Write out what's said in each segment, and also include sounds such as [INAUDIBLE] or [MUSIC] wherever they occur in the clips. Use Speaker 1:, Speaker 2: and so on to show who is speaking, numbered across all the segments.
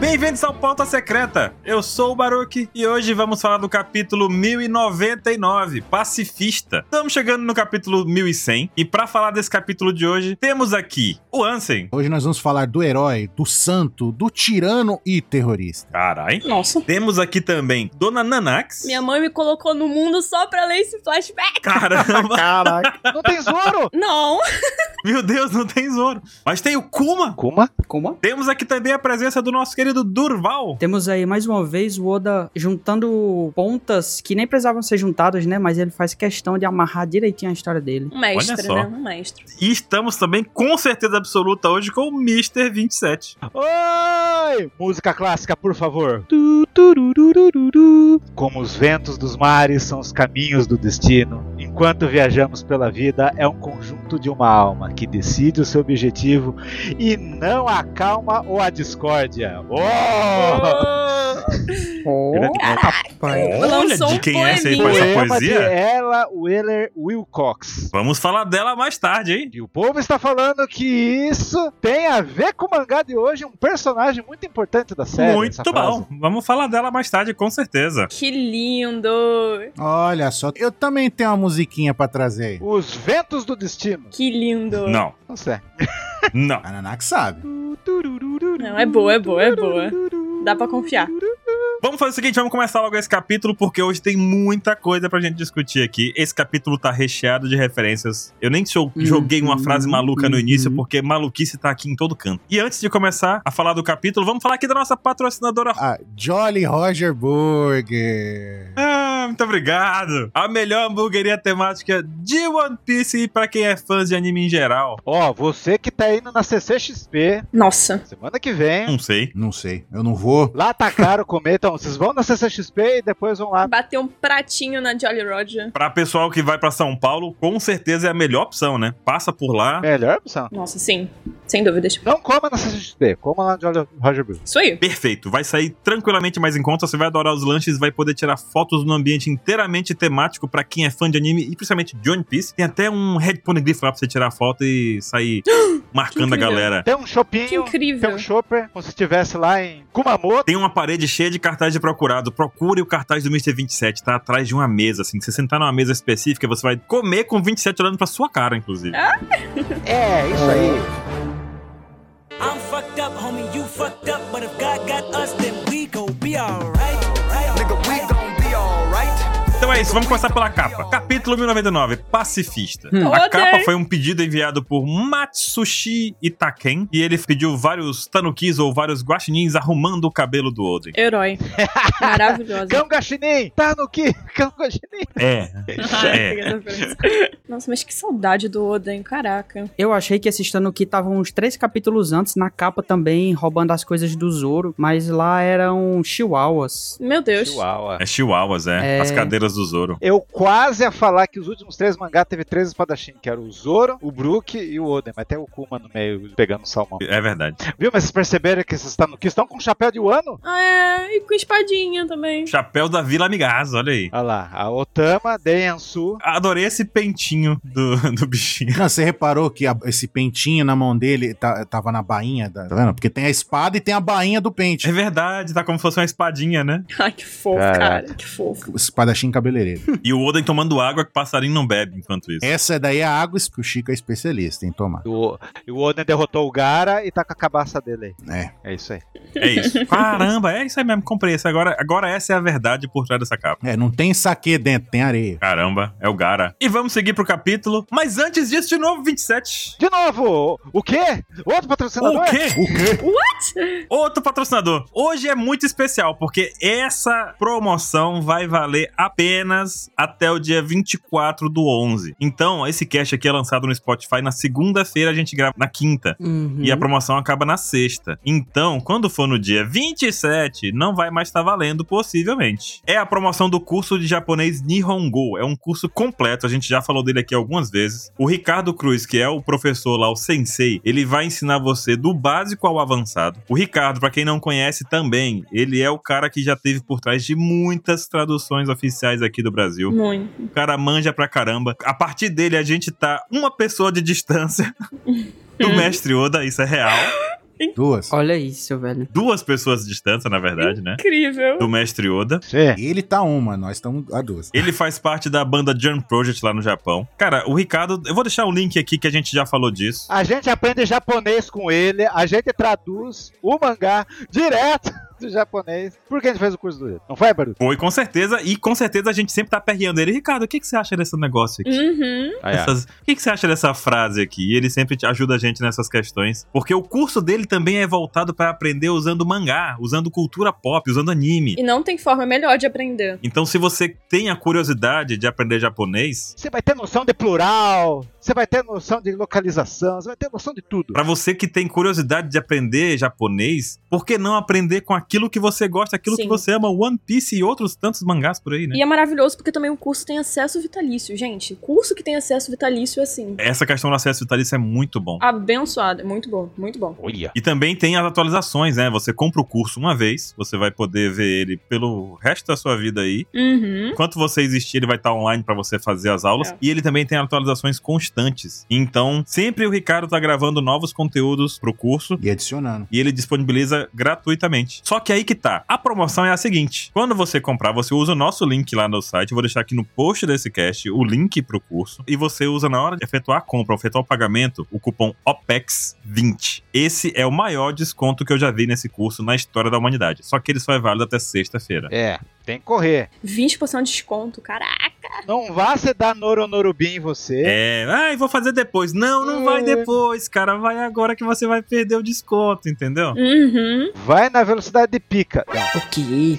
Speaker 1: Bem-vindos ao Pauta Secreta! Eu sou o Baruque e hoje vamos falar do capítulo 1099, Pacifista. Estamos chegando no capítulo 1100 e para falar desse capítulo de hoje, temos aqui o Ansem.
Speaker 2: Hoje nós vamos falar do herói, do santo, do tirano e terrorista.
Speaker 1: Carai.
Speaker 3: Nossa.
Speaker 1: Temos aqui também Dona Nanax.
Speaker 3: Minha mãe me colocou no mundo só pra ler esse flashback.
Speaker 1: Caramba! [LAUGHS]
Speaker 4: Caraca. Não tem Zoro?
Speaker 3: Não.
Speaker 1: Meu Deus, não tem Zoro. Mas tem o Kuma.
Speaker 4: Kuma?
Speaker 5: Como?
Speaker 1: Temos aqui também a presença do nosso querido Durval.
Speaker 5: Temos aí mais uma vez o Oda juntando pontas que nem precisavam ser juntadas, né? Mas ele faz questão de amarrar direitinho a história dele.
Speaker 3: Um mestre,
Speaker 1: só.
Speaker 3: né? Um mestre.
Speaker 1: E estamos também com certeza absoluta hoje com o Mr. 27.
Speaker 4: Oi! Música clássica, por favor. Como os ventos dos mares são os caminhos do destino. Enquanto viajamos pela vida, é um conjunto de uma alma que decide o seu objetivo e não a calma ou a discórdia. Oh!
Speaker 5: Rapaz.
Speaker 3: Lançou
Speaker 1: de
Speaker 3: um
Speaker 1: quem é Oh! essa aí com
Speaker 3: poeminha.
Speaker 1: essa
Speaker 4: Poema de
Speaker 1: poesia?
Speaker 4: ela, Wheeler Wilcox.
Speaker 1: Vamos falar dela mais tarde, hein?
Speaker 4: E o povo está falando que isso tem a ver com o mangá de hoje, um personagem muito importante da série. essa
Speaker 1: Muito
Speaker 4: frase.
Speaker 1: bom. Vamos falar dela mais tarde, com certeza.
Speaker 3: Que lindo.
Speaker 2: Olha só, eu também tenho uma musiquinha pra trazer aí.
Speaker 4: Os ventos do destino.
Speaker 3: Que lindo.
Speaker 1: Não,
Speaker 4: Não sei.
Speaker 1: não.
Speaker 2: A Nanak sabe.
Speaker 3: Não, é boa, é boa, é boa. Dá pra confiar.
Speaker 1: Vamos fazer o seguinte, vamos começar logo esse capítulo, porque hoje tem muita coisa pra gente discutir aqui. Esse capítulo tá recheado de referências. Eu nem jo-
Speaker 5: Uhum,
Speaker 1: joguei uma frase maluca no
Speaker 5: uhum.
Speaker 1: início, porque maluquice tá aqui em todo canto. E antes de começar a falar do capítulo, vamos falar aqui da nossa patrocinadora
Speaker 2: A Jolly Roger Burger.
Speaker 1: Ah, muito obrigado! A melhor hamburgueria temática de One Piece e pra quem é fã de anime em geral.
Speaker 4: Ó, você que tá indo na CCXP,
Speaker 3: Nossa.
Speaker 4: semana que vem.
Speaker 1: Não sei.
Speaker 2: Não sei, eu não vou. [LAUGHS]
Speaker 4: Lá tá caro comer, então vocês vão na CCXP e depois vão lá.
Speaker 3: Bateu um pratinho na Jolly Roger.
Speaker 1: Pra pessoal que vai pra São Paulo, com certeza é a melhor opção, né? Passa por lá.
Speaker 4: Melhor opção.
Speaker 3: Nossa, sim. Sem dúvidas.
Speaker 4: Não coma na CCXP, coma lá no Roger Bill.
Speaker 3: Isso aí.
Speaker 1: Perfeito, vai sair tranquilamente mais em conta, você vai adorar os lanches, vai poder tirar fotos num ambiente inteiramente temático pra quem é fã de anime e principalmente de One Piece. Tem até um Red Poneglyph lá pra você tirar foto e sair marcando a
Speaker 3: incrível.
Speaker 1: galera.
Speaker 4: Tem um
Speaker 3: Que
Speaker 4: shopping, tem
Speaker 3: incrível.
Speaker 4: um shopper, como se estivesse lá em Kumamoto.
Speaker 1: Tem uma parede cheia de cartaz de procurado. Procure o cartaz do Mr. 27, tá atrás de uma mesa, assim. Se você sentar numa mesa específica, você vai comer com o 27 olhando pra sua cara, inclusive.
Speaker 3: Ah.
Speaker 4: É, isso aí.
Speaker 6: I'm fucked up, homie, you fucked up, but if God got us, then we gon' be alright. Nigga, we gon' be alright.
Speaker 1: Então é isso, vamos começar pela capa. Capítulo 1099, Pacifista. A
Speaker 5: Hum.
Speaker 3: Odeio.
Speaker 1: capa foi um pedido enviado por Matsushi Itaken, e ele pediu vários tanukis ou vários guaxinins arrumando o cabelo do Oden.
Speaker 3: Herói. Maravilhosa.
Speaker 4: Cão Gachinin, tá no [LAUGHS] que? Cão Gachinin.
Speaker 1: É,
Speaker 3: Ai, peguei
Speaker 1: é.
Speaker 3: essa referência. Nossa, mas que saudade do Oden, caraca.
Speaker 5: Eu achei que esses Tanuki estavam uns três capítulos antes, na capa também, roubando as coisas do Zoro, mas lá eram chihuahuas.
Speaker 3: Meu Deus.
Speaker 4: Chihuahua.
Speaker 1: É chihuahuas, é.
Speaker 5: É.
Speaker 1: As cadeiras do Zoro.
Speaker 4: Eu quase ia falar que os últimos três mangá teve três espadachins, que era o Zoro, o Brook e o Oden, mas tem o Kuma no meio pegando salmão.
Speaker 1: É verdade.
Speaker 4: Viu, mas vocês perceberam que esses tanukis estão com um chapéu de Wano?
Speaker 3: Ah, é, e com espadinha também.
Speaker 1: Chapéu da Vila Amigas, olha aí.
Speaker 4: Olha lá, a Otama, Deiansu,
Speaker 1: Adorei esse pentinho do, do bichinho.
Speaker 2: Não, você reparou que a- esse pentinho na mão dele tá- tava na bainha da. Tá vendo? Porque tem a espada e tem a bainha do
Speaker 1: É
Speaker 2: pente.
Speaker 1: verdade, tá como se fosse uma espadinha, né?
Speaker 3: Ai, que fofo,
Speaker 4: Caraca.
Speaker 3: cara. Que fofo.
Speaker 1: [LAUGHS]
Speaker 2: Espadachim cabeleireiro.
Speaker 1: E o Oden tomando água que o passarinho não bebe enquanto isso.
Speaker 2: Essa daí é a água que o Chico é especialista em tomar.
Speaker 4: do- e o Oden derrotou o Gara e tá com a cabaça dele
Speaker 2: É.
Speaker 4: aí. É isso aí.
Speaker 1: É isso. Caramba, é isso aí mesmo, comprei esse. Agora, agora essa é a verdade por trás dessa capa.
Speaker 2: É, não tem saque dentro, tem areia.
Speaker 1: Caramba, é o Gara. E vamos seguir pro capítulo. Mas antes disso, de novo, 27.
Speaker 4: De novo, o quê? Outro patrocinador?
Speaker 1: O quê?
Speaker 2: O quê?
Speaker 1: Outro patrocinador. Hoje é muito especial, porque essa promoção vai valer apenas até o dia 24 do 11. Então, esse cast aqui é lançado no Spotify na segunda-feira, a gente grava na quinta.
Speaker 5: Uhum.
Speaker 1: E a promoção acaba na sexta. Então, quando for no dia 27, não vai mais estar valendo, possivelmente. É a promoção do curso de japonês Nihongo. É um curso completo, a gente já falou dele aqui algumas vezes. O Ricardo Cruz, que é o professor lá, o sensei, ele vai ensinar você do básico ao avançado. O Ricardo, pra quem não conhece também, ele é o cara que já teve por trás de muitas traduções oficiais aqui do Brasil.
Speaker 3: Muito.
Speaker 1: O cara manja pra caramba. A partir dele, a gente tá uma pessoa de distância do mestre Oda, isso é real.
Speaker 2: Duas.
Speaker 5: Olha isso, velho.
Speaker 1: Duas pessoas de distância, na verdade, né?
Speaker 3: Incrível.
Speaker 1: Do mestre Oda.
Speaker 4: Você?
Speaker 2: Ele tá uma, nós estamos a duas.
Speaker 1: Ele faz parte da banda Jump Project lá no Japão. Cara, o Ricardo, eu vou deixar um link aqui que a gente já falou disso.
Speaker 4: A gente aprende japonês com ele, a gente traduz o mangá direto [LAUGHS] do japonês. Por que a gente fez o curso do ele? Não foi, Baru?
Speaker 1: Foi com certeza, e com certeza a gente sempre tá perreando ele. Ricardo, o que, que você acha desse negócio aqui?
Speaker 3: Uhum.
Speaker 1: Essas- O que, que você acha dessa frase aqui? E ele sempre te ajuda a gente nessas questões. Porque o curso dele também é voltado pra aprender usando mangá, usando cultura pop, usando anime.
Speaker 3: E não tem forma melhor de aprender.
Speaker 1: Então, se você tem a curiosidade de aprender japonês,
Speaker 4: Você vai ter noção de plural, você vai ter noção de localização, você vai ter noção de tudo.
Speaker 1: Pra você que tem curiosidade de aprender japonês, por que não aprender com aquilo que você gosta, aquilo
Speaker 3: Sim.
Speaker 1: que você ama, One Piece e outros tantos mangás por aí, né?
Speaker 3: E é maravilhoso porque também o curso tem acesso vitalício, gente. Curso que tem acesso vitalício é assim.
Speaker 1: Essa questão do acesso vitalício é muito bom.
Speaker 3: Abençoado. É Muito bom, muito bom.
Speaker 4: Olha.
Speaker 1: E também tem as atualizações, né? Você compra o curso uma vez, você vai poder ver ele pelo resto da sua vida aí.
Speaker 3: Uhum.
Speaker 1: Enquanto você existir, ele vai estar online pra você fazer as aulas.
Speaker 3: É.
Speaker 1: E ele também tem atualizações constantes. Então, sempre o Ricardo tá gravando novos conteúdos pro curso.
Speaker 2: E adicionando.
Speaker 1: [LAUGHS] e ele disponibiliza gratuitamente. Só que aí que tá. A promoção é a seguinte: quando você comprar, você usa o nosso link lá no site. Eu vou deixar aqui no post desse cast o link pro curso. E você usa na hora de efetuar a compra, efetuar o pagamento, o cupom OPEX20. Esse é o maior desconto que eu já vi nesse curso na história da humanidade. Só que ele só é válido até sexta-feira.
Speaker 4: É, tem que correr.
Speaker 3: 20% de desconto, caraca.
Speaker 4: Não vá se dar noronorubim em você.
Speaker 1: É, ai, vou fazer depois. Não, não vai depois, cara. Vai agora que você vai perder o desconto, entendeu? É.
Speaker 3: Uhum.
Speaker 4: Vai na velocidade de pica.
Speaker 5: O quê?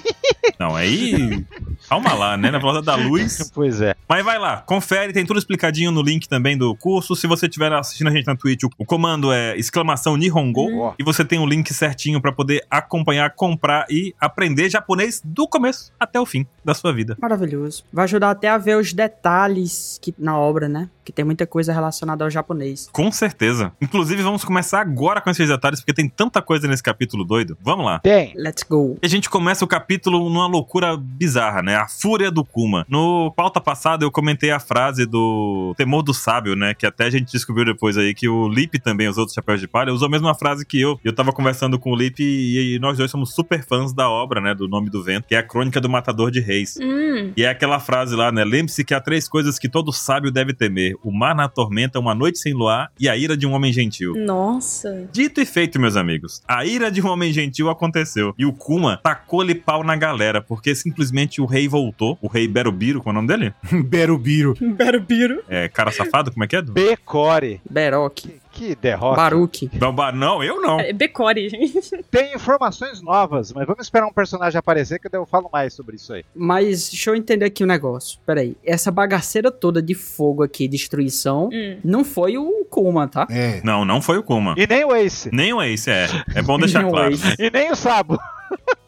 Speaker 1: Não, aí. Calma lá, né? Na velocidade da luz.
Speaker 4: Pois é.
Speaker 1: Mas vai lá, confere, tem tudo explicadinho no link também do curso. Se você estiver assistindo a gente na Twitch, o- o comando é exclamação Nihongo.
Speaker 4: Ó,
Speaker 1: E você tem o link certinho pra poder acompanhar, comprar e aprender japonês do começo até o fim da sua vida.
Speaker 5: Maravilhoso. Vai ajudar até a ver os detalhes que, na obra, né? Que tem muita coisa relacionada ao japonês.
Speaker 1: Com certeza. Inclusive, vamos começar agora com esses detalhes, porque tem tanta coisa nesse capítulo doido. Vamos lá.
Speaker 4: Tem.
Speaker 5: Let's go.
Speaker 1: E a gente começa o capítulo numa loucura bizarra, né? A fúria do Kuma. No pauta passada eu comentei a frase do temor do sábio, né? Que até a gente descobriu depois aí que o Lip também, os outros chapéus de palha, usou a mesma frase que eu. Eu tava conversando com o Lip e, e nós dois somos super fãs da obra, né? Do Nome do Vento, que é a crônica do Matador de Reis.
Speaker 3: Hum.
Speaker 1: E é aquela frase lá, né? Lembre-se que há três coisas que todo sábio deve temer: o mar na tormenta, uma noite sem luar e a ira de um homem gentil.
Speaker 3: Nossa.
Speaker 1: Dito e feito, meus amigos. A ira de um homem gentil aconteceu. E o Kuma tacou-lhe pau na galera, porque simplesmente o rei voltou. O rei Berubiro, qual é o nome dele?
Speaker 2: Berubiro.
Speaker 3: Berbiro.
Speaker 1: É cara safado, como é que é? Do...
Speaker 4: Becore.
Speaker 5: Beroque.
Speaker 4: Que derrota.
Speaker 5: Baruque.
Speaker 1: Não, ba- não, eu não.
Speaker 3: É, Becore, gente.
Speaker 4: Tem informações novas, mas vamos esperar um personagem aparecer que daí eu falo mais sobre isso aí.
Speaker 5: Mas deixa eu entender aqui o negócio. Peraí. Essa bagaceira toda de fogo aqui, destruição,
Speaker 3: Hum.
Speaker 5: não foi o Kuma, tá?
Speaker 2: É.
Speaker 1: Não, não foi o Kuma.
Speaker 4: E nem o Ace.
Speaker 1: Nem o Ace, é. É bom deixar
Speaker 5: Nem o
Speaker 1: claro.
Speaker 5: [LAUGHS] Ace.
Speaker 4: E nem o Sabo.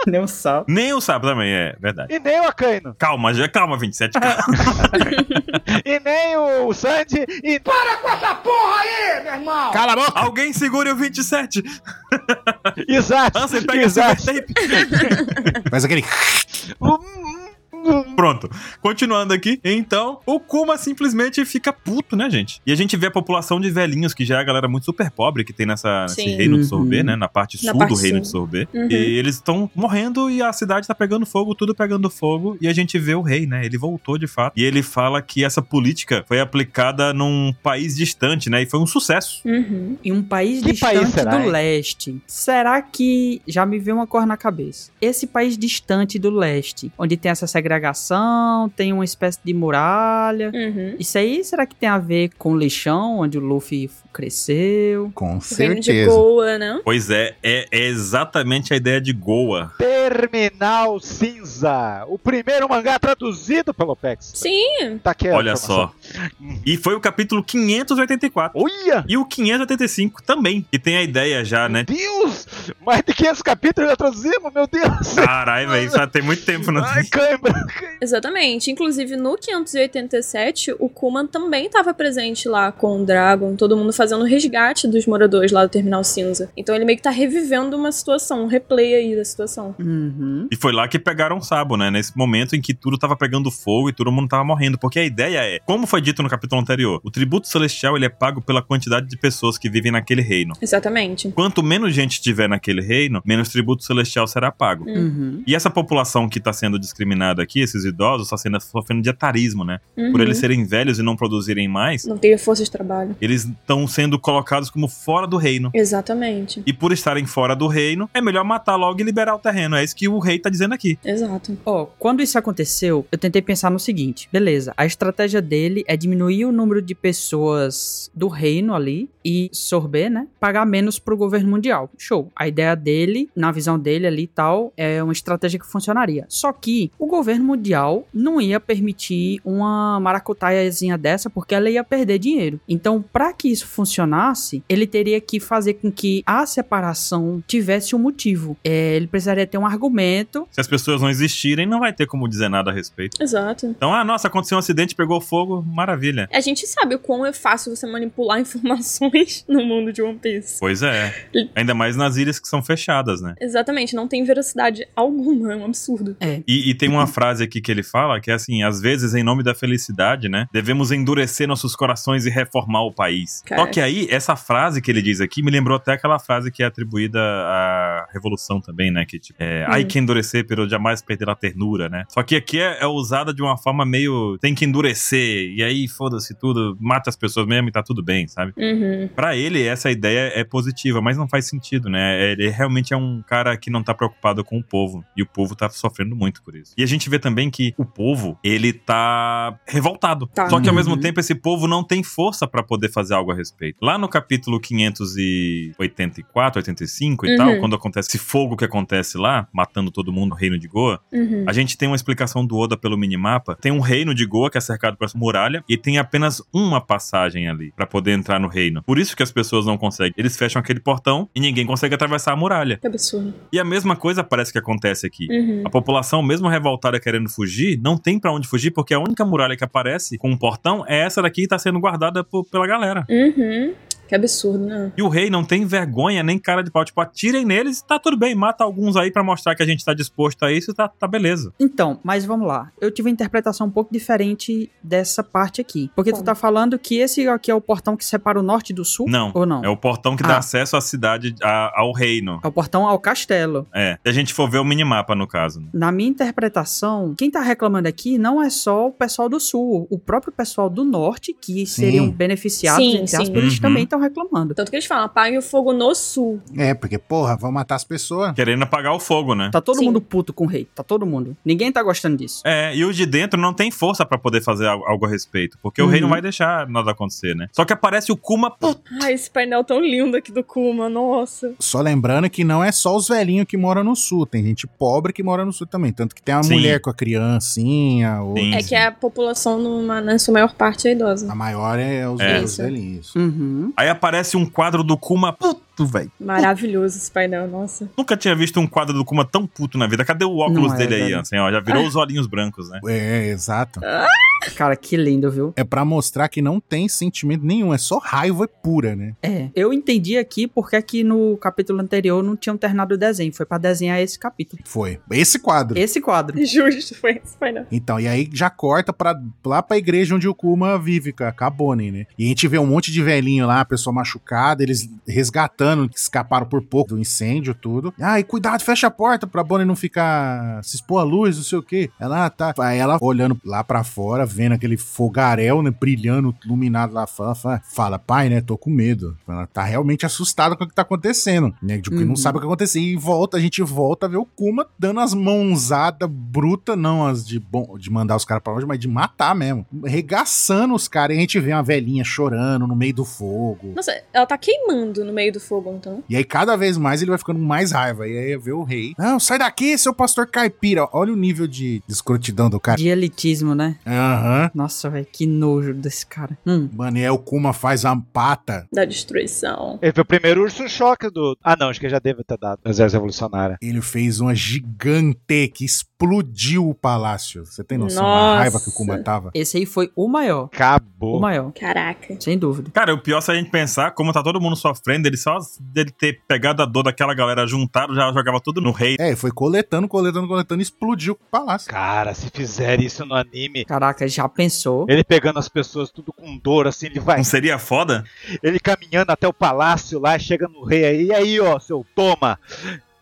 Speaker 5: Não sabe.
Speaker 1: Nem o Sapo também, é verdade.
Speaker 4: E nem o Akaino.
Speaker 1: Calma, já, calma, 27.
Speaker 5: [LAUGHS]
Speaker 1: calma.
Speaker 4: E nem o Sandy. E
Speaker 2: Cala a boca!
Speaker 1: Alguém segure o 27.
Speaker 4: Exato.
Speaker 1: Ansem, Ah, pega esse
Speaker 4: Exato.
Speaker 1: tape.
Speaker 2: Faz aquele. [LAUGHS]
Speaker 1: Pronto. Continuando aqui. Então, o Kuma simplesmente fica puto, né, gente? E a gente vê a população de velhinhos, que já é a galera muito super pobre que tem nessa, nesse
Speaker 3: Sim.
Speaker 1: reino de
Speaker 5: Uhum.
Speaker 1: sorbê, né? Na parte
Speaker 3: Na
Speaker 1: sul
Speaker 3: parte
Speaker 1: do reino
Speaker 3: sul.
Speaker 1: de sorbê.
Speaker 3: Uhum.
Speaker 1: E eles estão morrendo e a cidade tá pegando fogo, tudo pegando fogo. E a gente vê o rei, né? Ele voltou de fato. E ele fala que essa política foi aplicada num país distante, né? E foi um sucesso.
Speaker 3: Uhum.
Speaker 5: Em um país
Speaker 4: Que
Speaker 5: distante
Speaker 4: país será,
Speaker 5: do
Speaker 4: hein?
Speaker 5: leste. Será que já me veio uma cor na cabeça? Esse país distante do leste, onde tem essa segregação, tem uma espécie de muralha.
Speaker 3: Uhum.
Speaker 5: Isso aí será que tem a ver com o lixão, onde o Luffy cresceu?
Speaker 2: Com
Speaker 3: O reino de
Speaker 2: certeza.
Speaker 3: Goa, né?
Speaker 1: Pois é, é, é exatamente a ideia de Goa.
Speaker 4: Terminal Cinza. O primeiro mangá traduzido pelo Pex.
Speaker 3: Sim.
Speaker 4: Tá aqui a
Speaker 1: É, Olha
Speaker 4: informação.
Speaker 1: só. E foi o capítulo 584.
Speaker 4: Olha!
Speaker 1: E o 585 também, que tem a ideia já, né?
Speaker 4: Meu Deus! Mais de 500 capítulos já traduzimos, meu
Speaker 1: [LAUGHS]
Speaker 4: Deus!
Speaker 1: Caralho, velho, isso já tem muito tempo, né? não
Speaker 4: Ai, cãibra!
Speaker 3: Exatamente. Inclusive, no 587, o Kuman também estava presente lá com o Dragon, todo mundo fazendo o resgate dos moradores lá do Terminal Cinza. Então ele meio que tá revivendo uma situação, um replay aí da situação.
Speaker 5: Uhum.
Speaker 1: E foi lá que pegaram o Sabo, né? Nesse momento em que tudo tava pegando fogo e todo mundo tava morrendo. Porque a ideia é, como foi dito no capítulo anterior, o tributo celestial ele é pago pela quantidade de pessoas que vivem naquele reino.
Speaker 3: Exatamente.
Speaker 1: Quanto menos gente gente estiver naquele reino, menos tributo celestial será pago.
Speaker 5: Uhum.
Speaker 1: E essa população que está sendo discriminada aqui, esses idosos, está sendo sofrendo de etarismo, né? Por eles serem velhos e não produzirem mais,
Speaker 3: Uhum. Não tenho força de trabalho.
Speaker 1: eles estão sendo colocados como fora do reino.
Speaker 3: Exatamente.
Speaker 1: E por estarem fora do reino, é melhor matar logo e liberar o terreno. É isso que o rei tá dizendo aqui.
Speaker 3: Exato.
Speaker 5: Ó, quando isso aconteceu, eu tentei pensar no seguinte: beleza, a estratégia dele é diminuir o número de pessoas do reino ali e sorber, né? Pagar menos pro governo mundial. Show. A ideia dele, na visão dele ali e tal, é uma estratégia que funcionaria. Só que o governo mundial não ia permitir uma maracutaiazinha dessa porque ela ia perder dinheiro. Então, pra que isso funcionasse, ele teria que fazer com que a separação tivesse um motivo. É, ele precisaria ter um argumento
Speaker 1: Se as pessoas não existirem, não vai ter como dizer nada a respeito.
Speaker 3: Exato.
Speaker 1: Então, ah, nossa, aconteceu um acidente, pegou fogo, maravilha.
Speaker 3: A gente sabe o quão é fácil você manipular [LAUGHS] informações no mundo de One Piece.
Speaker 1: Pois é. Ainda mais nas ilhas que são fechadas, né?
Speaker 3: Exatamente, não tem veracidade alguma, é um absurdo.
Speaker 1: E, e tem uma frase aqui que ele fala que é assim: às vezes, em nome da felicidade, né? Devemos endurecer nossos corações e reformar o país.
Speaker 3: Cara.
Speaker 1: Só que aí, essa frase que ele diz aqui me lembrou até aquela frase que é atribuída à Revolução também, né? Que tipo, é, ai que endurecer, pero jamais perderá a ternura, né? Só que aqui é, é usada de uma forma meio tem que endurecer, e aí foda-se tudo, mata as pessoas mesmo e tá tudo bem, sabe?
Speaker 3: Uhum.
Speaker 1: Pra ele, essa ideia é positiva, mas não faz sentido, né? Ele realmente é um cara que não tá preocupado com o povo. E o povo tá sofrendo muito por isso. E a gente vê também que o povo, ele tá revoltado.
Speaker 3: Tá.
Speaker 1: Só que ao
Speaker 5: Uhum.
Speaker 1: mesmo tempo, esse povo não tem força pra poder fazer algo a respeito. Lá no capítulo 584, 85 e
Speaker 3: Uhum.
Speaker 1: tal, quando acontece esse fogo que acontece lá, matando todo mundo no reino de Goa,
Speaker 3: Uhum.
Speaker 1: a gente tem uma explicação do Oda pelo minimapa. Tem um reino de Goa que é cercado por essa muralha e tem apenas uma passagem ali pra poder entrar no reino. Por isso que as pessoas não conseguem. Eles fecham aquele portão e ninguém consegue atravessar a muralha.
Speaker 3: Que absurdo.
Speaker 1: E a mesma coisa parece que acontece aqui.
Speaker 3: Uhum.
Speaker 1: A população, mesmo revoltada querendo fugir, não tem pra onde fugir porque a única muralha que aparece com um portão é essa daqui que tá sendo guardada por- pela galera.
Speaker 3: Uhum. Que absurdo, né?
Speaker 1: E o rei não tem vergonha nem cara de pau. Tipo, atirem neles e tá tudo bem. Mata alguns aí pra mostrar que a gente tá disposto a isso e tá, tá beleza.
Speaker 5: Então, mas vamos lá. Eu tive uma interpretação um pouco diferente dessa parte aqui. Porque tu
Speaker 3: Como?
Speaker 5: tá falando que esse aqui é o portão que separa o norte do sul?
Speaker 1: Não.
Speaker 5: Ou não?
Speaker 1: É o portão que dá
Speaker 5: Ah.
Speaker 1: acesso à cidade, a- ao reino.
Speaker 5: É o portão ao castelo.
Speaker 1: É. Se a gente for ver o minimapa, no caso. né?
Speaker 5: Na minha interpretação, quem tá reclamando aqui não é só o pessoal do sul, o próprio pessoal do norte, que seriam beneficiados,
Speaker 3: Sim,
Speaker 5: entre
Speaker 3: sim.
Speaker 5: aspas, eles
Speaker 1: Uhum.
Speaker 5: também estão reclamando.
Speaker 3: Tanto que eles falam, apague o fogo no sul.
Speaker 2: É, porque, porra, vão matar as pessoas.
Speaker 1: Querendo apagar o fogo, né?
Speaker 5: Tá todo
Speaker 3: Sim.
Speaker 5: mundo puto com o rei, tá todo mundo. Ninguém tá gostando disso.
Speaker 1: É, e os de dentro não tem força pra poder fazer al- algo a respeito, porque o
Speaker 5: Uhum.
Speaker 1: rei não vai deixar nada acontecer, né? Só que aparece o Kuma, pô,
Speaker 3: Ai, esse painel tão lindo aqui do Kuma, nossa.
Speaker 2: Só lembrando que não é só os velhinhos que moram no sul, tem gente pobre que mora no sul também. Tanto que tem uma
Speaker 1: Sim.
Speaker 2: mulher com a criancinha, ou
Speaker 1: Sim.
Speaker 3: É que a população, numa, na sua maior parte, é idosa.
Speaker 2: a maior é os,
Speaker 1: É.
Speaker 2: os velhinhos.
Speaker 5: Uhum.
Speaker 1: aí aparece um quadro do Kuma, puto, velho.
Speaker 3: Maravilhoso esse painel, nossa. [LAUGHS]
Speaker 1: Nunca tinha visto um quadro do Kuma tão puto na vida. Cadê o óculos
Speaker 5: Não é,
Speaker 1: dele aí,
Speaker 5: velho.
Speaker 1: Ansem? Ó, já virou os olhinhos brancos, né?
Speaker 2: É, exato.
Speaker 5: Cara, que lindo, viu?
Speaker 2: É pra mostrar que não tem sentimento nenhum, é só raiva pura, né?
Speaker 5: É, eu entendi aqui porque aqui no capítulo anterior não tinham terminado o desenho, foi pra desenhar esse capítulo.
Speaker 2: Foi. Esse quadro.
Speaker 5: Esse quadro.
Speaker 3: Justo foi esse painel.
Speaker 2: Então, e aí já corta pra, lá pra igreja onde o Kuma vive, com a Kabone, né? E a gente vê um monte de velhinho lá, pessoa machucada, eles resgatando, que escaparam por pouco do incêndio, tudo. Ah, e cuidado, fecha a porta pra Bonnie não ficar. se expor à luz, não sei o quê. Ela tá. Aí ela olhando lá pra fora, vendo aquele fogaréu, né? Brilhando, iluminado lá fora, fala, fala, pai, né? Tô com medo. Ela tá realmente assustada com o que tá acontecendo, né? Tipo, que não
Speaker 5: Uhum.
Speaker 2: sabe o que aconteceu. E volta, a gente volta a ver o Kuma dando as mãozadas bruta, não as de bom, de mandar os caras pra longe, mas de matar mesmo. Regaçando os caras. E a gente vê uma velhinha chorando no meio do fogo.
Speaker 3: Nossa, ela tá queimando no meio do fogo, então.
Speaker 2: E aí, cada vez mais, ele vai ficando com mais raiva. E aí, vê o rei. Não, sai daqui, seu pastor caipira. Olha o nível de de escrotidão do cara.
Speaker 5: De elitismo, né?
Speaker 2: Aham.
Speaker 5: Nossa, velho, que nojo desse cara. Hum.
Speaker 2: Mano, e aí o Kuma faz a pata.
Speaker 3: Da destruição.
Speaker 4: Ele foi o primeiro urso é choque do. Ah, não, acho que eu já devo ter dado no Exército Revolucionário.
Speaker 2: Ele fez uma gigante que explodiu o palácio. Você tem noção da
Speaker 3: Nossa.
Speaker 2: raiva que o Kuma tava?
Speaker 5: Esse aí foi o maior. O
Speaker 4: Acabou.
Speaker 5: maior,
Speaker 3: Caraca.
Speaker 5: sem dúvida.
Speaker 1: Cara, o pior é se a gente pensar, como tá todo mundo sofrendo, ele só dele ter pegado a dor daquela galera juntado, já jogava tudo no rei.
Speaker 2: É, foi coletando, coletando, coletando e explodiu o palácio.
Speaker 4: Cara, se fizer isso no anime,
Speaker 5: Caraca, já pensou?
Speaker 4: ele pegando as pessoas tudo com dor, assim, ele vai,
Speaker 1: Não seria foda?
Speaker 4: ele caminhando até o palácio lá, chega no rei aí, e aí, ó, seu, toma!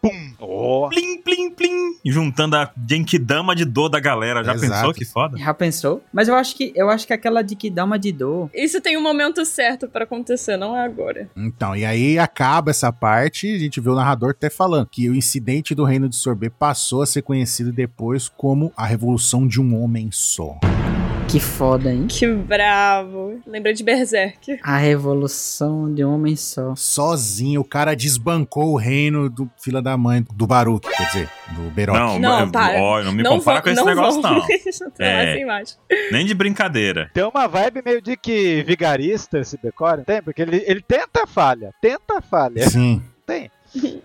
Speaker 4: Pum! Ó,
Speaker 1: Plim, plim, plim. Juntando a Genkidama de dor da galera. Já
Speaker 2: Exato.
Speaker 1: pensou que foda?
Speaker 5: Já pensou? Mas eu acho que eu acho que aquela de que dá uma de dor.
Speaker 3: Isso tem um momento certo pra acontecer, não é agora.
Speaker 2: Então, e aí acaba essa parte e a gente vê o narrador até falando que o incidente do Reino de Sorbet passou a ser conhecido depois como a Revolução de um Homem Só.
Speaker 5: Que foda, hein?
Speaker 3: Que bravo. Lembra de Berserk.
Speaker 5: A revolução de um homem só.
Speaker 2: Sozinho, o cara desbancou o reino do fila da mãe, do Baruto, quer dizer, do
Speaker 1: Não,
Speaker 2: Beroque.
Speaker 3: Não,
Speaker 1: eu-
Speaker 3: para.
Speaker 1: ó, não me compara
Speaker 3: vão-
Speaker 1: com esse negócio,
Speaker 3: vão.
Speaker 1: não.
Speaker 3: [LAUGHS] Tá lá
Speaker 1: É.
Speaker 3: sem imagem.
Speaker 1: [LAUGHS] Nem de brincadeira.
Speaker 4: Tem uma vibe meio de que vigarista esse Decore, tem? Porque ele, ele tenta a falha, tenta a falha.
Speaker 2: Sim.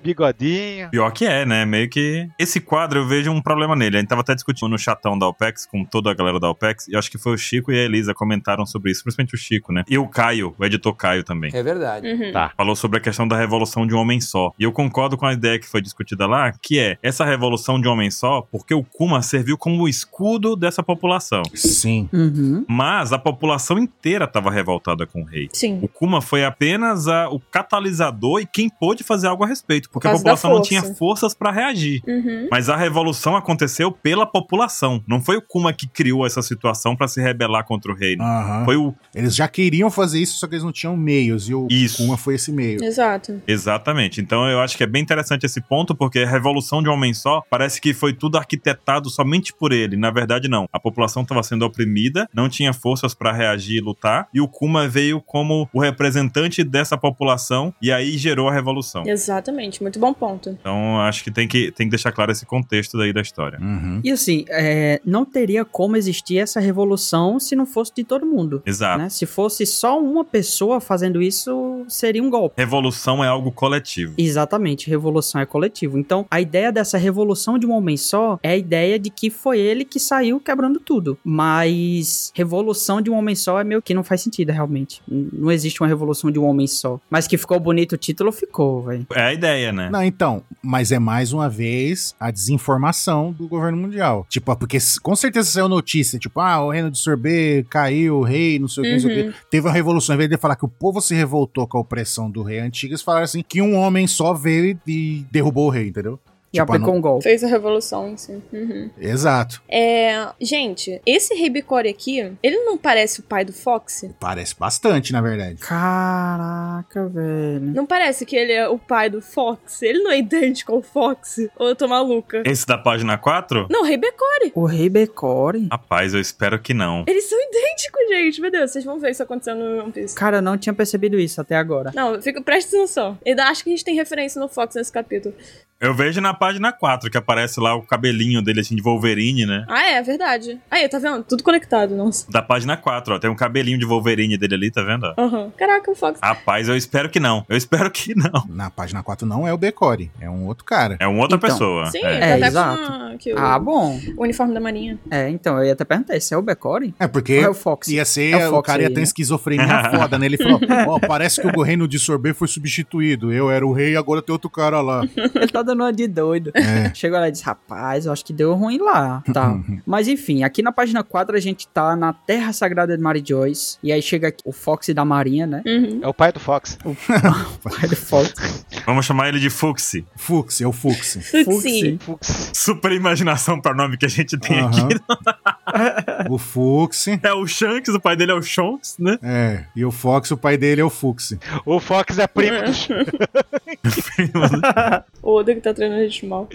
Speaker 4: Bigodinho.
Speaker 1: Pior que é, né? Meio que. Esse quadro eu vejo um problema nele. A gente tava até discutindo no chatão da OPEX com toda a galera da OPEX. E eu acho que foi o Chico e a Elisa comentaram sobre isso, principalmente o Chico, né? E o Caio, o editor Caio também.
Speaker 6: É verdade.
Speaker 3: Uhum.
Speaker 4: Tá.
Speaker 1: falou sobre a questão da revolução de um homem só. E eu concordo com a ideia que foi discutida lá, que é essa revolução de um homem só, porque o Kuma serviu como o escudo dessa população.
Speaker 2: Sim.
Speaker 5: Uhum.
Speaker 1: Mas a população inteira estava revoltada com o rei.
Speaker 3: Sim.
Speaker 1: O Kuma foi apenas a- o catalisador e quem pôde fazer algo a respeito, porque a
Speaker 3: Por causa da
Speaker 1: população não
Speaker 3: força.
Speaker 1: tinha forças para reagir.
Speaker 3: Uhum.
Speaker 1: Mas a revolução aconteceu pela população. Não foi o Kuma que criou essa situação para se rebelar contra o rei.
Speaker 2: Aham.
Speaker 1: Foi o
Speaker 2: Eles já queriam fazer isso, só que eles não tinham meios. E o
Speaker 1: Isso.
Speaker 2: Kuma foi esse meio.
Speaker 3: Exato.
Speaker 1: Exatamente. Então eu acho que é bem interessante esse ponto, porque a revolução de um homem só parece que foi tudo arquitetado somente por ele. Na verdade, não. A população estava sendo oprimida, não tinha forças para reagir e lutar, e o Kuma veio como o representante dessa população e aí gerou a revolução.
Speaker 3: Exatamente. Muito bom ponto.
Speaker 1: Então acho que tem que, tem que deixar claro esse contexto daí da história.
Speaker 2: Uhum.
Speaker 5: E assim, é, não teria como existir essa revolução se não fosse de todo mundo.
Speaker 2: Ah.
Speaker 1: Exato.
Speaker 5: Né? Se fosse só uma pessoa fazendo isso, seria um golpe.
Speaker 1: Revolução é algo coletivo.
Speaker 5: Exatamente, revolução é coletivo. Então, a ideia dessa revolução de um homem só é a ideia de que foi ele que saiu quebrando tudo. Mas revolução de um homem só é meio que não faz sentido, realmente. N- Não existe uma revolução de um homem só. Mas que ficou bonito o título, ficou, velho.
Speaker 1: É a ideia, né?
Speaker 2: [LAUGHS] Não, então, mas é mais uma vez a desinformação do governo mundial. Tipo, ah, porque s- com certeza saiu notícia, tipo, ah, o reino de sorbet caiu, o rei, não sei o que, não sei o que.
Speaker 3: Uhum.
Speaker 2: Teve uma revolução, em vez de falar que o povo se revoltou com a opressão do rei antigo, eles falaram assim que um homem só veio e e derrubou o rei, entendeu? ah,
Speaker 5: E aplicou
Speaker 2: Tipo, não-
Speaker 5: um golpe.
Speaker 3: Fez a revolução em si. Uhum.
Speaker 2: Exato.
Speaker 3: É, gente, esse Rei Bicore aqui, ele não parece o pai do Fox?
Speaker 2: Parece bastante, na verdade.
Speaker 5: Caraca, velho.
Speaker 3: Não parece que ele é o pai do Fox? Ele não é idêntico ao Fox? Ou eu tô maluca?
Speaker 1: Esse da página 4?
Speaker 3: Não, Rei Bicore.
Speaker 5: O rei Becore.
Speaker 1: Rapaz, eu espero que não.
Speaker 3: Eles são idênticos, gente. Meu Deus, vocês vão ver isso acontecendo no One Piece.
Speaker 5: Cara, eu não tinha percebido isso até agora.
Speaker 3: Não, fica, presta atenção. Ainda acho que a gente tem referência no Fox nesse capítulo.
Speaker 1: Eu vejo na página 4 que aparece lá o cabelinho dele assim de Wolverine, né?
Speaker 3: Ah, é, verdade. Aí, tá vendo? Tudo conectado, nossa.
Speaker 1: Da página 4, ó. Tem um cabelinho de Wolverine dele ali, tá vendo?
Speaker 3: Aham. Caraca, o Fox.
Speaker 1: Rapaz, eu espero que não. Eu espero que não.
Speaker 2: Na página 4 não é o Becore, é um outro cara.
Speaker 1: É uma outra
Speaker 5: Então,
Speaker 1: pessoa.
Speaker 3: Sim,
Speaker 1: É.
Speaker 5: É,
Speaker 3: tá até
Speaker 5: exato.
Speaker 3: com a- que o,
Speaker 5: Ah, bom.
Speaker 3: o uniforme da marinha.
Speaker 5: É, então, eu ia até perguntar, esse é o Becore?
Speaker 2: É
Speaker 5: Ou
Speaker 2: porque
Speaker 5: é o Fox?
Speaker 2: ia ser,
Speaker 5: É o
Speaker 2: o,
Speaker 5: Fox
Speaker 2: cara ia
Speaker 5: aí,
Speaker 2: ter
Speaker 5: né? [LAUGHS]
Speaker 2: esquizofrenia foda, né? Ele falou, ó, parece que o reino de sorbet foi substituído. Eu era o rei, agora tem outro cara lá.
Speaker 5: [LAUGHS] Ele tá dando uma de doido.
Speaker 2: É.
Speaker 5: Chegou lá e disse, rapaz, eu acho que deu ruim lá.
Speaker 2: [LAUGHS]
Speaker 5: Tá. Mas enfim, aqui na página 4 a gente tá na Terra Sagrada de Mary Joyce. E aí chega aqui o Fox da Marinha,
Speaker 2: [LAUGHS]
Speaker 5: né?
Speaker 3: Uhum.
Speaker 4: É o pai do Fox.
Speaker 5: O pai do Fox.
Speaker 1: Vamos chamar ele de Fuxi.
Speaker 2: Fux, é o Fux.
Speaker 3: Fuxi.
Speaker 4: Fox.
Speaker 1: Super imaginação pra nome que a gente tem [LAUGHS]
Speaker 2: Aham.
Speaker 1: aqui.
Speaker 2: O Fux,
Speaker 1: É o Shanks, o pai dele é o Shonks, né?
Speaker 2: é. E o Fox, o pai dele é o Fux.
Speaker 4: O Fox é primo do.
Speaker 3: O Oda que tá treinando a gente mal.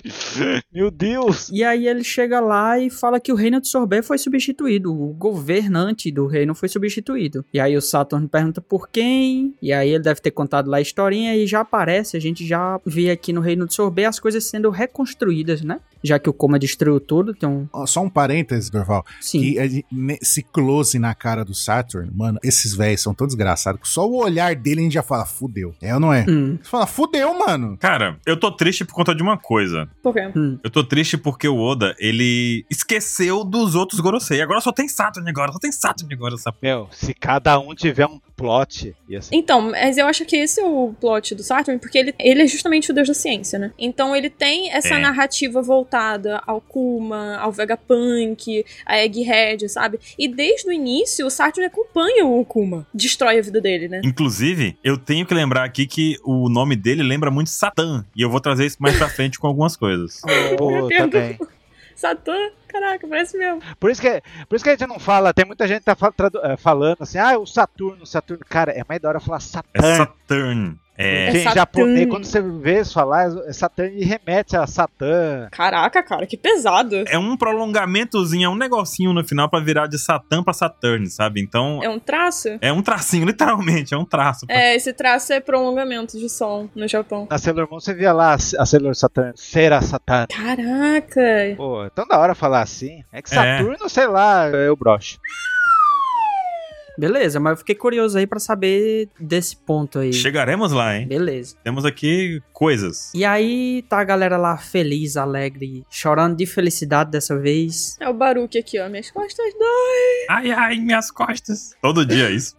Speaker 4: Meu Deus!
Speaker 5: E aí ele chega lá e fala que o reino de Sorbet foi substituído. O governante do reino foi substituído. E aí o Saturn pergunta por quem. E aí ele deve ter contado lá a historinha e já aparece. A gente já vê aqui no reino de Sorbet as coisas sendo reconstruídas, né? já que o Coma destruiu tudo, então.
Speaker 2: Ó, Só um parêntese, Dorval.
Speaker 5: Sim.
Speaker 2: Que ele- nesse close na cara do Saturn, mano, esses velhos são tão desgraçados que só o olhar dele a gente já fala, fudeu. É ou não é?
Speaker 5: Hum,
Speaker 2: Você fala, fudeu, mano.
Speaker 1: Cara, eu tô triste por conta de uma coisa.
Speaker 3: Por quê?
Speaker 5: hum.
Speaker 1: Eu tô triste porque o Oda, ele esqueceu dos outros Gorosei. Agora só tem Saturn agora, só tem Saturn agora. Essa...
Speaker 4: Meu, se cada um tiver um plot,
Speaker 3: [LAUGHS]
Speaker 4: ia ser
Speaker 3: Então, mas eu acho que esse é o plot do Saturn, porque ele, ele é justamente o deus da ciência, né? Então ele tem essa
Speaker 1: É.
Speaker 3: narrativa voltada ao Kuma, ao Vegapunk, a Egghead, sabe? E desde o início, o Saturn acompanha o Kuma, destrói a vida dele, né?
Speaker 1: Inclusive, eu tenho que lembrar aqui que o nome dele lembra muito Satã. E eu vou trazer isso mais pra frente com algumas coisas.
Speaker 4: Pô, tá
Speaker 3: Deus.
Speaker 4: também.
Speaker 3: [LAUGHS] Satã, caraca, parece mesmo.
Speaker 4: Por isso, que, por isso que a gente não fala, tem muita gente que tá fa- tradu- eh, falando assim, ah, o Saturno, Saturno. Cara, é mais da hora falar
Speaker 1: É
Speaker 4: Saturno.
Speaker 1: Saturn. É.
Speaker 4: Porque em
Speaker 3: Saturno.
Speaker 4: japonês, quando você vê isso falar, é Saturno e remete a Satã.
Speaker 3: Caraca, cara, que pesado.
Speaker 1: É um prolongamentozinho, é um negocinho no final pra virar de Satã pra Saturn, sabe? Então,
Speaker 3: É um traço?
Speaker 1: é um tracinho, [LAUGHS] literalmente, é um traço.
Speaker 3: É, esse traço é prolongamento de som no Japão.
Speaker 4: Na Sailor Moon você via lá a C- a Sailor Saturn, Sera Saturn.
Speaker 3: Caraca!
Speaker 4: Pô, é tão da hora falar assim. É que
Speaker 1: É.
Speaker 4: Saturno, sei lá, é o broche.
Speaker 5: Beleza, mas eu fiquei curioso aí pra saber desse ponto aí.
Speaker 1: Chegaremos lá, hein?
Speaker 5: Beleza.
Speaker 1: Temos aqui coisas.
Speaker 5: E aí tá a galera lá feliz, alegre, chorando de felicidade dessa vez.
Speaker 3: É o Baruque aqui, ó. Minhas costas dão.
Speaker 1: Ai, ai, minhas costas. Todo dia é isso.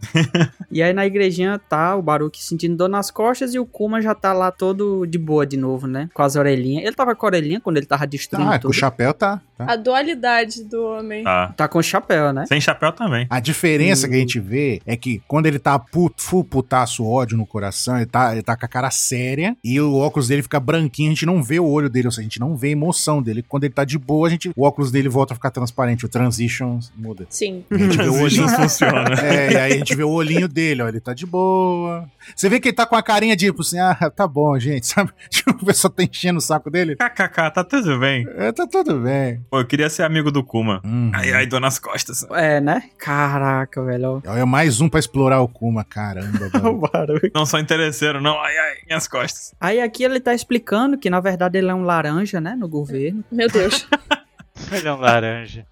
Speaker 5: E aí na igrejinha tá o Baruque sentindo dor nas costas e o Kuma já tá lá todo de boa de novo, né? Com as orelhinhas. Ele tava com a orelhinha quando ele tava destruindo
Speaker 2: Ah, com
Speaker 5: tudo.
Speaker 2: o chapéu tá. tá.
Speaker 3: A dualidade do homem.
Speaker 1: Tá.
Speaker 5: Tá com o chapéu, né?
Speaker 1: Sem chapéu também.
Speaker 2: A diferença que a
Speaker 1: Uhum.
Speaker 2: gente vê é que quando ele tá puto, full putaço, ódio no coração, ele tá, ele tá com a cara séria e o óculos dele fica branquinho, a gente não vê o olho dele, ou seja, a gente não vê a emoção dele. Quando ele tá de boa, a gente, o óculos dele volta a ficar transparente, o transition muda.
Speaker 3: Sim.
Speaker 2: A gente vê o
Speaker 1: Hoje
Speaker 2: olhinho.
Speaker 1: não funciona. [LAUGHS]
Speaker 2: É, e aí a gente vê o olhinho dele, ó, ele tá de boa. Você vê que ele tá com a carinha de, tipo assim, ah, tá bom, gente, [LAUGHS] sabe? Tipo, o pessoal tá enchendo o saco dele.
Speaker 1: KKK, tá tudo bem.
Speaker 2: É, tá tudo bem.
Speaker 1: Pô, eu queria ser amigo do Kuma.
Speaker 2: Uhum.
Speaker 1: Ai, ai, dor nas costas.
Speaker 5: É, né? Caraca, velho.
Speaker 2: Olha, mais um pra explorar o Kuma,
Speaker 1: [LAUGHS]
Speaker 2: caramba. [LAUGHS] mano.
Speaker 5: Baruque.
Speaker 1: Não sou interesseiro, não. Ai, ai, minhas costas. [LAUGHS]
Speaker 5: Aí aqui ele tá explicando que na verdade ele é um laranja, né? No governo.
Speaker 3: Meu Deus.
Speaker 4: Ele é um laranja.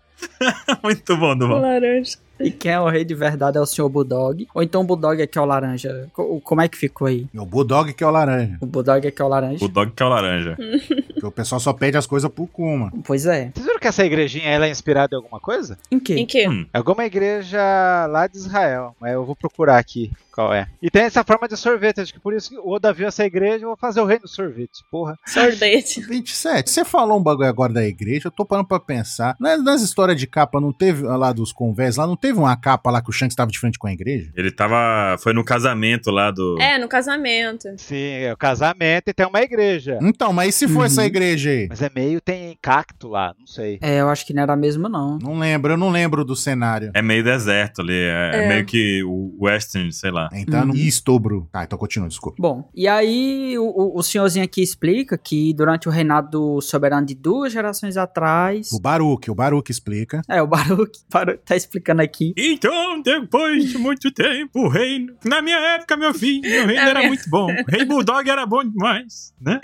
Speaker 1: Muito bom, Duval.
Speaker 3: Laranja.
Speaker 5: E quem é o rei de verdade é o senhor Bulldog. Ou então o Bulldog é que é o laranja. Co- Como é que ficou aí?
Speaker 2: o Bulldog que é o laranja.
Speaker 5: O Bulldog é que é o laranja?
Speaker 1: O dog que é o laranja.
Speaker 2: Porque o pessoal só pede as coisas pro Kuma.
Speaker 5: Pois é.
Speaker 4: Vocês viram que essa igrejinha ela é inspirada em alguma coisa?
Speaker 5: Em quê?
Speaker 3: Em quê?
Speaker 1: Hum.
Speaker 4: É alguma igreja lá de Israel, mas eu vou procurar aqui qual é. E tem essa forma de sorvete, acho que por isso que o Oda viu essa igreja, eu vou fazer o reino do sorvete, porra.
Speaker 2: Tá
Speaker 3: Sorvete.
Speaker 2: 27. Você falou um bagulho agora da igreja, eu tô parando pra pensar. Nas, nas histórias de capa, não teve lá dos convés, lá não teve uma capa lá que o Shanks tava de frente com a igreja?
Speaker 1: Ele tava. Foi no casamento lá do.
Speaker 3: É, no casamento.
Speaker 4: Sim, é o casamento e tem uma igreja.
Speaker 2: Então, mas e se for
Speaker 5: Uhum.
Speaker 2: essa igreja aí?
Speaker 4: Mas é meio, tem cacto lá, não sei.
Speaker 5: É, eu acho que não era mesmo, não.
Speaker 2: Não lembro, eu não lembro do cenário.
Speaker 1: É meio deserto ali. É,
Speaker 3: É.
Speaker 1: meio que o Western, sei lá.
Speaker 2: Então,
Speaker 5: Uhum.
Speaker 2: não. e estobro. Tá, então continua, desculpa.
Speaker 5: Bom, e aí o- o, o senhorzinho aqui explica que durante o reinado do soberano de duas gerações atrás.
Speaker 2: O Baruque, o Baruque explica.
Speaker 5: É, o [LAUGHS] Baruque, Baruque tá explicando aqui.
Speaker 1: Então, depois de muito tempo, o reino. Na minha época, meu filho, meu reino
Speaker 3: Na
Speaker 1: era
Speaker 3: minha-
Speaker 1: muito bom. O rei Bulldog era bom demais, né?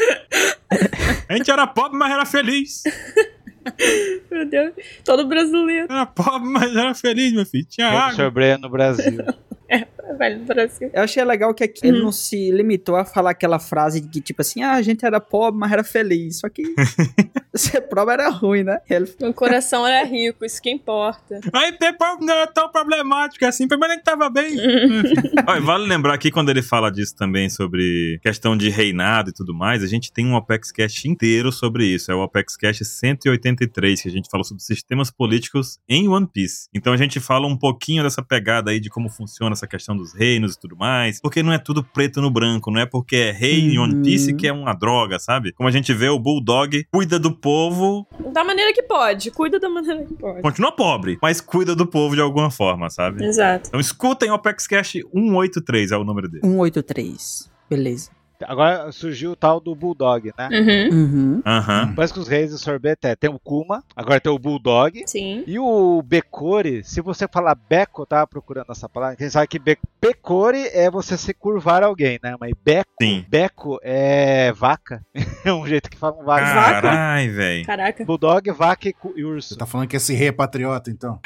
Speaker 1: A gente era pobre, mas era feliz.
Speaker 3: Meu Deus. Todo brasileiro.
Speaker 1: Era pobre, mas era feliz, meu filho. Tinha
Speaker 4: Reino do
Speaker 1: água.
Speaker 4: sorvete no Brasil.
Speaker 3: Ah, Velho do Brasil.
Speaker 5: Eu achei legal que aqui ele não se limitou a falar aquela frase de que, tipo assim, ah, a gente era pobre, mas era feliz. Só que [LAUGHS] ser pobre era ruim, né? Ele
Speaker 3: Meu coração era rico, isso que importa.
Speaker 1: Aí depois não era tão problemático assim, primeiro ele tava bem. [LAUGHS] Olha, vale lembrar que quando ele fala disso também sobre questão de reinado e tudo mais, a gente tem um Apex Cash inteiro sobre isso. É o Apex Cash 183, que a gente fala sobre sistemas políticos em One Piece. Então a gente fala um pouquinho dessa pegada aí de como funciona essa questão dos reinos e tudo mais, porque não é tudo preto no branco, não é porque é rei em One Piece
Speaker 5: Uhum.
Speaker 1: que é uma droga, sabe? Como a gente vê, o Bulldog cuida do povo,
Speaker 3: Da maneira que pode. Cuida da maneira que pode.
Speaker 1: continua pobre, mas cuida do povo de alguma forma, sabe?
Speaker 3: Exato.
Speaker 1: Então escutem o Apex Cash 183 é o número dele.
Speaker 5: 183. Beleza.
Speaker 4: Agora surgiu o tal do Bulldog, né?
Speaker 3: Uhum.
Speaker 5: Uhum.
Speaker 1: Aham.
Speaker 4: Parece que os reis do sorvete é, tem o Kuma, agora tem o Bulldog.
Speaker 3: Sim.
Speaker 4: E o Becore, se você falar Beco, eu tava procurando essa palavra. Quem sabe que be Becore é você se curvar a alguém, né? Mas Beco,
Speaker 1: Sim.
Speaker 4: Beco é vaca. [LAUGHS] É um jeito que falam vaca.
Speaker 3: Vaca?
Speaker 1: Carai, velho.
Speaker 3: Caraca.
Speaker 4: Bulldog, vaca e cu- e urso.
Speaker 2: Você tá falando que esse rei é patriota, então?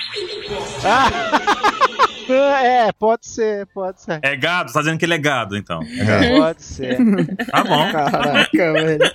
Speaker 4: Ah, é, pode ser, pode ser.
Speaker 1: É gado? Você tá dizendo que ele é gado, então.
Speaker 5: É.
Speaker 2: É.
Speaker 4: Pode ser.
Speaker 1: Tá bom.
Speaker 5: Caraca, [LAUGHS] velho.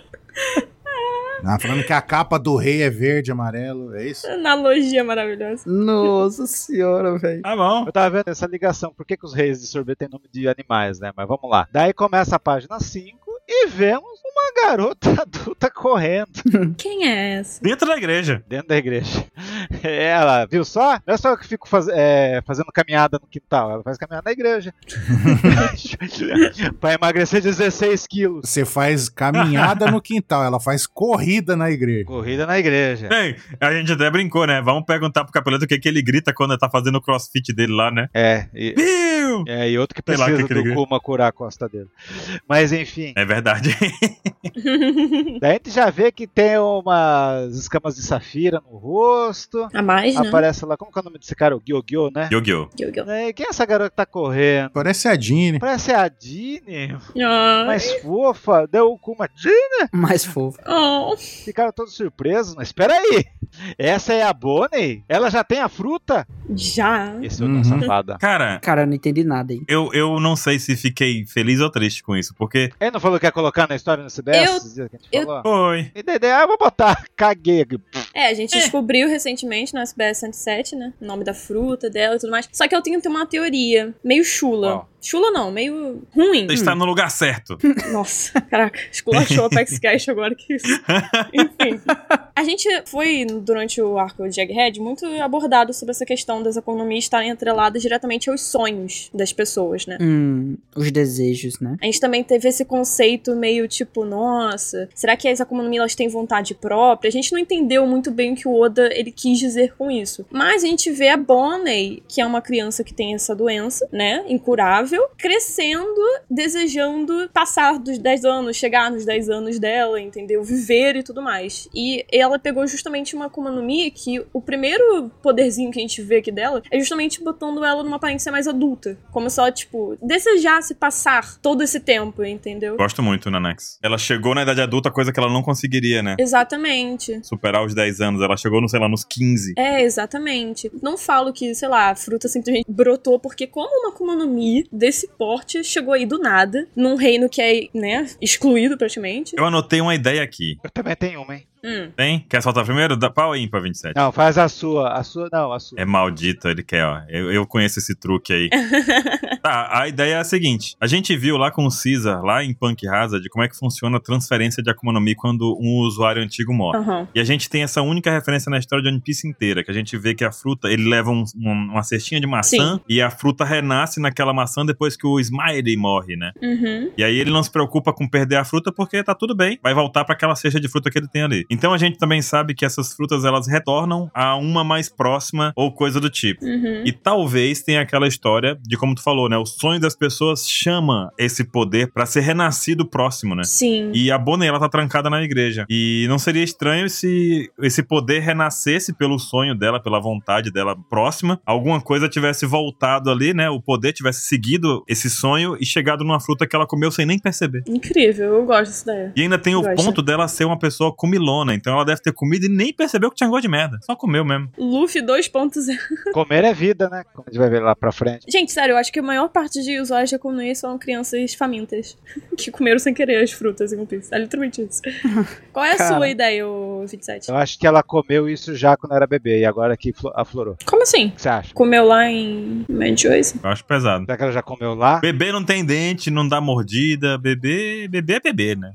Speaker 2: Ah, falando que a capa do rei é verde, amarelo, é isso?
Speaker 3: Analogia maravilhosa.
Speaker 5: Nossa senhora, velho.
Speaker 1: Tá bom.
Speaker 4: Eu tava vendo essa ligação, por que, que os reis de sorvete têm nome de animais, né? Mas vamos lá. Daí começa a página 5 e vemos uma garota [LAUGHS] adulta correndo
Speaker 3: Quem é essa?
Speaker 1: Dentro da igreja.
Speaker 4: dentro da igreja. [LAUGHS] Ela, viu só? Não é só eu que fico faz- é, fazendo caminhada no quintal, ela faz caminhada na igreja.
Speaker 1: [LAUGHS]
Speaker 4: pra emagrecer 16 quilos.
Speaker 2: Você faz caminhada no quintal, ela faz corrida na igreja.
Speaker 4: Corrida na igreja.
Speaker 1: Bem, a gente até brincou, né? Vamos perguntar pro Capeleto o que, que ele grita quando tá fazendo o crossfit dele lá, né?
Speaker 4: É, e,
Speaker 1: Meu!
Speaker 4: é, e outro que
Speaker 1: Sei lá,
Speaker 4: precisa
Speaker 1: que que ele
Speaker 4: do
Speaker 1: grita.
Speaker 4: Kuma curar a costa dele. Mas enfim.
Speaker 1: É verdade. [LAUGHS]
Speaker 4: Daí a gente já vê que tem umas escamas de safira no rosto.
Speaker 3: A mais, né?
Speaker 4: Aparece lá, como que é o nome desse cara? O Gyogyo, né?
Speaker 1: Yu-Gi-Oh!
Speaker 3: Gilgal.
Speaker 4: Daí, quem é essa garota que tá correndo?
Speaker 2: Parece a Dini.
Speaker 4: Parece a Dini,
Speaker 3: Ah,
Speaker 4: mais fofa. Deu o Kuma. Dini!
Speaker 5: Mais fofo.
Speaker 3: oh.
Speaker 4: Ficaram todos surpresos. Mas espera aí, essa é a Bonnie? Ela já tem a fruta?
Speaker 3: Já.
Speaker 4: Esse é o uhum.
Speaker 2: Uhum.
Speaker 4: safada.
Speaker 1: Cara,
Speaker 5: Cara, eu não entendi nada aí.
Speaker 1: eu, eu não sei se fiquei feliz ou triste com isso, porque.
Speaker 4: Ele não falou que ia colocar na história no CBS?
Speaker 3: Eu-
Speaker 4: esses dias que a gente
Speaker 3: eu-
Speaker 4: falou?
Speaker 1: Oi.
Speaker 4: E daí, daí, ah, eu vou botar. Caguei.
Speaker 3: É, a gente descobriu recentemente no SBS 107, né? O nome da fruta dela e tudo mais. Só que eu tenho que ter uma teoria meio chula.
Speaker 4: Qual?
Speaker 3: Chula não, meio ruim.
Speaker 1: Você está no lugar certo.
Speaker 3: Nossa, caraca, esculachou a Apex Cash agora que isso. Enfim. A gente foi, durante o arco de Egghead, muito abordado sobre essa questão das economias estarem atreladas diretamente aos sonhos das pessoas, né?
Speaker 5: Hum, os desejos, né?
Speaker 3: A gente também teve esse conceito meio tipo, nossa, será que as Akumanumi elas têm vontade própria? A gente não entendeu muito bem o que o Oda ele quis dizer com isso. Mas a gente vê a Bonnie, que é uma criança que tem essa doença, né, incurável, crescendo, desejando passar dos 10 anos, chegar nos 10 anos dela, entendeu? Viver e tudo mais. E ela pegou justamente uma Akumanumi que o primeiro poderzinho que a gente vê aqui dela é justamente botando ela numa aparência mais adulta. Como se ela, tipo, desejasse passar todo esse tempo, entendeu?
Speaker 1: Gosto muito, Nanax. Ela chegou na idade adulta, coisa que ela não conseguiria, né?
Speaker 3: Exatamente.
Speaker 1: Superar os 10 anos. Ela chegou, no, sei lá, nos 15.
Speaker 3: É, exatamente. Não falo que, sei lá, a fruta simplesmente brotou, porque como uma Akuma no Mi desse porte chegou aí do nada, num reino que é, né, excluído praticamente.
Speaker 1: Eu anotei uma ideia aqui.
Speaker 4: Eu também tenho uma, hein?
Speaker 3: Hum.
Speaker 1: Tem? Quer soltar primeiro? Dá pau ímpar 27.
Speaker 4: Não, faz a sua. A sua, não, a sua.
Speaker 1: É maldito, ele quer, ó. Eu, eu conheço esse truque aí. tá, a ideia é a seguinte: a gente viu lá com o Caesar, lá em Punk Hazard, como é que funciona a transferência de Akuma no Mi quando um usuário antigo morre.
Speaker 3: Aham.
Speaker 1: E a gente tem essa única referência na história de One Piece inteira, que a gente vê que a fruta, ele leva um- um- uma cestinha de maçã e a fruta renasce naquela maçã depois que o Smiley morre, né?
Speaker 3: Uhum.
Speaker 1: E aí ele não se preocupa com perder a fruta porque tá tudo bem, vai voltar pra aquela cesta de fruta que ele tem ali. Então a gente também sabe que essas frutas elas retornam a uma mais próxima ou coisa do tipo.
Speaker 3: Uhum.
Speaker 1: E talvez tenha aquela história de como tu falou, né? O sonho das pessoas chama esse poder pra ser renascido próximo, né?
Speaker 3: Sim.
Speaker 1: E a Bonnie, ela tá trancada na igreja. E não seria estranho se esse poder renascesse pelo sonho dela, pela vontade dela próxima. Alguma coisa tivesse voltado ali, né? O poder tivesse seguido esse sonho e chegado numa fruta que ela comeu sem nem perceber.
Speaker 3: Incrível, eu gosto dessa ideia.
Speaker 1: E ainda tem o
Speaker 3: Eu acho.
Speaker 1: ponto dela ser uma pessoa comilona. Então ela deve ter comido e nem percebeu que tinha gosto de merda. Só comeu mesmo.
Speaker 3: Luffy 2.0.
Speaker 4: Comer é vida, né? Como a gente vai ver lá pra frente.
Speaker 3: Gente, sério, eu acho que a maior parte de usuários de economia são crianças famintas [LAUGHS] que comeram sem querer as frutas em One Piece. É
Speaker 1: [LAUGHS]
Speaker 3: literalmente isso. Qual é a
Speaker 5: Cara.
Speaker 3: sua ideia, ô 27?
Speaker 4: Eu acho que ela comeu isso já quando era bebê e agora que flo- aflorou.
Speaker 3: Como assim?
Speaker 4: O que você acha?
Speaker 3: Comeu lá em Manchoise?
Speaker 1: Eu acho pesado.
Speaker 4: Será que ela já comeu lá?
Speaker 1: Bebê não tem dente, não dá mordida. Bebê, bebê é bebê, né?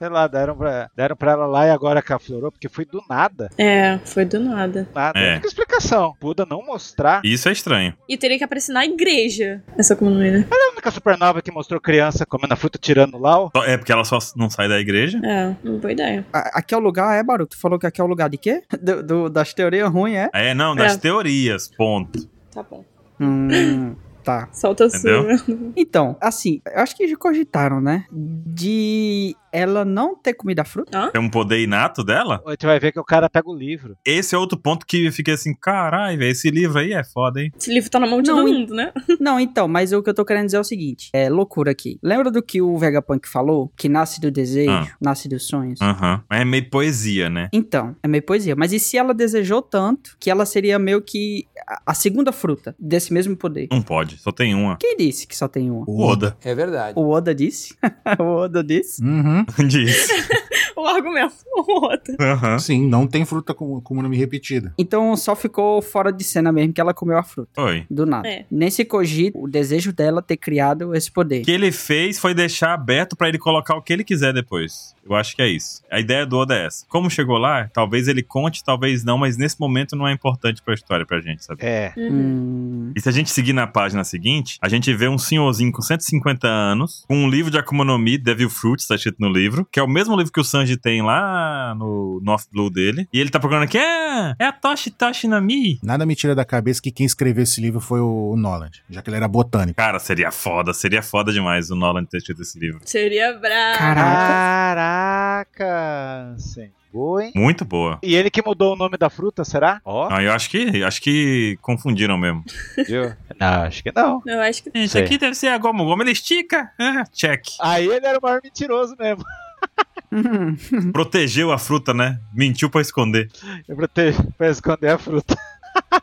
Speaker 4: Sei lá, deram pra, deram pra ela lá e agora que aflorou, porque foi do nada.
Speaker 3: É, foi do nada.
Speaker 4: Nada.
Speaker 1: É.
Speaker 4: É. Única explicação. Buda não mostrar.
Speaker 1: Isso é estranho.
Speaker 3: E teria que aparecer na igreja essa economia,
Speaker 1: [LAUGHS]
Speaker 3: né?
Speaker 4: A única supernova que mostrou criança comendo a fruta tirando lá.
Speaker 1: Só- É porque ela só não sai da igreja.
Speaker 3: É, uma boa ideia.
Speaker 5: A- Aqui é o lugar, é, Baru? Tu falou que aqui é o lugar de quê? [LAUGHS] Do- do- das teorias ruins, é?
Speaker 1: É, não, das
Speaker 3: É.
Speaker 1: teorias, ponto.
Speaker 3: Tá bom.
Speaker 5: Hum, Tá.
Speaker 3: Solta assim,
Speaker 1: Entendeu?
Speaker 3: né?
Speaker 5: Então, assim, eu acho que já cogitaram, né? De ela não ter comido a [LAUGHS] fruta.
Speaker 1: Tem um poder inato dela?
Speaker 4: Ou tu vai ver que o cara pega o livro.
Speaker 1: Esse é outro ponto que eu fiquei assim, caralho, velho, esse livro aí é foda, hein?
Speaker 3: Esse livro tá na mão de
Speaker 5: Não,
Speaker 3: todo
Speaker 5: e-
Speaker 3: mundo, né? [LAUGHS]
Speaker 5: Não, então, mas o que eu tô querendo dizer é o seguinte: é loucura aqui. Lembra do que o Vegapunk falou? Que nasce do desejo,
Speaker 1: Ah.
Speaker 5: nasce dos sonhos?
Speaker 1: Aham. Mas é meio poesia, né?
Speaker 5: Então, é meio poesia. Mas e se ela desejou tanto que ela seria meio que a- a segunda fruta desse mesmo poder?
Speaker 1: Não pode, só tem uma. [LAUGHS]
Speaker 5: Quem disse que só tem uma?
Speaker 1: O Oda
Speaker 6: É verdade.
Speaker 5: O Oda disse? [LAUGHS] o Oda disse?
Speaker 2: Uhum.
Speaker 1: diz.
Speaker 3: O argumento, [LAUGHS] o outro.
Speaker 1: Aham.
Speaker 2: Sim, não tem fruta com, com nome repetida.
Speaker 5: Então só ficou fora de cena mesmo que ela comeu a fruta.
Speaker 1: Foi.
Speaker 5: Do nada.
Speaker 3: É.
Speaker 5: Nem se cogita o desejo dela ter criado esse poder.
Speaker 1: O que ele fez foi deixar aberto pra ele colocar o que ele quiser depois. Eu acho que é isso. A ideia do Oda é essa. Como chegou lá, talvez ele conte, talvez não, mas nesse momento não é importante pra história pra gente, sabe?
Speaker 4: É.
Speaker 3: Uhum.
Speaker 5: Hum,
Speaker 1: E se a gente seguir na página seguinte, a gente vê um senhorzinho com 150 anos, com um livro de Akuma no Mi, Devil Fruit, está escrito no livro, que é o mesmo livro que o Sanji tem lá no North Blue dele. E ele tá procurando aqui, ah, é a Toshi Toshi no Mi.
Speaker 2: Nada me tira da cabeça que quem escreveu esse livro foi o, o Noland, já que ele era botânico.
Speaker 1: Cara, seria foda, seria foda demais o Nolan ter escrito esse livro.
Speaker 3: Seria brabo. Ah.
Speaker 5: [LAUGHS] Caraca.
Speaker 4: Caraca! Sem boa, hein?
Speaker 1: Muito boa.
Speaker 4: E ele que mudou o nome da fruta, será? Ó,
Speaker 1: Ah, eu acho que, acho que confundiram mesmo.
Speaker 4: viu? Não, acho que não.
Speaker 3: Eu acho que
Speaker 1: Isso
Speaker 4: Sei.
Speaker 1: aqui deve ser a goma. O goma ele estica. Ah, check.
Speaker 4: Aí ele era o maior mentiroso mesmo. [LAUGHS]
Speaker 1: Protegeu a fruta, né? Mentiu pra esconder.
Speaker 4: Eu protege pra esconder a fruta.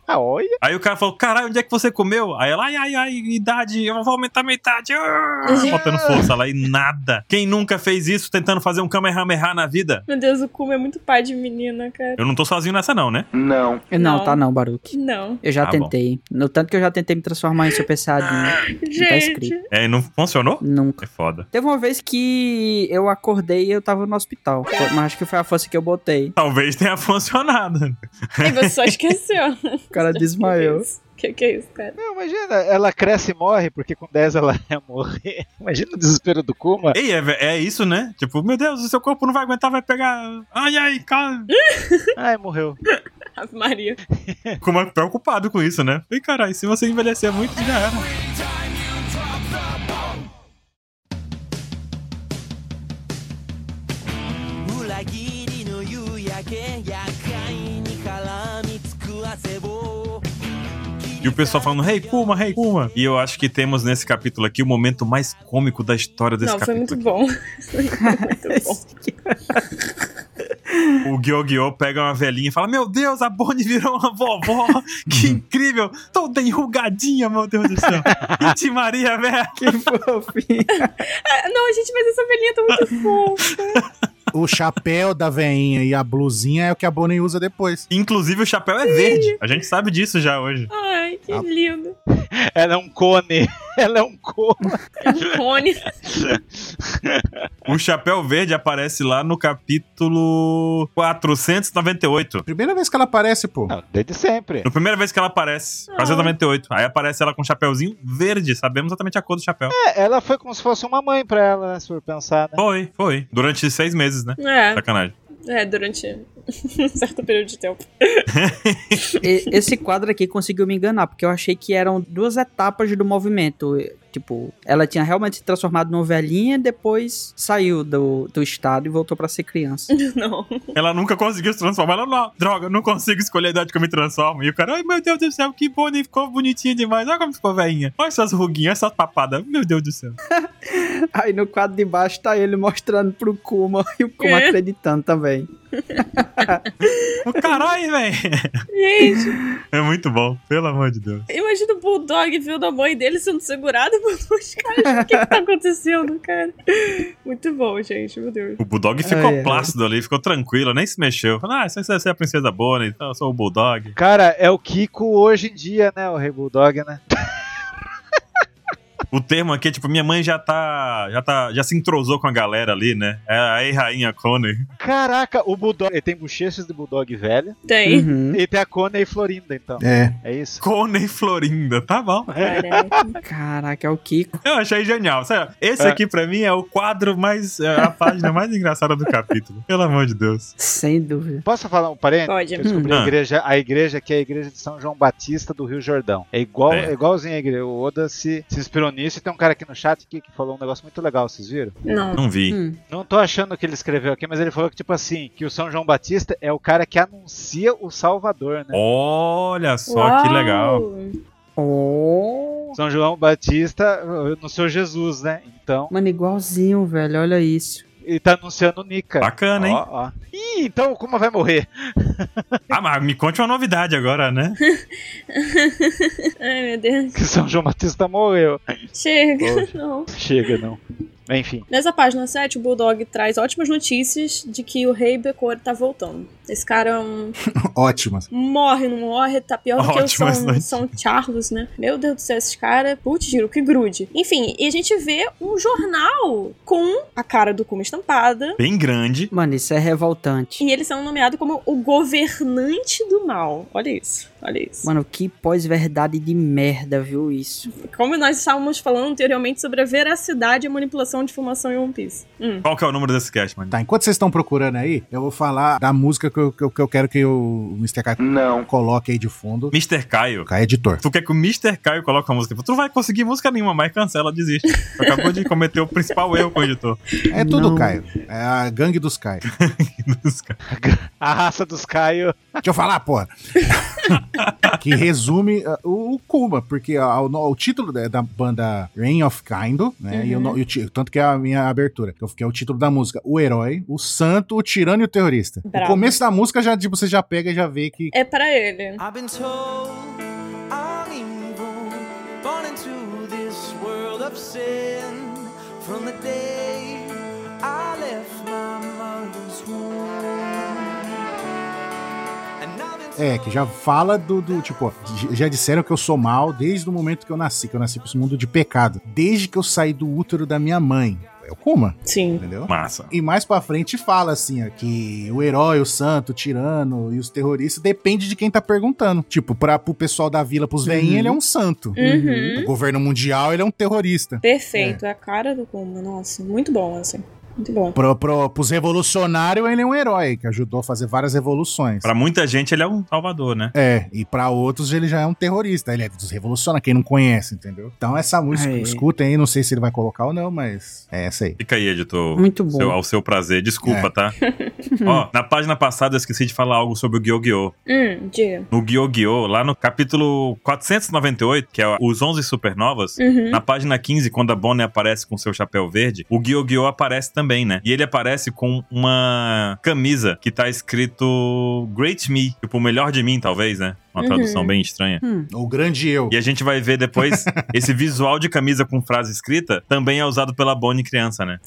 Speaker 4: [LAUGHS] Olha!
Speaker 1: Aí o cara falou: caralho, onde é que você comeu? Aí ela, ai, ai, ai, idade, eu vou aumentar minha idade. Ah! Botando força lá e nada. Quem nunca fez isso tentando fazer um Kamehameha na vida?
Speaker 3: Meu Deus, o Kuma é muito pai de menina, cara.
Speaker 1: Eu não tô sozinho nessa, não, né?
Speaker 6: Não.
Speaker 5: não,
Speaker 3: Não.
Speaker 5: tá não, Baruque.
Speaker 3: Não.
Speaker 5: Eu já
Speaker 1: Tá bom.
Speaker 5: tentei. No tanto que eu já tentei me transformar em Super Saiyajin. tá
Speaker 3: Ah, Gente.
Speaker 5: escrito.
Speaker 1: É, não funcionou?
Speaker 5: Nunca.
Speaker 1: É foda.
Speaker 5: Teve uma vez que eu acordei e eu tava no hospital. Foi- Mas acho que foi a força que eu botei.
Speaker 1: Talvez tenha [LAUGHS] funcionado.
Speaker 3: E você só esqueceu.
Speaker 1: [LAUGHS]
Speaker 5: O cara desmaiou.
Speaker 3: O que, que é isso, cara?
Speaker 4: Não, imagina, ela cresce e morre, porque com 10 ela ia morrer. [LAUGHS] Imagina o desespero do Kuma.
Speaker 1: Ei, é, é isso, né? Tipo, meu Deus, o seu corpo não vai aguentar, vai pegar. Ai, ai, cara.
Speaker 4: Ai, morreu.
Speaker 3: Ave Maria.
Speaker 1: Como é preocupado com isso, né? E caralho, se você envelhecer muito, já era. E o pessoal falando, Rei hey, Kuma, Rei hey, Kuma. E eu acho que temos nesse capítulo aqui o momento mais cômico da história desse
Speaker 3: não, foi
Speaker 1: capítulo.
Speaker 3: muito bom. [LAUGHS] Foi muito
Speaker 1: [LAUGHS]
Speaker 3: bom.
Speaker 1: O Gyogyo pega uma velhinha e fala: Meu Deus, a Bonnie virou uma vovó! Que incrível! Toda enrugadinha, meu Deus do céu! Iti Maria, velho!
Speaker 5: [LAUGHS] Que fofinho.
Speaker 3: Ah, não, gente, mas essa velhinha tá muito fofa.
Speaker 2: O chapéu da veinha e a blusinha é o que a Bonnie usa depois.
Speaker 1: Inclusive o chapéu é verde. A gente sabe disso já hoje.
Speaker 3: Ai, que
Speaker 2: Ah.
Speaker 3: lindo.
Speaker 4: Ela é um cone. [LAUGHS] Ela é um cone.
Speaker 3: Rony.
Speaker 1: O chapéu verde aparece lá no capítulo 498.
Speaker 2: Primeira vez que ela aparece, pô.
Speaker 4: Não, desde sempre.
Speaker 1: Na primeira vez que ela aparece,
Speaker 3: Ah.
Speaker 1: 498. Aí aparece ela com um chapéuzinho verde. Sabemos exatamente a cor do chapéu.
Speaker 4: É, ela foi como se fosse uma mãe pra ela, né, se for pensar, né?
Speaker 1: Foi, foi. Durante seis meses, né?
Speaker 3: É,
Speaker 1: Sacanagem.
Speaker 3: é, durante um [LAUGHS] certo período de tempo.
Speaker 5: E- Esse quadro aqui conseguiu me enganar, porque eu achei que eram duas etapas do movimento. E, Tipo, ela tinha realmente se transformado numa velhinha, depois saiu do, do estado e voltou pra ser criança.
Speaker 3: Não.
Speaker 1: Ela nunca conseguiu se transformar. Ela, não, droga, eu não consigo escolher a idade que eu me transformo. E o cara, ai meu Deus do céu, que bonita, ficou bonitinha demais. Olha como ficou velhinha. Olha essas ruguinhas, essas papadas. Meu Deus do céu.
Speaker 5: [LAUGHS] Aí no quadro de baixo tá ele mostrando pro Kuma e o Kuma
Speaker 3: É.
Speaker 5: acreditando também.
Speaker 1: Ô, Caralho, velho.
Speaker 3: Gente,
Speaker 1: É muito bom, pelo amor de Deus.
Speaker 3: imagina o Bulldog vendo a mãe dele sendo segurada por dois caras. O que,
Speaker 1: [LAUGHS]
Speaker 3: que tá acontecendo, cara? Muito bom, gente, meu Deus.
Speaker 1: O Bulldog ficou
Speaker 5: Ai, ai.
Speaker 1: plácido ali, ficou tranquilo, nem se mexeu. Falou, ah, você você é a princesa Bonnie, então eu sou o Bulldog.
Speaker 4: Cara, é o Kiko hoje em dia, né? O Rei Bulldog, né?
Speaker 1: O termo aqui é tipo, minha mãe já tá. Já tá. Já se entrosou com a galera ali, né? É a rainha Conner.
Speaker 4: Caraca, o Bulldog. Ele tem bochechas de Bulldog velha.
Speaker 1: [LAUGHS]
Speaker 3: Tem.
Speaker 1: Hum?
Speaker 5: Uhum.
Speaker 4: E tem a Coney Florinda, então.
Speaker 2: É. [LAUGHS]
Speaker 4: É isso?
Speaker 1: Conner Florinda, tá bom.
Speaker 3: Caraca.
Speaker 5: Caraca, é o Kiko.
Speaker 1: Eu achei genial. Sério, Esse
Speaker 4: É.
Speaker 1: aqui pra mim é o quadro mais. é a página mais [LAUGHS] engraçada do capítulo. Pelo amor de Deus.
Speaker 5: Sem dúvida.
Speaker 4: Posso falar um parênteses?
Speaker 3: Pode.
Speaker 4: Eu descobri
Speaker 1: Hum.
Speaker 4: a igreja, a igreja que é a igreja de São João Batista do Rio Jordão. É igual,
Speaker 1: É.
Speaker 4: é igualzinho a igreja. O Oda se, se inspirou nisso e tem um cara aqui no chat que, que falou um negócio muito legal, vocês viram?
Speaker 3: Não.
Speaker 1: Não vi.
Speaker 5: Hum.
Speaker 4: Não tô achando o que ele escreveu aqui, mas ele falou que, tipo assim, que o São João Batista é o cara que anuncia o Salvador, né?
Speaker 1: Olha só que legal.
Speaker 5: Oh.
Speaker 4: São João Batista eh, no seu Jesus, né? Então,
Speaker 5: Mano, igualzinho, velho. Olha isso.
Speaker 4: ele tá anunciando Nika.
Speaker 1: Bacana, hein?
Speaker 4: Ó, ó. Ih, então como vai morrer? [LAUGHS]
Speaker 1: Ah, mas me conte uma novidade agora, né?
Speaker 3: Ai, meu Deus.
Speaker 4: Que São João Batista morreu.
Speaker 3: Chega. [LAUGHS] Não.
Speaker 4: Chega, não. Enfim.
Speaker 3: Nessa página 7, o Bulldog traz ótimas notícias de que o rei Becor tá voltando. Esse cara é um...
Speaker 2: Ótimas.
Speaker 3: morre, não morre, tá pior do
Speaker 1: Ótimas
Speaker 3: que o São,
Speaker 1: notícias.
Speaker 3: São Charles, né? Meu Deus do céu, esses caras, putz, giro, que grude. Enfim, e a gente vê um jornal com a cara do Kuma estampada.
Speaker 1: Bem grande.
Speaker 5: Mano, isso é revoltante.
Speaker 3: E eles são nomeados como o governante do mal. Olha isso, olha isso.
Speaker 5: Mano, que pós-verdade de merda, viu isso?
Speaker 3: Como nós estávamos falando anteriormente sobre a veracidade e a manipulação de informação em One Piece. Hum.
Speaker 1: Qual que é o número desse cast, mano?
Speaker 2: Tá, enquanto vocês estão procurando aí, eu vou falar da música que eu, que eu, que eu quero que o Mr. Kai
Speaker 6: Não.
Speaker 2: coloque aí de fundo.
Speaker 1: Mr. Caio.
Speaker 2: Kai editor.
Speaker 1: Tu quer que o Mr. Caio coloque a música? Tu não vai conseguir música nenhuma, mas cancela, desiste. Tu acabou de cometer o principal erro com o editor. [LAUGHS]
Speaker 2: É tudo
Speaker 5: Não.
Speaker 2: Caio. É a gangue dos Caio.
Speaker 4: A raça dos Caio.
Speaker 2: Deixa eu falar, porra. [LAUGHS] que resume uh, o, o Kuma, porque a- o, no- o título da, da banda Rain of Kindle, né? E, o, no- e o ti- tanto que é a minha abertura, que eu- que é o título da música: O Herói, o Santo, o Tirano e o Terrorista.
Speaker 3: Bravo.
Speaker 2: O começo da música já, tipo, você já pega e já vê que.
Speaker 3: É pra ele.
Speaker 1: Ah.
Speaker 6: I've been told I'm evil, born into this world of sin. From the day I left my mother's womb. And I've been
Speaker 2: É, que já fala do, do, tipo, ó, j- já disseram que eu sou mal desde o momento que eu nasci, que eu nasci pra esse mundo de pecado. Desde que eu saí do útero da minha mãe. É o Kuma,
Speaker 3: Sim.
Speaker 2: entendeu?
Speaker 1: Massa.
Speaker 2: E mais pra frente fala assim, ó, que o herói, o santo, o tirano e os terroristas depende de quem tá perguntando. Tipo, pra, pro pessoal da vila, pros veinhos,
Speaker 5: Uhum.
Speaker 2: ele é um santo.
Speaker 3: Uhum.
Speaker 2: O governo mundial, ele é um terrorista.
Speaker 3: Perfeito, é. a cara do Kuma. Nossa, muito bom, assim. Muito bom.
Speaker 2: Pro, pro, pros revolucionários, ele é um herói, que ajudou a fazer várias revoluções.
Speaker 1: Pra muita gente, ele é um salvador, né?
Speaker 2: É, e pra outros ele já é um terrorista, ele é dos revolucionários, quem não conhece, entendeu? Então essa música,
Speaker 5: Aí.
Speaker 2: escutem aí, não sei se ele vai colocar ou não, mas é essa aí.
Speaker 1: Fica aí, editor.
Speaker 5: Muito bom.
Speaker 1: Seu- ao seu prazer. Desculpa, tá? Ó, na página passada eu esqueci de falar algo sobre o Gyo-Gyo.
Speaker 3: Hum, diga.
Speaker 1: No Gyo-Gyo, lá no capítulo 498, que é os 11 supernovas,
Speaker 3: Uhum.
Speaker 1: na página 15, quando a Bonnie aparece com seu chapéu verde, o Gyo-Gyo aparece também, né? E ele aparece com uma camisa que tá escrito Great Me, tipo, o melhor de mim, talvez, né? Uma
Speaker 3: Uhum.
Speaker 1: tradução bem estranha.
Speaker 5: Hum.
Speaker 2: O grande eu.
Speaker 1: E a gente vai ver depois esse visual de camisa com frase escrita também é usado pela Bonnie criança, né?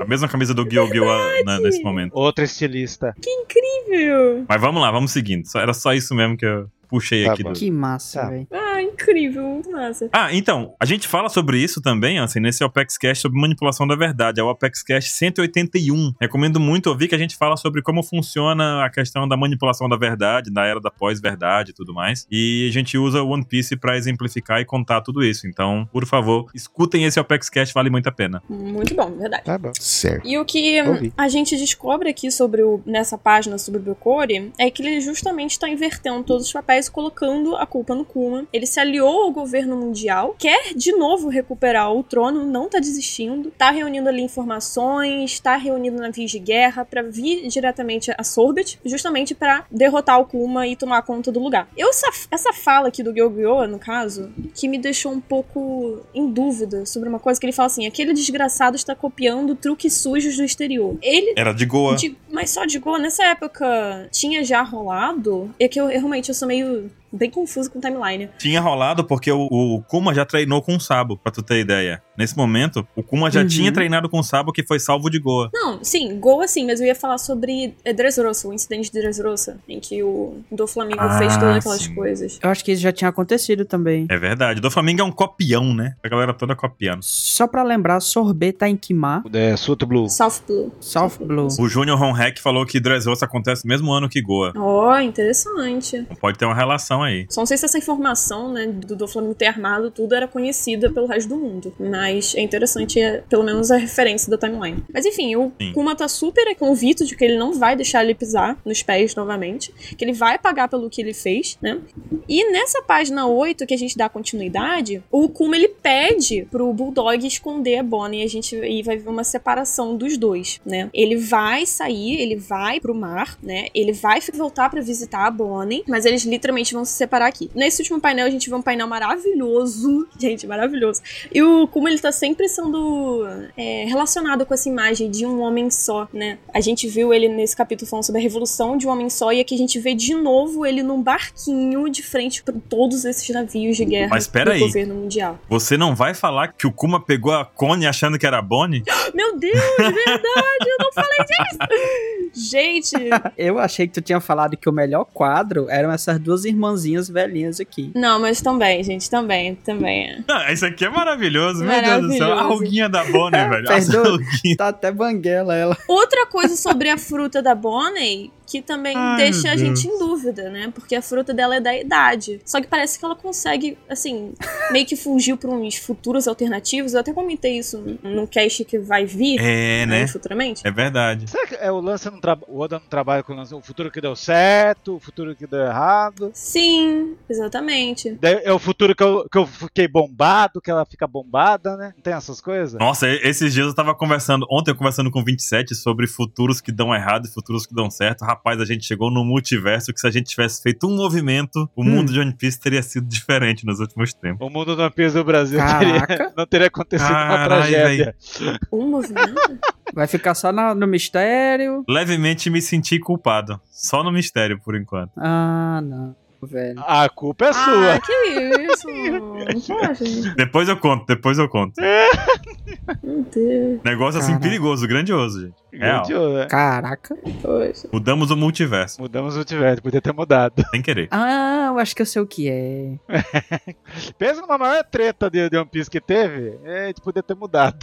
Speaker 1: A mesma camisa do Gyo Gyo ah, na- nesse momento.
Speaker 4: Outro estilista.
Speaker 3: Incrível!
Speaker 1: Mas vamos lá, vamos seguindo. Só- Era só isso mesmo que eu puxei
Speaker 4: Tá
Speaker 1: aqui.
Speaker 4: bom.
Speaker 1: do-
Speaker 5: Que massa,
Speaker 4: Tá.
Speaker 5: velho.
Speaker 3: Ah, incrível, muito massa.
Speaker 1: Ah, então, a gente fala sobre isso também, assim, nesse Apex Cash sobre manipulação da verdade. É o Apex Cash 181. Recomendo muito ouvir que a gente fala sobre como funciona a questão da manipulação da verdade, da era da pós-verdade e tudo mais. E a gente usa o One Piece pra exemplificar e contar tudo isso. Então, por favor, escutem esse Apex Cash, vale muito a pena.
Speaker 3: Muito bom, verdade.
Speaker 4: Tá bom.
Speaker 2: Certo.
Speaker 3: E o que hum,
Speaker 4: Ouvi.
Speaker 3: a gente descobre aqui sobre o, nessa página sobre o Bukori é que ele justamente está invertendo todos os papéis e colocando a culpa no Kuma. Ele se aliou ao governo mundial, quer de novo recuperar o trono, não tá desistindo, tá reunindo ali informações, tá reunindo navios de guerra pra vir diretamente a Sorbet, justamente pra derrotar o Kuma e tomar conta do lugar. Eu essa, essa fala aqui do Gyogyo, no caso, que me deixou um pouco em dúvida sobre uma coisa que ele fala assim: aquele desgraçado está copiando truques sujos do exterior. Ele
Speaker 1: Era de Goa.
Speaker 3: de- mas só de Goa, nessa época tinha já rolado. É que eu, eu realmente eu sou meio bem confuso com timeline.
Speaker 1: Tinha rolado porque o, o Kuma já treinou com o Sabo, pra tu ter ideia. Nesse momento, o Kuma já
Speaker 5: Uhum.
Speaker 1: tinha treinado com o Sabo que foi salvo de Goa.
Speaker 3: Não, sim, gol assim, mas eu ia falar sobre é, Dressrosa, o incidente de Dressrosa, em que o do Flamengo
Speaker 1: Ah,
Speaker 3: fez todas aquelas
Speaker 1: sim.
Speaker 3: coisas.
Speaker 5: Eu acho que isso já tinha acontecido também.
Speaker 1: É verdade. O do Flamengo é um copião, né? A galera toda copiando.
Speaker 5: Só pra lembrar, Sorbet tá em Kimar,
Speaker 4: É, Soto Blue.
Speaker 3: South Blue.
Speaker 5: South Blue.
Speaker 1: O Júnior Honrek falou que Dressrosa acontece no mesmo ano que Goa.
Speaker 3: Ó, interessante.
Speaker 1: Então Pode ter uma relação aí.
Speaker 3: Só não sei se essa informação, né, do, do Flamengo ter armado tudo era conhecida pelo resto do mundo. Mas é interessante, é, pelo menos, a referência da timeline. Mas enfim, o
Speaker 1: Sim.
Speaker 3: Kuma tá super convicto de que ele não vai deixar ele pisar nos pés novamente. Que ele vai pagar pelo que ele fez, né? E nessa página 8, que a gente dá continuidade, o Kuma ele pede pro Bulldog esconder a Bonnie e a gente e vai ver uma separação dos dois, né? Ele vai sair, ele vai pro mar, né? Ele vai fi- voltar pra visitar a Bonnie, mas eles literalmente vão se separar aqui. Nesse último painel a gente vê um painel maravilhoso, [LAUGHS] gente, maravilhoso. E o Kuma ele tá sempre sendo é, relacionado com essa imagem de um homem só, né? A gente viu ele nesse capítulo falando sobre a revolução de um homem só, e aqui a gente vê de novo ele num barquinho de frente para todos esses navios de guerra
Speaker 1: Mas pera
Speaker 3: do
Speaker 1: aí.
Speaker 3: governo mundial.
Speaker 1: Você não vai falar que o Kuma pegou a Connie achando que era a Bonnie? [LAUGHS]
Speaker 3: Meu Deus, verdade, eu não falei disso! [LAUGHS] Gente,
Speaker 5: Eu achei que tu tinha falado que o melhor quadro eram essas duas irmãzinhas velhinhas aqui.
Speaker 3: não, mas também, gente, também, também. é.
Speaker 1: Não, isso aqui é maravilhoso, meu Deus do céu. A
Speaker 3: Maravilhoso.
Speaker 1: ruguinha da Bonnie, velho. A
Speaker 5: Perdoa.
Speaker 1: ruguinha.
Speaker 5: Tá até banguela ela.
Speaker 3: Outra coisa sobre a fruta da Bonnie que também
Speaker 1: Ai,
Speaker 3: deixa a
Speaker 1: meu
Speaker 3: gente em dúvida, né? Porque a fruta dela é da idade. Só que parece que ela consegue, assim, meio que fugir para uns futuros alternativos. Eu até comentei isso num- num cast que vai vir
Speaker 1: É,
Speaker 3: né,
Speaker 1: né?
Speaker 3: futuramente.
Speaker 1: É verdade.
Speaker 4: Será que é o lance não traba- o Oda não trabalha com o lance, o futuro que deu certo, o futuro que deu errado?
Speaker 3: Sim, exatamente.
Speaker 4: Daí É o futuro que eu, que eu fiquei bombado, que ela fica bombada, né? Não tem essas coisas?
Speaker 1: Nossa, e- esses dias eu tava conversando, ontem eu conversando com o 27 sobre futuros que dão errado e futuros que dão certo. Rapaz, a gente chegou no multiverso que se a gente tivesse feito um movimento, o mundo de One Piece teria sido diferente nos últimos tempos.
Speaker 4: O mundo do One Piece do Brasil teria-
Speaker 5: Caraca,
Speaker 4: não teria acontecido uma
Speaker 1: Caralho,
Speaker 4: tragédia.
Speaker 3: Um movimento?
Speaker 5: vai ficar só na- no mistério.
Speaker 1: Levemente me senti culpado. Só no mistério, por enquanto.
Speaker 5: Ah, não, velho.
Speaker 4: A culpa é
Speaker 3: ah,
Speaker 4: sua.
Speaker 3: que isso! Não pode.
Speaker 1: Depois eu conto, depois eu conto.
Speaker 2: É.
Speaker 3: Meu Deus.
Speaker 1: Negócio assim
Speaker 5: Caraca.
Speaker 1: perigoso, grandioso, gente. Real.
Speaker 4: Grandioso, né?
Speaker 5: Caraca.
Speaker 3: Poxa.
Speaker 1: Mudamos o multiverso,
Speaker 4: Mudamos o tiver, podia ter mudado.
Speaker 1: sem querer.
Speaker 5: Ah, eu acho que eu sei o que é.
Speaker 4: [LAUGHS] Pensa numa maior treta de, de One Piece que teve, é, a gente podia ter mudado.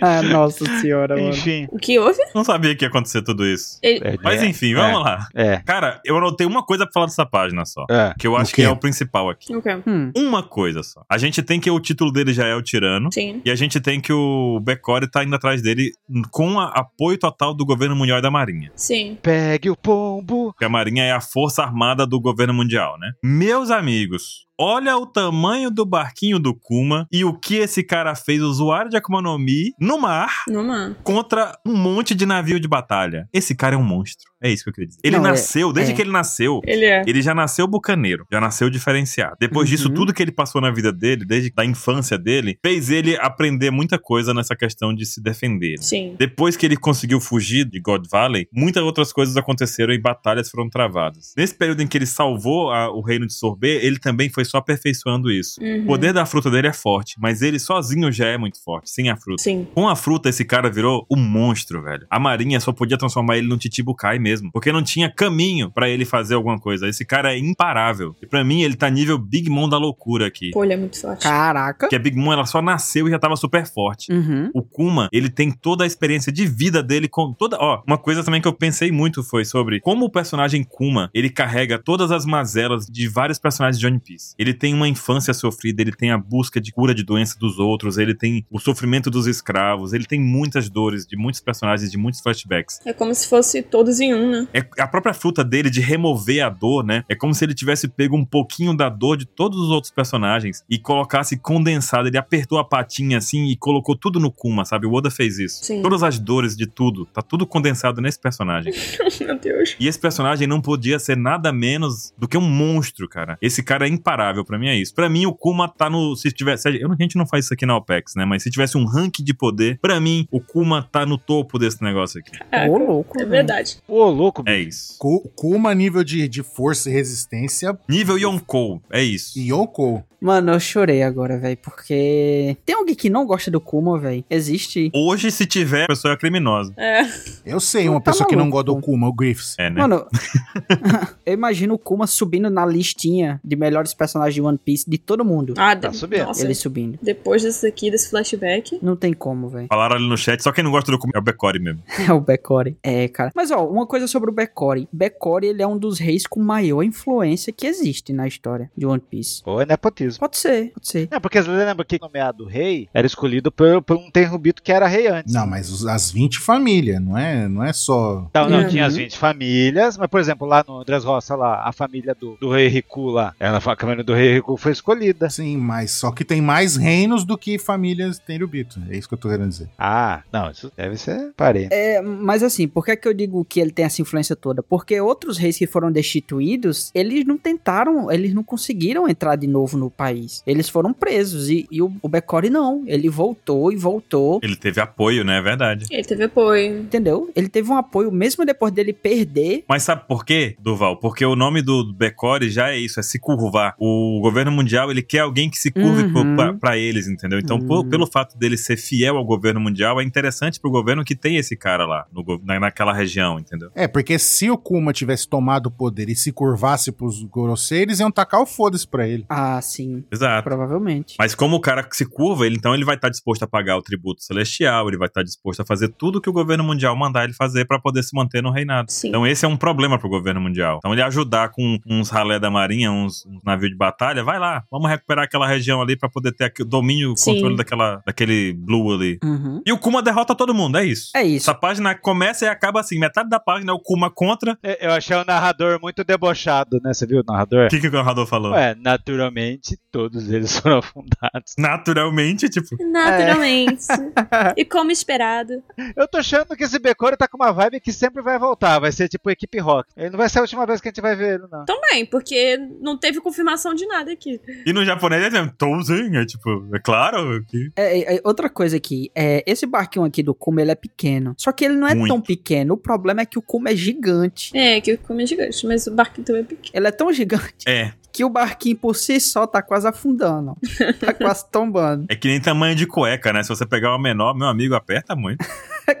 Speaker 5: Ah, [LAUGHS] Nossa senhora, mano.
Speaker 4: Enfim.
Speaker 3: O que houve?
Speaker 1: Não sabia que ia acontecer tudo isso.
Speaker 3: Ele-
Speaker 4: Tá É,
Speaker 1: Mas
Speaker 4: é,
Speaker 1: enfim, vamos lá.
Speaker 4: É.
Speaker 1: Cara, eu anotei uma coisa pra falar dessa página só.
Speaker 4: é.
Speaker 1: Que eu
Speaker 2: O
Speaker 1: acho
Speaker 2: quê?
Speaker 1: que é o principal aqui.
Speaker 3: O quê?
Speaker 5: Hum,
Speaker 1: Uma coisa só. A gente tem que o título dele já é o Tirano.
Speaker 3: Sim.
Speaker 1: E a gente tem que o Becore tá indo atrás dele com a- apoio total do governo mundial e da Marinha.
Speaker 3: Sim.
Speaker 4: Pegue o pombo.
Speaker 1: Que a Marinha é a força armada do governo mundial, né? Meus amigos, olha o tamanho do barquinho do Kuma e o que esse cara fez, usuário de Akuma no Mi, no mar,
Speaker 3: Numa.
Speaker 1: contra um monte de navio de batalha. Esse cara é um monstro. É isso que eu queria dizer. Ele
Speaker 5: Não, é-
Speaker 1: nasceu, desde
Speaker 5: é.
Speaker 1: que ele nasceu,
Speaker 3: Ele é.
Speaker 1: ele já nasceu bucaneiro, já nasceu diferenciado. Depois disso,
Speaker 5: Uhum.
Speaker 1: tudo que ele passou na vida dele, desde a infância dele, fez ele aprender muita coisa nessa questão de se defender. né?
Speaker 3: Sim.
Speaker 1: Depois que ele conseguiu fugir de God Valley, muitas outras coisas aconteceram e batalhas foram travadas. Nesse período em que ele salvou a- o reino de Sorbet, ele também foi só aperfeiçoando isso.
Speaker 3: Uhum.
Speaker 1: O poder da fruta dele é forte, mas ele sozinho já é muito forte, sem a fruta.
Speaker 3: Sim.
Speaker 1: Com a fruta, esse cara virou um monstro, velho. A marinha só podia transformar ele num Titibucai mesmo, porque não tinha caminho pra ele fazer alguma coisa. Esse cara é imparável. E pra mim, ele tá nível Big Mom da loucura aqui.
Speaker 3: Pô, ele é muito forte.
Speaker 5: Caraca.
Speaker 1: Porque a Big Mom, ela só nasceu e já tava super forte.
Speaker 5: Uhum.
Speaker 1: O Kuma, ele tem toda a experiência de vida dele com toda. Ó, uma coisa também que eu pensei muito foi sobre como o personagem Kuma ele carrega todas as mazelas de vários personagens de One Piece. Ele tem uma infância sofrida, ele tem a busca de cura de doença dos outros, ele tem o sofrimento dos escravos, ele tem muitas dores de muitos personagens, de muitos flashbacks.
Speaker 3: É como se fosse todos em um, né? [LAUGHS]
Speaker 1: É a própria fruta dele de remover a dor, né? É como se ele tivesse pego um pouquinho da dor de todos os outros personagens e colocasse condensado. Ele apertou a patinha assim e colocou tudo no Kuma, sabe? O Oda fez isso.
Speaker 3: Sim.
Speaker 1: Todas as dores de tudo, tá tudo condensado nesse personagem.
Speaker 3: Meu Deus.
Speaker 1: E esse personagem não podia ser nada menos do que um monstro, cara. Esse cara é imparável, pra mim é isso. Pra mim, o Kuma tá no. Se tivesse. Eu, não- a gente não faz isso aqui na OPEX, né? Mas se tivesse um ranking de poder, pra mim, o Kuma tá no topo desse negócio aqui.
Speaker 3: É,
Speaker 5: Ô, louco.
Speaker 3: é
Speaker 5: velho.
Speaker 3: verdade.
Speaker 4: Ô, louco,
Speaker 1: É isso.
Speaker 2: Ku- Kuma, nível de, de força e resistência,
Speaker 1: Nível Yonkou, é isso.
Speaker 2: Yonkou.
Speaker 5: Mano, eu chorei agora, velho, porque tem alguém que não gosta do Kuma, velho? Existe?
Speaker 1: Hoje, se tiver, a pessoa é criminosa.
Speaker 3: É.
Speaker 2: Eu sei, uma
Speaker 5: Tá
Speaker 2: pessoa que não
Speaker 5: maluco,
Speaker 2: gosta do
Speaker 5: pô.
Speaker 2: Kuma, o Griffiths.
Speaker 1: É, né?
Speaker 5: Mano, [LAUGHS] eu imagino o Kuma subindo na listinha de melhores personagens de One Piece de todo mundo.
Speaker 3: Ah,
Speaker 4: Tá
Speaker 3: de-
Speaker 4: subindo.
Speaker 3: Nossa,
Speaker 5: Ele subindo.
Speaker 3: depois desse aqui, desse flashback.
Speaker 5: Não tem como, velho. [LAUGHS]
Speaker 1: Falaram ali no chat, só quem não gosta do comer é o Becore mesmo.
Speaker 5: É o Becore. É, cara. Mas, ó, uma coisa sobre o Becore. Becore, ele é um dos reis com maior influência que existe na história de One Piece.
Speaker 4: Ou é nepotismo.
Speaker 5: Pode ser, pode ser.
Speaker 4: É, porque você lembra que nomeado rei era escolhido por, por um tenrubito que era rei antes.
Speaker 2: Não, mas os- as 20 famílias, não é, não é só.
Speaker 4: Então não
Speaker 5: Uhum.
Speaker 4: tinha as 20 famílias, mas por exemplo, lá no Andrés Roça, lá, a família do, do rei Riku lá, ela, a família do rei Riku foi escolhida.
Speaker 2: Sim, assim, mas só que tem mais reinos do que famílias tem no Bito. É isso que eu tô querendo dizer.
Speaker 4: Ah, não, isso deve ser parente.
Speaker 5: É, mas assim, por que, que eu digo que ele tem essa influência toda? Porque outros reis que foram destituídos, eles não tentaram, eles não conseguiram entrar de novo no país. Eles foram presos e, e o, o Becore não. Ele voltou e voltou.
Speaker 1: Ele teve apoio, né? É verdade.
Speaker 3: Ele teve apoio.
Speaker 5: Entendeu? Ele teve um apoio mesmo depois dele perder.
Speaker 1: Mas sabe por quê, Duval? Porque o nome do Becore já é isso, é se curvar. O governo mundial, ele quer alguém que se curve
Speaker 5: Uhum.
Speaker 1: pro- pra pra eles, entendeu? Então, pô-
Speaker 5: Uhum.
Speaker 1: pelo fato dele ser fiel ao governo mundial, é interessante pro governo que tem esse cara lá, no go- na- naquela região, entendeu?
Speaker 2: É, porque se o Kuma tivesse tomado o poder e se curvasse pros Gorosei, eles iam tacar o foda-se pra ele.
Speaker 5: Ah, sim.
Speaker 1: Exato.
Speaker 5: Provavelmente.
Speaker 1: Mas como o cara que se curva, ele então ele vai estar disposto a pagar o tributo celestial, ele vai estar disposto a fazer tudo que o governo mundial mandar ele fazer pra poder se manter no reinado.
Speaker 3: Sim.
Speaker 1: Então esse é um problema pro governo mundial. Então ele ajudar com uns ralé da marinha, uns, uns navios de batalha, vai lá, vamos recuperar aquela região ali pra poder ter aqui o domínio, o
Speaker 3: Sim.
Speaker 1: controle daquela, daquele blue ali.
Speaker 5: Uhum.
Speaker 1: E o Kuma derrota todo mundo, é isso.
Speaker 5: É isso.
Speaker 1: Essa página começa e acaba assim, metade da página é o Kuma contra.
Speaker 4: É, Eu achei o narrador muito debochado, né? Você viu o narrador?
Speaker 1: O que, que o narrador falou?
Speaker 4: Ué, naturalmente, todos eles [LAUGHS] foram afundados.
Speaker 1: Naturalmente, tipo,
Speaker 3: Naturalmente.
Speaker 5: É.
Speaker 3: e como esperado.
Speaker 4: Eu tô achando que esse Becore tá com uma vibe que sempre vai voltar. Vai ser tipo equipe rock. Ele não vai ser a última vez que a gente vai ver ele, não.
Speaker 3: Também, porque não teve confirmação de nada aqui.
Speaker 1: e no japonês é mesmo, Touzen, é tipo, é claro que
Speaker 5: É, é, é, outra coisa aqui, é, esse barquinho aqui do Kuma, ele é pequeno. Só que ele não é
Speaker 1: Muito.
Speaker 5: tão pequeno. O problema é que o Kuma é gigante.
Speaker 3: É, que o Kuma é gigante, mas o barquinho também é pequeno.
Speaker 5: Ele é tão gigante
Speaker 1: é,
Speaker 5: que o barquinho por si só tá quase
Speaker 3: [LAUGHS]
Speaker 5: afundando. tá quase tombando.
Speaker 1: É que nem tamanho de cueca, né? Se você pegar uma menor, meu amigo, aperta muito.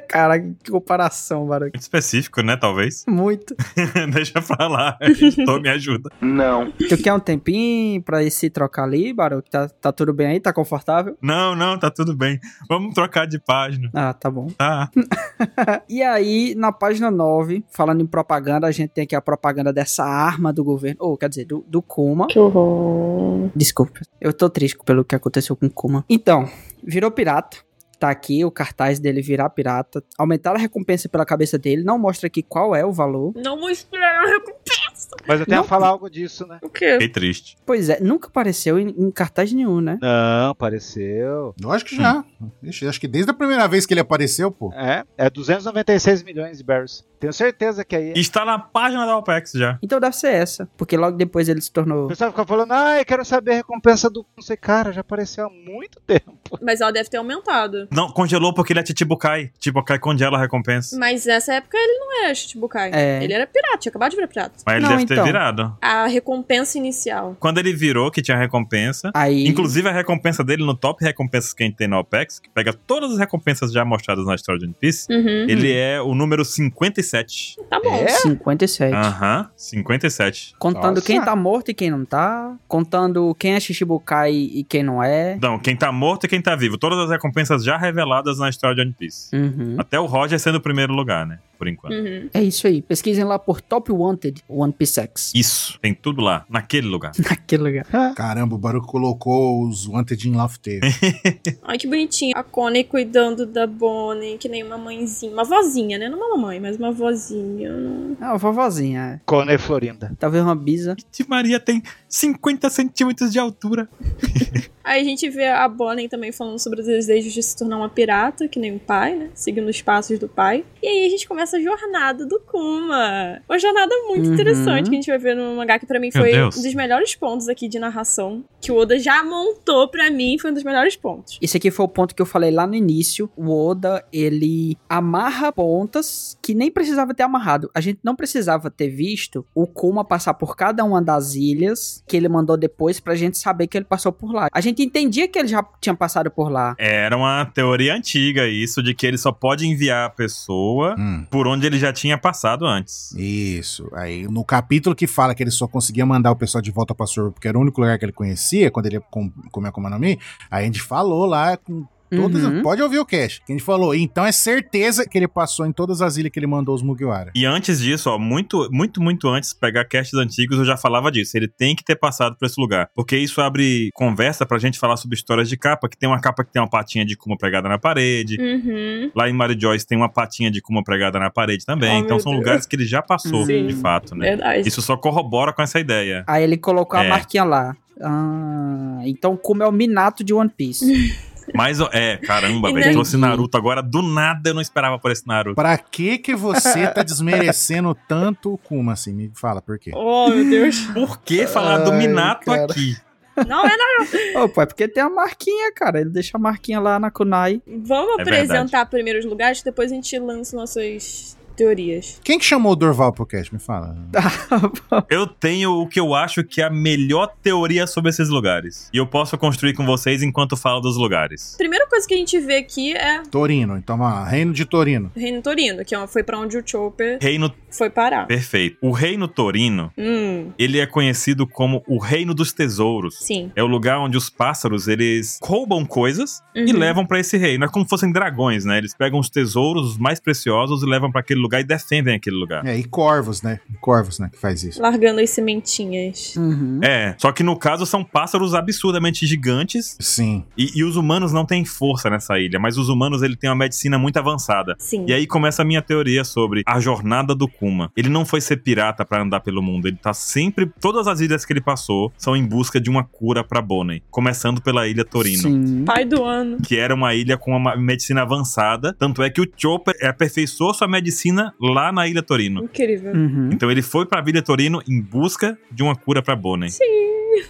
Speaker 5: Cara, que comparação, barulho.
Speaker 1: Muito específico, né? Talvez. [LAUGHS]
Speaker 5: Muito.
Speaker 1: Deixa pra lá. Editor, me ajuda.
Speaker 5: Tu quer um tempinho pra ir se trocar ali, Baruque? Tá, tá tudo bem aí? Tá confortável?
Speaker 1: Não, não, tá tudo bem. Vamos trocar de página.
Speaker 5: Ah, tá bom.
Speaker 1: Tá.
Speaker 5: E aí, na página 9, falando em propaganda, a gente tem aqui a propaganda dessa arma do governo. Ou, quer dizer, do, do Kuma.
Speaker 3: Que horror.
Speaker 5: Desculpa, eu tô triste pelo que aconteceu com o Kuma. Então, virou pirata. Tá aqui o cartaz dele virar pirata. Aumentaram a recompensa pela cabeça dele. Não mostra aqui qual é o valor.
Speaker 3: Não mostraram a recompensa.
Speaker 4: Mas eu tenho
Speaker 5: Não.
Speaker 4: a falar algo disso, né?
Speaker 3: O quê?
Speaker 1: Fiquei triste.
Speaker 5: Pois é, nunca apareceu em, em cartaz nenhum, né?
Speaker 4: Não, apareceu.
Speaker 2: Lógico que já. Ixi, acho que desde a primeira vez que ele apareceu, pô.
Speaker 4: É, é 296 milhões de barrels. Tenho certeza que é aí.
Speaker 1: Está na página da OPEX já.
Speaker 5: Então deve ser essa. Porque logo depois ele se
Speaker 4: O
Speaker 5: tornou.
Speaker 4: pessoal fica falando, ah, eu quero saber a recompensa do. Não sei, cara, já apareceu há muito tempo.
Speaker 3: Mas ela deve ter aumentado.
Speaker 1: Não, congelou porque ele é Chichibukai. Chichibukai congela a recompensa.
Speaker 3: Mas nessa época ele não era Shichibukai.
Speaker 5: É.
Speaker 3: Ele era pirata, tinha acabado de virar pirata.
Speaker 1: Mas ele
Speaker 5: Não,
Speaker 1: deve ter
Speaker 5: então.
Speaker 1: virado.
Speaker 3: A recompensa inicial.
Speaker 1: Quando ele virou, que tinha recompensa.
Speaker 5: Aí.
Speaker 1: Inclusive a recompensa dele no top recompensas que a gente tem na OPEX, que pega todas as recompensas já mostradas na história de One Piece,
Speaker 3: Uhum.
Speaker 1: ele é o número 57.
Speaker 3: Tá bom.
Speaker 4: É?
Speaker 5: 57.
Speaker 1: Aham, 57.
Speaker 5: Contando
Speaker 4: Nossa.
Speaker 5: quem tá morto e quem não tá. Contando quem é Shichibukai e quem não é.
Speaker 1: Não, quem tá morto e quem tá vivo. Todas as recompensas já reveladas na história de One Piece.
Speaker 5: Uhum.
Speaker 1: Até o Roger sendo o primeiro lugar, né? Por enquanto.
Speaker 3: Uhum.
Speaker 5: É isso aí. Pesquisem lá por Top Wanted One Piece X.
Speaker 1: Isso, tem tudo lá, naquele [LAUGHS] lugar.
Speaker 5: [LAUGHS] Naquele lugar.
Speaker 2: Caramba, o Baruco colocou os Wanted in Love Tale.
Speaker 3: Ai, que bonitinho. A Connie cuidando da Bonnie, que nem uma mãezinha. Uma vozinha, né? Não uma mamãe, mas uma vozinha.
Speaker 5: Ah, vovozinha.
Speaker 4: Conner Florinda.
Speaker 5: é. Talvez uma bisa.
Speaker 1: Tia Maria tem 50 centímetros de altura.
Speaker 3: Aí a gente vê a Bonnie também um falando sobre os desejos de se tornar uma pirata, que nem o pai, né? Seguindo os passos do pai. E aí a gente começa essa jornada do Kuma. Uma jornada muito
Speaker 5: Uhum.
Speaker 3: interessante que a gente vai ver no mangá, que pra mim
Speaker 1: Meu
Speaker 3: foi um
Speaker 1: Deus.
Speaker 3: dos melhores pontos aqui de narração, que o Oda já montou pra mim, foi um dos melhores pontos.
Speaker 5: Esse aqui foi o ponto que eu falei lá no início. O Oda, ele amarra pontas que nem precisava ter amarrado. A gente não precisava ter visto o Kuma passar por cada uma das ilhas que ele mandou depois pra gente saber que ele passou por lá. A gente entendia que ele já tinha passado por lá.
Speaker 1: Era uma teoria antiga isso, de que ele só pode enviar a pessoa
Speaker 2: Hum,
Speaker 1: por onde ele já tinha passado antes.
Speaker 2: isso. Aí, no capítulo que fala que ele só conseguia mandar o pessoal de volta pra Sorbo, porque era o único lugar que ele conhecia, quando ele ia com, comer a Kumanomi, aí a gente falou lá com todas.
Speaker 5: Uhum.
Speaker 2: Pode ouvir o cast. Que a gente falou. Então é certeza que ele passou em todas as ilhas que ele mandou os Mugiwara.
Speaker 1: E antes disso, ó, muito, muito, muito antes, pegar casts antigos, eu já falava disso. Ele tem que ter passado por esse lugar. Porque isso abre conversa pra gente falar sobre histórias de capa, que tem uma capa que tem uma patinha de Kuma pregada na parede.
Speaker 3: Uhum.
Speaker 1: Lá em Mary Joyce tem uma patinha de Kuma pregada na parede também.
Speaker 3: Oh,
Speaker 1: então
Speaker 3: meu
Speaker 1: são
Speaker 3: Deus.
Speaker 1: lugares que ele já passou,
Speaker 3: Sim. É.
Speaker 1: de fato, né?
Speaker 3: Verdade.
Speaker 1: Isso só corrobora com essa ideia.
Speaker 5: Aí ele colocou
Speaker 1: É.
Speaker 5: a marquinha lá. Ah, então o Kuma é o Minato de One [LAUGHS] Piece.
Speaker 1: Mas, ó, é, caramba, velho.
Speaker 3: Entendi.
Speaker 1: Trouxe Naruto agora, do nada eu não esperava por esse Naruto.
Speaker 2: Pra que que você tá desmerecendo tanto o Kuma, assim? Me fala por quê.
Speaker 3: Oh, meu Deus.
Speaker 1: Por que falar do
Speaker 5: Ai,
Speaker 1: Minato
Speaker 5: cara.
Speaker 1: aqui?
Speaker 3: Não é
Speaker 5: Ô, pô, é porque tem a marquinha, cara. Ele deixa a marquinha lá na Kunai.
Speaker 3: Vamos
Speaker 1: É
Speaker 3: apresentar primeiro os lugares, que depois a gente lança nossas teorias.
Speaker 2: Quem que chamou o Dorval pro cast? Me fala.
Speaker 1: Eu tenho o que eu acho que é a melhor teoria sobre esses lugares. E eu posso construir com vocês enquanto falo dos lugares.
Speaker 3: Primeira coisa que a gente vê aqui é
Speaker 2: Torino. Então, vamos lá. Reino de Torino.
Speaker 3: Reino Torino, que é uma- foi pra onde o Chopper
Speaker 1: Reino
Speaker 3: foi parar.
Speaker 1: perfeito. O Reino Torino,
Speaker 3: Hum,
Speaker 1: ele é conhecido como o Reino dos Tesouros.
Speaker 3: sim.
Speaker 1: É o lugar onde os pássaros, eles roubam coisas e
Speaker 3: Uhum.
Speaker 1: levam pra esse reino. É como se fossem dragões, né? Eles pegam os tesouros mais preciosos e levam pra aquele lugar e defendem aquele lugar.
Speaker 2: É, e Corvos, né? Corvos, né? Que faz isso.
Speaker 3: Largando as sementinhas.
Speaker 5: Uhum.
Speaker 1: É, só que no caso são pássaros absurdamente gigantes
Speaker 2: Sim.
Speaker 1: e, e os humanos não têm força nessa ilha, mas os humanos ele tem uma medicina muito avançada.
Speaker 3: Sim.
Speaker 1: E aí começa a minha teoria sobre a jornada do Kuma. Ele não foi ser pirata pra andar pelo mundo, ele tá sempre todas as ilhas que ele passou são em busca de uma cura pra Bonnie, começando pela ilha Torino.
Speaker 5: Sim.
Speaker 3: Pai do ano.
Speaker 1: Que era uma ilha com uma medicina avançada. Tanto é que o Chopper aperfeiçoou sua medicina lá na Ilha Torino.
Speaker 3: Incrível.
Speaker 5: Uhum.
Speaker 1: Então ele foi pra Ilha Torino em busca de uma cura pra Bonnie.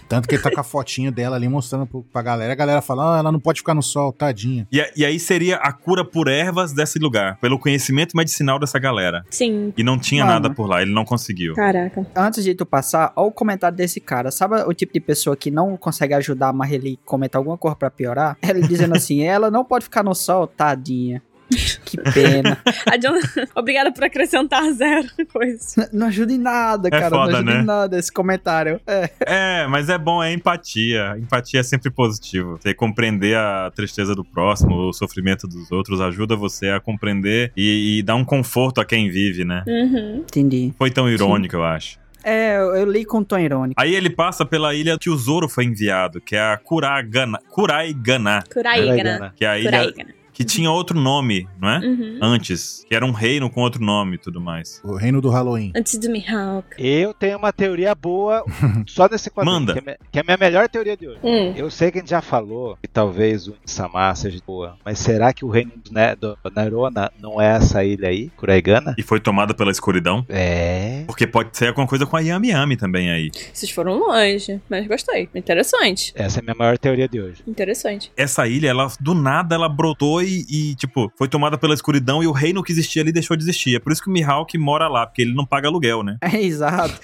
Speaker 2: Tanto que ele tá com a fotinho dela ali mostrando pro, pra galera. A galera fala, ah, ela não pode ficar no sol, tadinha.
Speaker 1: E, a- e aí seria a cura por ervas desse lugar, pelo conhecimento medicinal dessa galera.
Speaker 3: Sim.
Speaker 1: E não tinha
Speaker 5: Mano.
Speaker 1: nada por lá, ele não
Speaker 3: [LAUGHS]
Speaker 1: conseguiu.
Speaker 3: Caraca.
Speaker 5: Antes de tu passar, olha o comentário desse cara. Sabe o tipo de pessoa que não consegue ajudar, mas ele comenta alguma coisa pra piorar? Ele dizendo assim, [LAUGHS] ela não pode ficar no sol, tadinha. Que pena.
Speaker 3: Adianta... [LAUGHS] Obrigada por acrescentar [LAUGHS] zero coisa.
Speaker 5: N- não ajuda em nada, cara.
Speaker 1: foda,
Speaker 5: não ajuda
Speaker 1: né?
Speaker 5: em nada esse comentário. É.
Speaker 1: É, mas é bom, é empatia. Empatia é sempre positivo. Você compreender a tristeza do próximo, o sofrimento dos outros, ajuda você a compreender e, e dar um conforto a quem vive, né?
Speaker 3: Uhum.
Speaker 5: Entendi.
Speaker 1: Foi tão irônico, eu acho.
Speaker 5: É, eu eu li com tom irônico. [LAUGHS]
Speaker 1: Aí ele passa pela ilha que o Zoro foi enviado, que é a Kuragana, Kuraigana,
Speaker 3: Kuraigana.
Speaker 1: que é a ilha
Speaker 3: Kuraigana.
Speaker 1: que tinha outro nome, não é?
Speaker 3: Uhum.
Speaker 1: Antes, que era um reino com outro nome e tudo mais.
Speaker 2: O reino do Halloween.
Speaker 3: Antes do Mihawk.
Speaker 4: Eu tenho uma teoria [LAUGHS] boa só nesse quadrinho.
Speaker 1: Manda.
Speaker 4: Que é, me- que é a minha melhor teoria de hoje.
Speaker 3: Hum.
Speaker 4: Eu sei que a gente já falou que talvez o Insama seja boa, mas será que o reino do, ne do Nerona não é essa ilha aí, Kuraigana?
Speaker 1: E foi tomada pela escuridão.
Speaker 4: É.
Speaker 1: Porque pode ser alguma coisa com a Yami Yami também aí.
Speaker 3: Vocês foram longe, mas gostei. Interessante.
Speaker 4: Essa é a minha maior teoria de hoje.
Speaker 3: Interessante.
Speaker 1: essa ilha, ela do nada ela brotou e, e, tipo, foi tomada pela escuridão e o reino que existia ali deixou de existir. É por isso que o Mihawk mora lá, porque ele não paga aluguel, né?
Speaker 5: É, exato.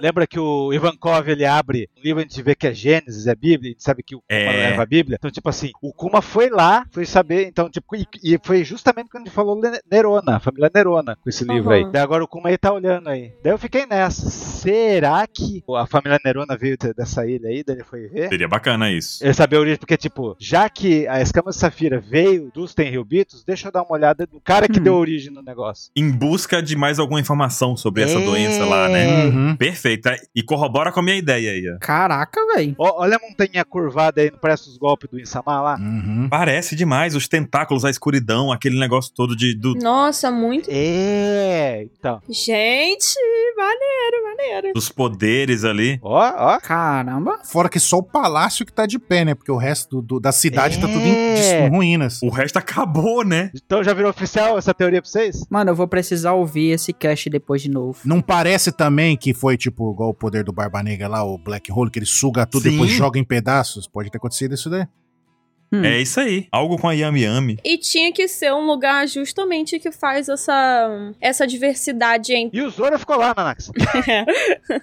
Speaker 4: Lembra que o Ivankov ele abre um livro, a gente vê que é Gênesis, é Bíblia, a gente sabe que o Kuma
Speaker 1: É.
Speaker 4: leva a Bíblia. Então, tipo assim, o Kuma foi lá, foi saber, então, tipo, e, e foi justamente quando ele falou Le- Nerona, a família Nerona, com esse livro aí.
Speaker 3: Aham.
Speaker 4: Daí agora o Kuma aí tá olhando aí. Daí eu fiquei nessa. Será que a família Nerona veio de- dessa ilha aí? Daí ele foi ver?
Speaker 1: Seria bacana isso.
Speaker 5: É.
Speaker 4: Ele sabia a origem, porque, tipo, já que a escama de safira veio dos Tenryubitos, deixa eu dar uma olhada no cara que
Speaker 5: Hum.
Speaker 4: deu origem no negócio.
Speaker 1: Em busca de mais alguma informação sobre essa doença lá, né?
Speaker 5: É.
Speaker 2: Uhum.
Speaker 1: Perfeito. é? E corrobora com a minha ideia aí, ó.
Speaker 5: Caraca, velho.
Speaker 4: Ó, olha a montanha curvada aí, não parece os golpes do Insama lá?
Speaker 2: Uhum.
Speaker 1: Parece demais os tentáculos, a escuridão, aquele negócio todo de. Do...
Speaker 3: Nossa, muito.
Speaker 4: É, então.
Speaker 3: Gente,
Speaker 5: maneiro, maneiro.
Speaker 1: Dos poderes ali.
Speaker 4: Ó, ó.
Speaker 5: Caramba.
Speaker 2: Fora que só o palácio que tá de pé, né? Porque o resto do- do- da cidade tá tudo em,
Speaker 4: É.
Speaker 2: em ruínas.
Speaker 1: O resto acabou, né?
Speaker 4: Então já virou oficial essa teoria pra vocês?
Speaker 5: Mano, eu vou precisar ouvir esse cast depois de novo.
Speaker 2: Não parece também que foi, tipo, igual o poder do Barba Negra lá, o Black Hole, que ele suga tudo e
Speaker 1: Sim.
Speaker 2: depois joga em pedaços? Pode ter acontecido isso daí.
Speaker 5: Hum.
Speaker 1: É isso aí. Algo com a Yami Yami. [LAUGHS]
Speaker 3: E tinha que ser um lugar justamente que faz essa, essa diversidade
Speaker 4: [LAUGHS]
Speaker 3: entre.
Speaker 4: E o Zoro ficou lá, Nanax.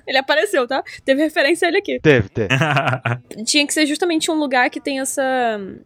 Speaker 3: ele apareceu, tá? Teve referência a ele aqui.
Speaker 4: teve, [LAUGHS] teve.
Speaker 3: Tinha que ser justamente um lugar que tem essa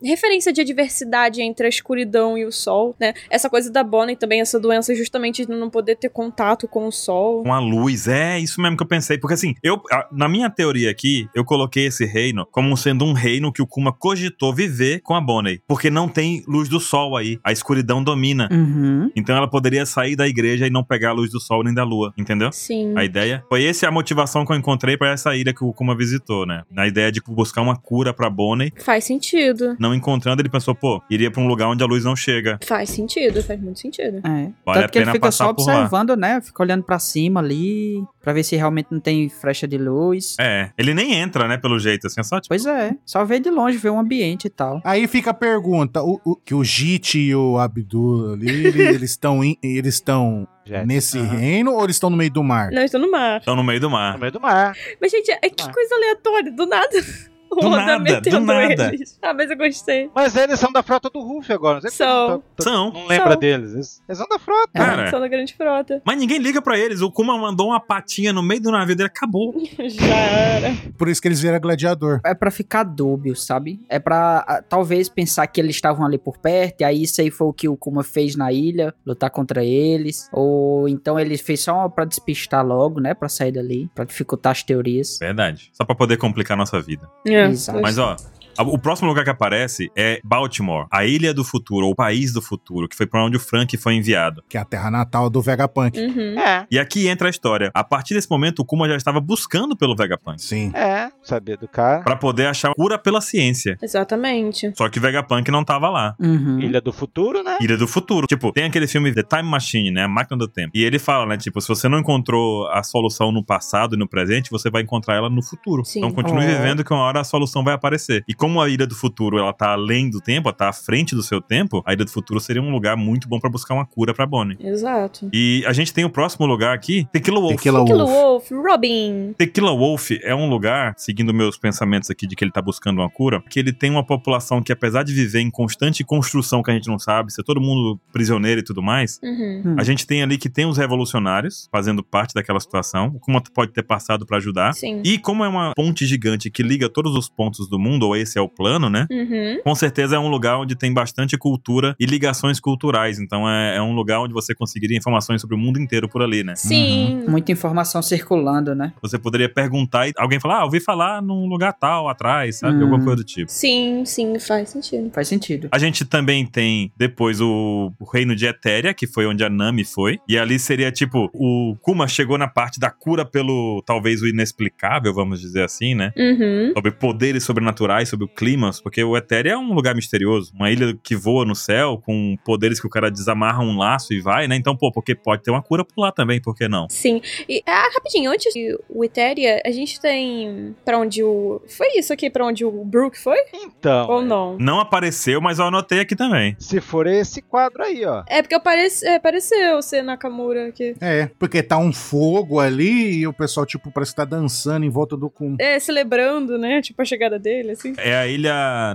Speaker 3: referência de diversidade entre a escuridão e o sol, né? Essa coisa da Bonnie também, essa doença justamente de não poder ter contato com o sol.
Speaker 1: com a luz. É isso mesmo que eu pensei. Porque assim, eu a- na minha teoria aqui, eu coloquei esse reino como sendo um reino que o Kuma cogitou viver com a Bonnie. Porque não tem luz do sol aí. A escuridão domina.
Speaker 5: Uhum.
Speaker 1: Então ela poderia sair da igreja e não pegar a luz do sol nem da lua, entendeu?
Speaker 3: Sim.
Speaker 1: A ideia foi essa a motivação que eu encontrei pra essa ilha que o Kuma visitou, né? A ideia de buscar uma cura pra Bonnie,
Speaker 3: Faz sentido.
Speaker 1: não encontrando, ele pensou, pô, iria pra um lugar onde a luz não chega.
Speaker 3: Faz sentido, faz muito sentido.
Speaker 5: É.
Speaker 1: Vale a
Speaker 5: Tanto que ele
Speaker 1: pena
Speaker 5: fica
Speaker 1: passar
Speaker 5: só
Speaker 1: por lá.
Speaker 5: observando, né? Fica olhando pra cima ali, pra ver se realmente não tem frecha de luz.
Speaker 1: É, ele nem entra, né, pelo jeito, assim, é só tipo,
Speaker 5: Pois é, só ver de longe, ver o ambiente e tal.
Speaker 2: Aí fica a pergunta, o- o- que o Jit e o Abdul ali, ele- eles estão em- eles estão
Speaker 4: Já
Speaker 2: nesse
Speaker 4: É, Aham.
Speaker 2: reino ou eles estão no meio do mar?
Speaker 3: Não, estou no mar.
Speaker 1: estão no meio do mar.
Speaker 4: No meio do mar.
Speaker 3: Mas, gente, é que
Speaker 4: Ah.
Speaker 3: coisa aleatória, do nada. [LAUGHS] O
Speaker 1: Do
Speaker 3: Oda
Speaker 1: nada, do
Speaker 3: metendo
Speaker 1: nada.
Speaker 3: eles. Ah, mas eu gostei.
Speaker 4: Mas eles são da frota do Ruff agora. Não sei porque
Speaker 3: São.
Speaker 4: eu Não, tô-
Speaker 1: São.
Speaker 4: não lembra
Speaker 3: São.
Speaker 4: deles. Eles, eles são da frota.
Speaker 3: É.
Speaker 1: Cara.
Speaker 3: Só na Ah, grande frota. [LAUGHS]
Speaker 1: Mas ninguém liga pra eles. O Kuma mandou uma patinha no meio do navio dele, acabou.
Speaker 3: Já era.
Speaker 2: Por isso que eles viram gladiador.
Speaker 5: É pra ficar dúbio, sabe? É pra ah, talvez pensar que eles estavam ali por perto, e aí isso aí foi o que o Kuma fez na ilha, lutar contra eles. Ou então ele fez só pra despistar logo, né? Pra sair dali, pra dificultar as teorias.
Speaker 1: Verdade. Só pra poder complicar nossa vida.
Speaker 3: É,
Speaker 5: Exato.
Speaker 1: Mas ó, a- o próximo lugar que aparece é Baltimore, a ilha do futuro, ou o país do futuro, que foi pra onde o Frank foi enviado.
Speaker 2: Que é a terra natal do Vegapunk.
Speaker 3: Uhum.
Speaker 4: É.
Speaker 1: E aqui entra a história. A partir desse momento, o Kuma já estava buscando pelo Vegapunk.
Speaker 2: Sim.
Speaker 4: É. Saber do cara.
Speaker 1: Pra poder achar cura pela ciência.
Speaker 3: Exatamente.
Speaker 1: Só que o Vegapunk não tava lá.
Speaker 5: Uhum.
Speaker 4: Ilha do Futuro, né?
Speaker 1: Ilha do Futuro. Tipo, tem aquele filme The Time Machine, né? A Máquina do Tempo. E ele fala, né? Tipo, se você não encontrou a solução no passado e no presente, você vai encontrar ela no futuro.
Speaker 3: Sim.
Speaker 1: Então continue
Speaker 5: Oh.
Speaker 1: vivendo que uma hora a solução vai aparecer. E como a Ilha do Futuro, ela tá além do tempo, ela tá à frente do seu tempo, a Ilha do Futuro seria um lugar muito bom pra buscar uma cura pra Bonnie.
Speaker 3: Exato.
Speaker 1: E a gente tem o próximo lugar aqui, Tequila Wolf.
Speaker 2: Tequila
Speaker 3: Kilo
Speaker 2: Wolf.
Speaker 3: Wolf, Robin.
Speaker 1: Tequila Wolf é um lugar, seguindo meus pensamentos aqui de que ele tá buscando uma cura, que ele tem uma população que, apesar de viver em constante construção que a gente não sabe, ser todo mundo prisioneiro e tudo mais,
Speaker 3: Uhum.
Speaker 5: Hum.
Speaker 1: a gente tem ali que tem os revolucionários fazendo parte daquela situação, o Kuma pode ter passado pra ajudar.
Speaker 3: Sim.
Speaker 1: E como é uma ponte gigante que liga todos os pontos do mundo, ou esse é o plano, né?
Speaker 3: Uhum.
Speaker 1: Com certeza é um lugar onde tem bastante cultura e ligações culturais. Então é, é um lugar onde você conseguiria informações sobre o mundo inteiro por ali, né?
Speaker 3: Sim.
Speaker 5: Muita informação circulando, né?
Speaker 1: Você poderia perguntar e alguém falar, ah, ouvi falar num lugar tal atrás, sabe?
Speaker 5: Hum.
Speaker 1: Alguma coisa do tipo.
Speaker 3: Sim, sim, faz sentido.
Speaker 5: Faz sentido.
Speaker 1: A gente também tem depois o o reino de Etéria, que foi onde a Nami foi. E ali seria tipo: o Kuma chegou na parte da cura pelo talvez o inexplicável, vamos dizer assim, né?
Speaker 3: Uhum.
Speaker 1: Sobre poderes sobrenaturais, sobre o clima, porque o Etéria é um lugar misterioso, uma ilha que voa no céu, com poderes que o cara desamarra um laço e vai, né? Então, pô, porque pode ter uma cura por lá também, por que não?
Speaker 3: Sim. E, ah, rapidinho, antes de o Etheria, a gente tem pra onde o... Foi isso aqui pra onde o Brook foi?
Speaker 4: Então.
Speaker 3: Ou não?
Speaker 1: Não é. apareceu, mas eu anotei aqui também.
Speaker 4: Se for esse quadro aí, ó.
Speaker 3: É porque aparece, é, apareceu ser Nakamura aqui.
Speaker 2: É, porque tá um fogo ali e o pessoal, tipo, parece que tá dançando em volta do Kuma.
Speaker 3: É, celebrando, né? Tipo, a chegada dele, assim.
Speaker 1: É a ilha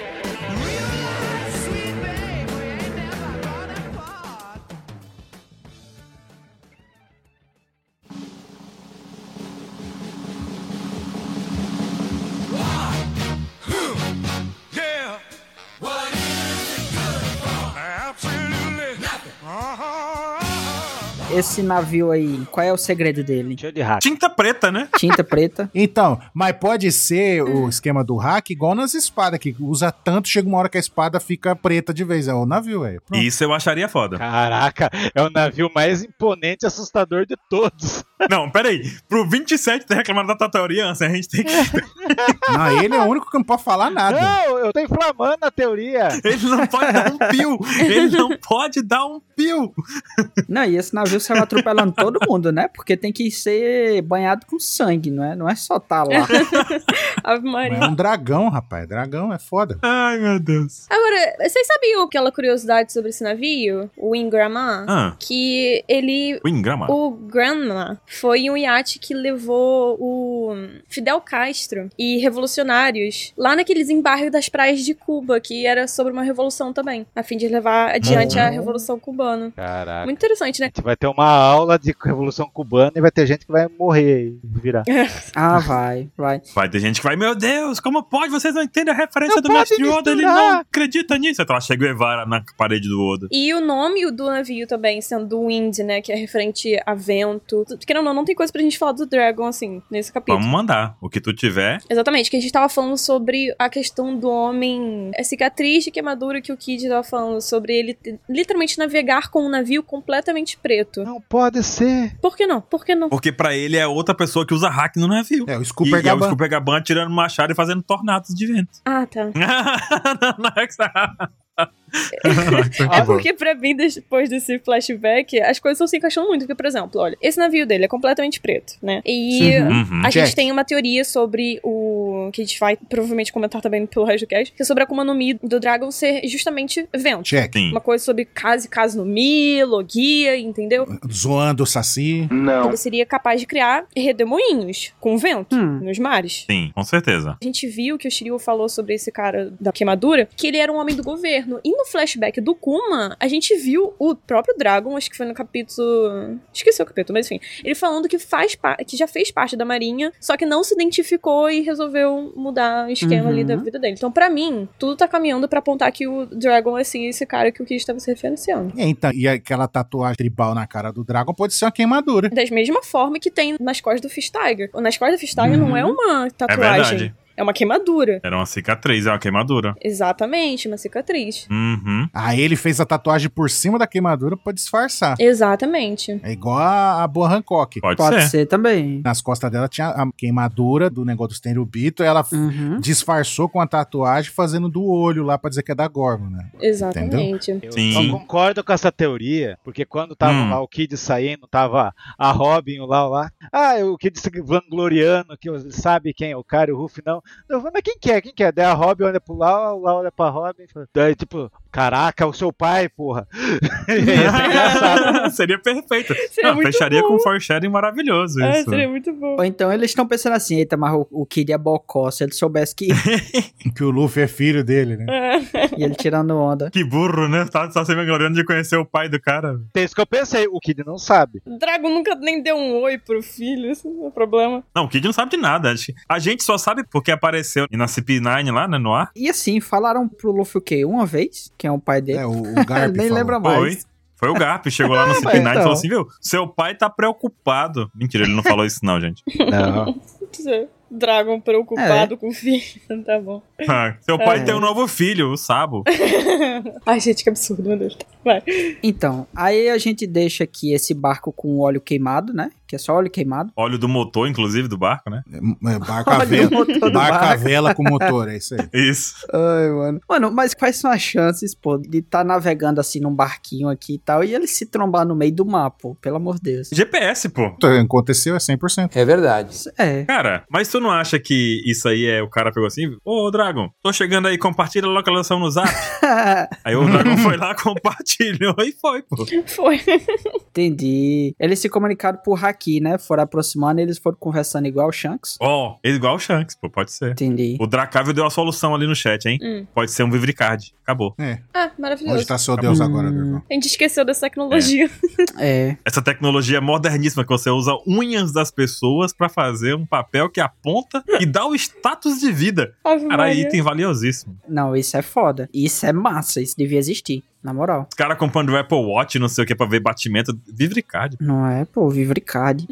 Speaker 6: Yeah. What is it good for? Absolutely nothing. Uh-huh.
Speaker 5: Esse navio aí, qual é o segredo dele?
Speaker 4: Cheio de rato.
Speaker 1: Tinta preta, né?
Speaker 5: Tinta preta.
Speaker 2: Então, mas pode ser o esquema do hack igual nas espadas, que usa tanto, chega uma hora que a espada fica preta de vez. É o navio, é. Pronto.
Speaker 1: Isso eu acharia foda.
Speaker 4: Caraca, é o navio mais imponente e assustador de todos.
Speaker 1: Não, peraí. Pro 27 ter reclamado da Tataurian, a gente tem que.
Speaker 2: Não, ele é o único que não pode falar nada.
Speaker 4: Não, eu tô inflamando a teoria.
Speaker 1: Ele não pode dar um pio. Ele não pode dar um pio.
Speaker 5: Não, e esse navio saiu atropelando todo mundo, né? Porque tem que ser banhado com sangue, não é? Não é só tá lá.
Speaker 3: Ave
Speaker 2: É
Speaker 3: Maria.
Speaker 2: um dragão, rapaz. Dragão é foda.
Speaker 1: Ai, meu Deus.
Speaker 3: Agora, vocês sabiam aquela curiosidade sobre esse navio? O Ingrama?
Speaker 1: Ah,
Speaker 3: Que ele
Speaker 1: o Ingrama.
Speaker 3: O Grandma foi um iate que levou o o Fidel Castro e revolucionários lá naquele desembarque das praias de Cuba, que era sobre uma revolução também, a fim de levar adiante
Speaker 1: Uhum.
Speaker 3: a Revolução Cubana.
Speaker 4: Caraca.
Speaker 3: Muito interessante, né?
Speaker 4: A gente vai ter uma aula de Revolução Cubana e vai ter gente que vai morrer e virar.
Speaker 5: Ah, vai, vai.
Speaker 1: Vai ter gente que vai, meu Deus, como pode? Vocês não entendem a referência
Speaker 4: Não
Speaker 1: do mestre
Speaker 4: pode
Speaker 1: Oda, ele
Speaker 4: misturar.
Speaker 1: não acredita nisso. Então, chega o Evara na parede do Oda.
Speaker 3: E o nome do navio também, sendo Wind, né? Que é referente a vento. Porque não, não, não tem coisa pra gente falar do Dragon, assim, nesse capítulo.
Speaker 1: Vamos mandar. O que tu tiver,
Speaker 3: Exatamente, que a gente tava falando sobre a questão do homem, a cicatriz de queimadura que o Kid tava falando, sobre ele te- literalmente navegar com um navio completamente preto.
Speaker 4: Não pode ser.
Speaker 3: Por que não? Por que não?
Speaker 1: porque pra ele é outra pessoa que usa hack no navio.
Speaker 2: É, o
Speaker 1: E,
Speaker 2: Scooper
Speaker 1: e é o
Speaker 2: Gaban.
Speaker 1: Scooper Gaban tirando machado e fazendo tornados de vento. [LAUGHS]
Speaker 3: Ah, tá.
Speaker 1: Não, é que tá-
Speaker 2: [LAUGHS] Tá
Speaker 3: É porque pra mim, depois desse flashback, as coisas estão se encaixando muito. Porque, por exemplo, olha, esse navio dele é completamente preto, né? E
Speaker 5: Sim.
Speaker 1: Uhum.
Speaker 3: A
Speaker 2: Jack.
Speaker 3: gente tem uma teoria sobre o. que a gente vai provavelmente comentar também pelo resto do cast, que é sobre a Akuma no Mi do Dragon ser justamente vento.
Speaker 2: Check.
Speaker 1: Sim.
Speaker 3: Uma coisa sobre Kaze, Kaze no Mi, Logia, entendeu?
Speaker 2: Zoando o Saci.
Speaker 5: Então,
Speaker 3: Ele seria capaz de criar redemoinhos com vento
Speaker 5: Hum.
Speaker 3: nos mares.
Speaker 1: Sim, com certeza.
Speaker 3: A gente viu que o Shiryu falou sobre esse cara da queimadura, que ele era um homem do governo. E no flashback do Kuma, a gente viu o próprio Dragon, acho que foi no capítulo. Esqueci o capítulo, mas enfim. Ele falando que faz pa- que já fez parte da Marinha, só que não se identificou e resolveu mudar o esquema
Speaker 5: Uhum.
Speaker 3: ali da vida dele. Então, pra mim, tudo tá caminhando pra apontar que o Dragon é sim esse cara que o Kid estava se referenciando.
Speaker 2: É, então, e aquela tatuagem tribal na cara do Dragon pode ser uma queimadura.
Speaker 3: Da mesma forma que tem nas costas do Fish Tiger. O Nas costas do Fish Tiger
Speaker 5: Uhum.
Speaker 3: não é uma
Speaker 1: É
Speaker 3: tatuagem.
Speaker 1: verdade.
Speaker 3: É uma queimadura.
Speaker 1: Era uma cicatriz, é uma queimadura.
Speaker 3: Exatamente, uma cicatriz.
Speaker 1: Uhum.
Speaker 2: Aí ele fez a tatuagem por cima da queimadura pra disfarçar.
Speaker 3: Exatamente.
Speaker 2: É igual a, a boa Hancock.
Speaker 1: Pode,
Speaker 5: Pode
Speaker 1: ser.
Speaker 5: ser, também.
Speaker 2: Nas costas dela tinha a queimadura do negócio dos Tenryubito, ela f-
Speaker 5: Uhum.
Speaker 2: disfarçou com a tatuagem fazendo do olho lá pra dizer que é da Gorgon, né? [LAUGHS]
Speaker 3: Exatamente.
Speaker 4: Eu
Speaker 1: Sim.
Speaker 4: só concordo com essa teoria, porque quando tava
Speaker 1: Hum.
Speaker 4: lá o Kid saindo, tava a Robin o lá, o lá. Ah, o Kid se vangloriando, que ele sabe quem é o cara, o Ruff não. Eu falei, mas quem que é? Quem que é? Daí a Robin olha pro lá, o lá olha pra Robin. e fala- Daí tipo, caraca, o seu pai, porra. [LAUGHS] Esse é
Speaker 1: [LAUGHS]
Speaker 4: engraçado.
Speaker 1: seria perfeito.
Speaker 3: Seria
Speaker 1: Não,
Speaker 3: muito
Speaker 1: fecharia
Speaker 3: bom.
Speaker 1: com um foreshadowing maravilhoso
Speaker 3: É,
Speaker 1: isso.
Speaker 3: seria muito bom.
Speaker 5: Ou então eles estão pensando assim, eita, mas o, o Kid é bocó, se ele
Speaker 1: [LAUGHS]
Speaker 5: soubesse que...
Speaker 2: Que o Luffy é filho dele, né?
Speaker 3: É.
Speaker 5: e ele tirando onda.
Speaker 1: Que burro, né? Tá, tá se vangloriando de conhecer o pai do cara.
Speaker 4: Tem isso que eu pensei, o Kid não sabe.
Speaker 3: Drago nunca nem deu um oi pro filho, isso não é problema.
Speaker 1: Não, o Kid não sabe de nada. Acho que- A gente só sabe porque apareceu na CP9 lá, né, no ar.
Speaker 5: E assim, falaram pro Luffy o quê? Uma vez? Quem é o pai dele?
Speaker 2: É, o, o Garp
Speaker 5: [LAUGHS] Nem
Speaker 2: falou.
Speaker 5: lembra
Speaker 1: Foi.
Speaker 5: mais.
Speaker 1: Foi o Garp, chegou lá no
Speaker 4: mas
Speaker 1: CP9 e
Speaker 5: então.
Speaker 1: falou assim, viu? Seu pai tá preocupado. Mentira, ele não falou isso não, gente.
Speaker 4: Não.
Speaker 3: Dragon
Speaker 1: É.
Speaker 3: preocupado com o filho, [LAUGHS] tá bom.
Speaker 1: Ah, Seu pai
Speaker 5: É.
Speaker 1: tem um novo filho, o Sabo.
Speaker 3: Ai, gente, que absurdo, meu Deus. Vai.
Speaker 5: Então, aí a gente deixa aqui esse barco com óleo queimado, né? Que é só óleo queimado.
Speaker 1: Óleo do motor, inclusive, do barco, né?
Speaker 2: É, é, barco a
Speaker 5: Olha o
Speaker 2: vela.
Speaker 5: motor do
Speaker 2: Barco a
Speaker 5: barco.
Speaker 2: vela com motor, é isso
Speaker 5: [LAUGHS]
Speaker 2: aí.
Speaker 1: Isso.
Speaker 5: Ai, mano. Mano, mas quais são as chances, pô, de tá navegando assim num barquinho aqui e tal, e ele se trombar no meio do mar, pô, pelo amor de Deus.
Speaker 1: GPS, pô.
Speaker 2: Então, Aconteceu, é 100%.
Speaker 7: É verdade.
Speaker 5: É.
Speaker 1: Cara, mas tu não acha que isso aí é o cara pegou assim? Ô, Dragon, tô chegando aí, compartilha a localização no zap.
Speaker 5: É. [LAUGHS]
Speaker 1: aí o Dragon foi lá, compartilhou e foi, pô.
Speaker 3: Foi.
Speaker 5: Entendi. Eles se comunicaram por haki, né? Foram aproximando e eles foram conversando igual o Shanks.
Speaker 1: Ó, é igual o Shanks, pô, pode ser.
Speaker 5: Entendi.
Speaker 1: O Dracávio deu a solução ali no chat, hein?
Speaker 3: Hum.
Speaker 1: Pode ser um Vivricard. Acabou.
Speaker 2: É.
Speaker 3: Ah,
Speaker 2: Onde
Speaker 3: maravilhoso.
Speaker 2: tá seu Deus
Speaker 5: Hum.
Speaker 2: agora, Durval?
Speaker 3: A gente esqueceu dessa tecnologia.
Speaker 5: É.
Speaker 1: Essa tecnologia moderníssima que você usa unhas das pessoas pra fazer um papel que aponta e dá o status de vida.
Speaker 3: Ave
Speaker 1: Cara,
Speaker 3: Maria.
Speaker 1: item valiosíssimo.
Speaker 5: Não, isso é foda. Isso é massa. Isso devia existir. Na moral.
Speaker 1: Os caras comprando o Apple Watch, não sei o que, pra ver batimento. Vivricard,
Speaker 5: Não é, pô, Vivricard.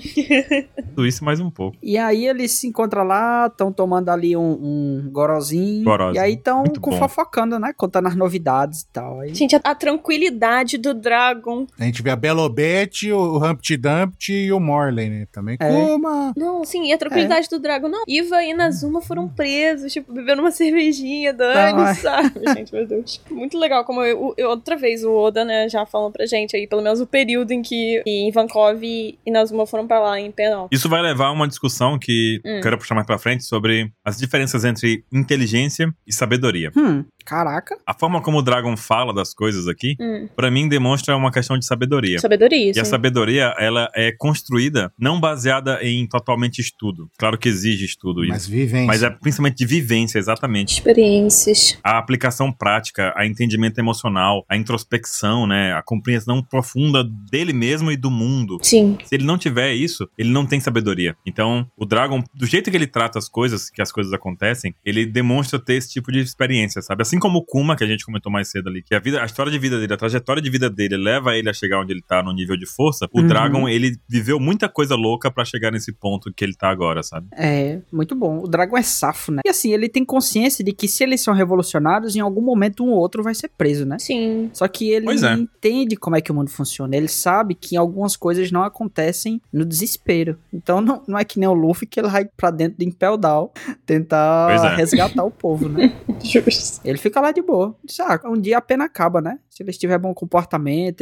Speaker 1: tudo isso e mais um pouco.
Speaker 5: E aí eles se encontram lá, estão tomando ali um, um gorozinho.
Speaker 1: Gorozinho.
Speaker 5: E aí estão
Speaker 1: Muito bom.
Speaker 5: fofocando, né? Contando as novidades e tal. Aí...
Speaker 3: Gente, a, a tranquilidade do Dragon.
Speaker 2: A gente vê a Belobete, o Humpty Dumpty e o Morley, né? Também.
Speaker 5: É.
Speaker 2: Kuma!
Speaker 3: Não, sim, e a tranquilidade do Dragon. Não, Iva e Nazuma foram presos, tipo, bebendo uma [LAUGHS] cervejinha,
Speaker 5: Tá.
Speaker 3: dane, sabe?
Speaker 5: [LAUGHS]
Speaker 3: Gente, meu Deus. Muito legal, como eu, eu- outra vez o Oda, né, já falou pra gente aí, pelo menos o período em que Ivankov e Nazuma foram pra lá em Penal.
Speaker 1: Isso vai levar a uma discussão que
Speaker 3: Hum.
Speaker 1: quero puxar mais pra frente sobre as diferenças entre inteligência e sabedoria.
Speaker 5: Hum, Caraca.
Speaker 1: A forma como o Dragon fala das coisas aqui,
Speaker 3: Hum.
Speaker 1: pra mim, demonstra uma questão de sabedoria.
Speaker 3: Sabedoria,
Speaker 1: E a
Speaker 3: sim.
Speaker 1: sabedoria, ela é construída não baseada em totalmente estudo. Claro que exige estudo isso.
Speaker 2: Mas vivência.
Speaker 1: Mas é principalmente de vivência, exatamente.
Speaker 3: Experiências.
Speaker 1: A aplicação prática, a entendimento emocional, a introspecção, né? A compreensão profunda dele mesmo e do mundo.
Speaker 3: Sim.
Speaker 1: Se ele não tiver isso, ele não tem sabedoria. Então, o Dragon, do jeito que ele trata as coisas, que as coisas acontecem, ele demonstra ter esse tipo de experiência, sabe? Assim como o Kuma, que a gente comentou mais cedo ali, que a vida, a história de vida dele, a trajetória de vida dele leva ele a chegar onde ele tá no nível de força, o
Speaker 5: Uhum.
Speaker 1: Dragon, ele viveu muita coisa louca pra chegar nesse ponto que ele tá agora, sabe?
Speaker 5: É, muito bom. O dragão é safo, né? E assim, ele tem consciência de que se eles são revolucionários, em algum momento um ou outro vai ser preso, né?
Speaker 3: Sim.
Speaker 5: Só que ele
Speaker 1: Pois é.
Speaker 5: entende como é que o mundo funciona. Ele sabe que algumas coisas não acontecem no desespero. Então não, não é que nem o Luffy que ele vai pra dentro de Impel Down [LAUGHS]
Speaker 1: Pois
Speaker 5: tentar
Speaker 1: é.
Speaker 5: resgatar o
Speaker 1: [LAUGHS]
Speaker 5: povo, né?
Speaker 3: Justo.
Speaker 5: Ele fica lá de boa. Diz, ah, um dia a pena acaba, né? Se eles tiverem bom comportamento,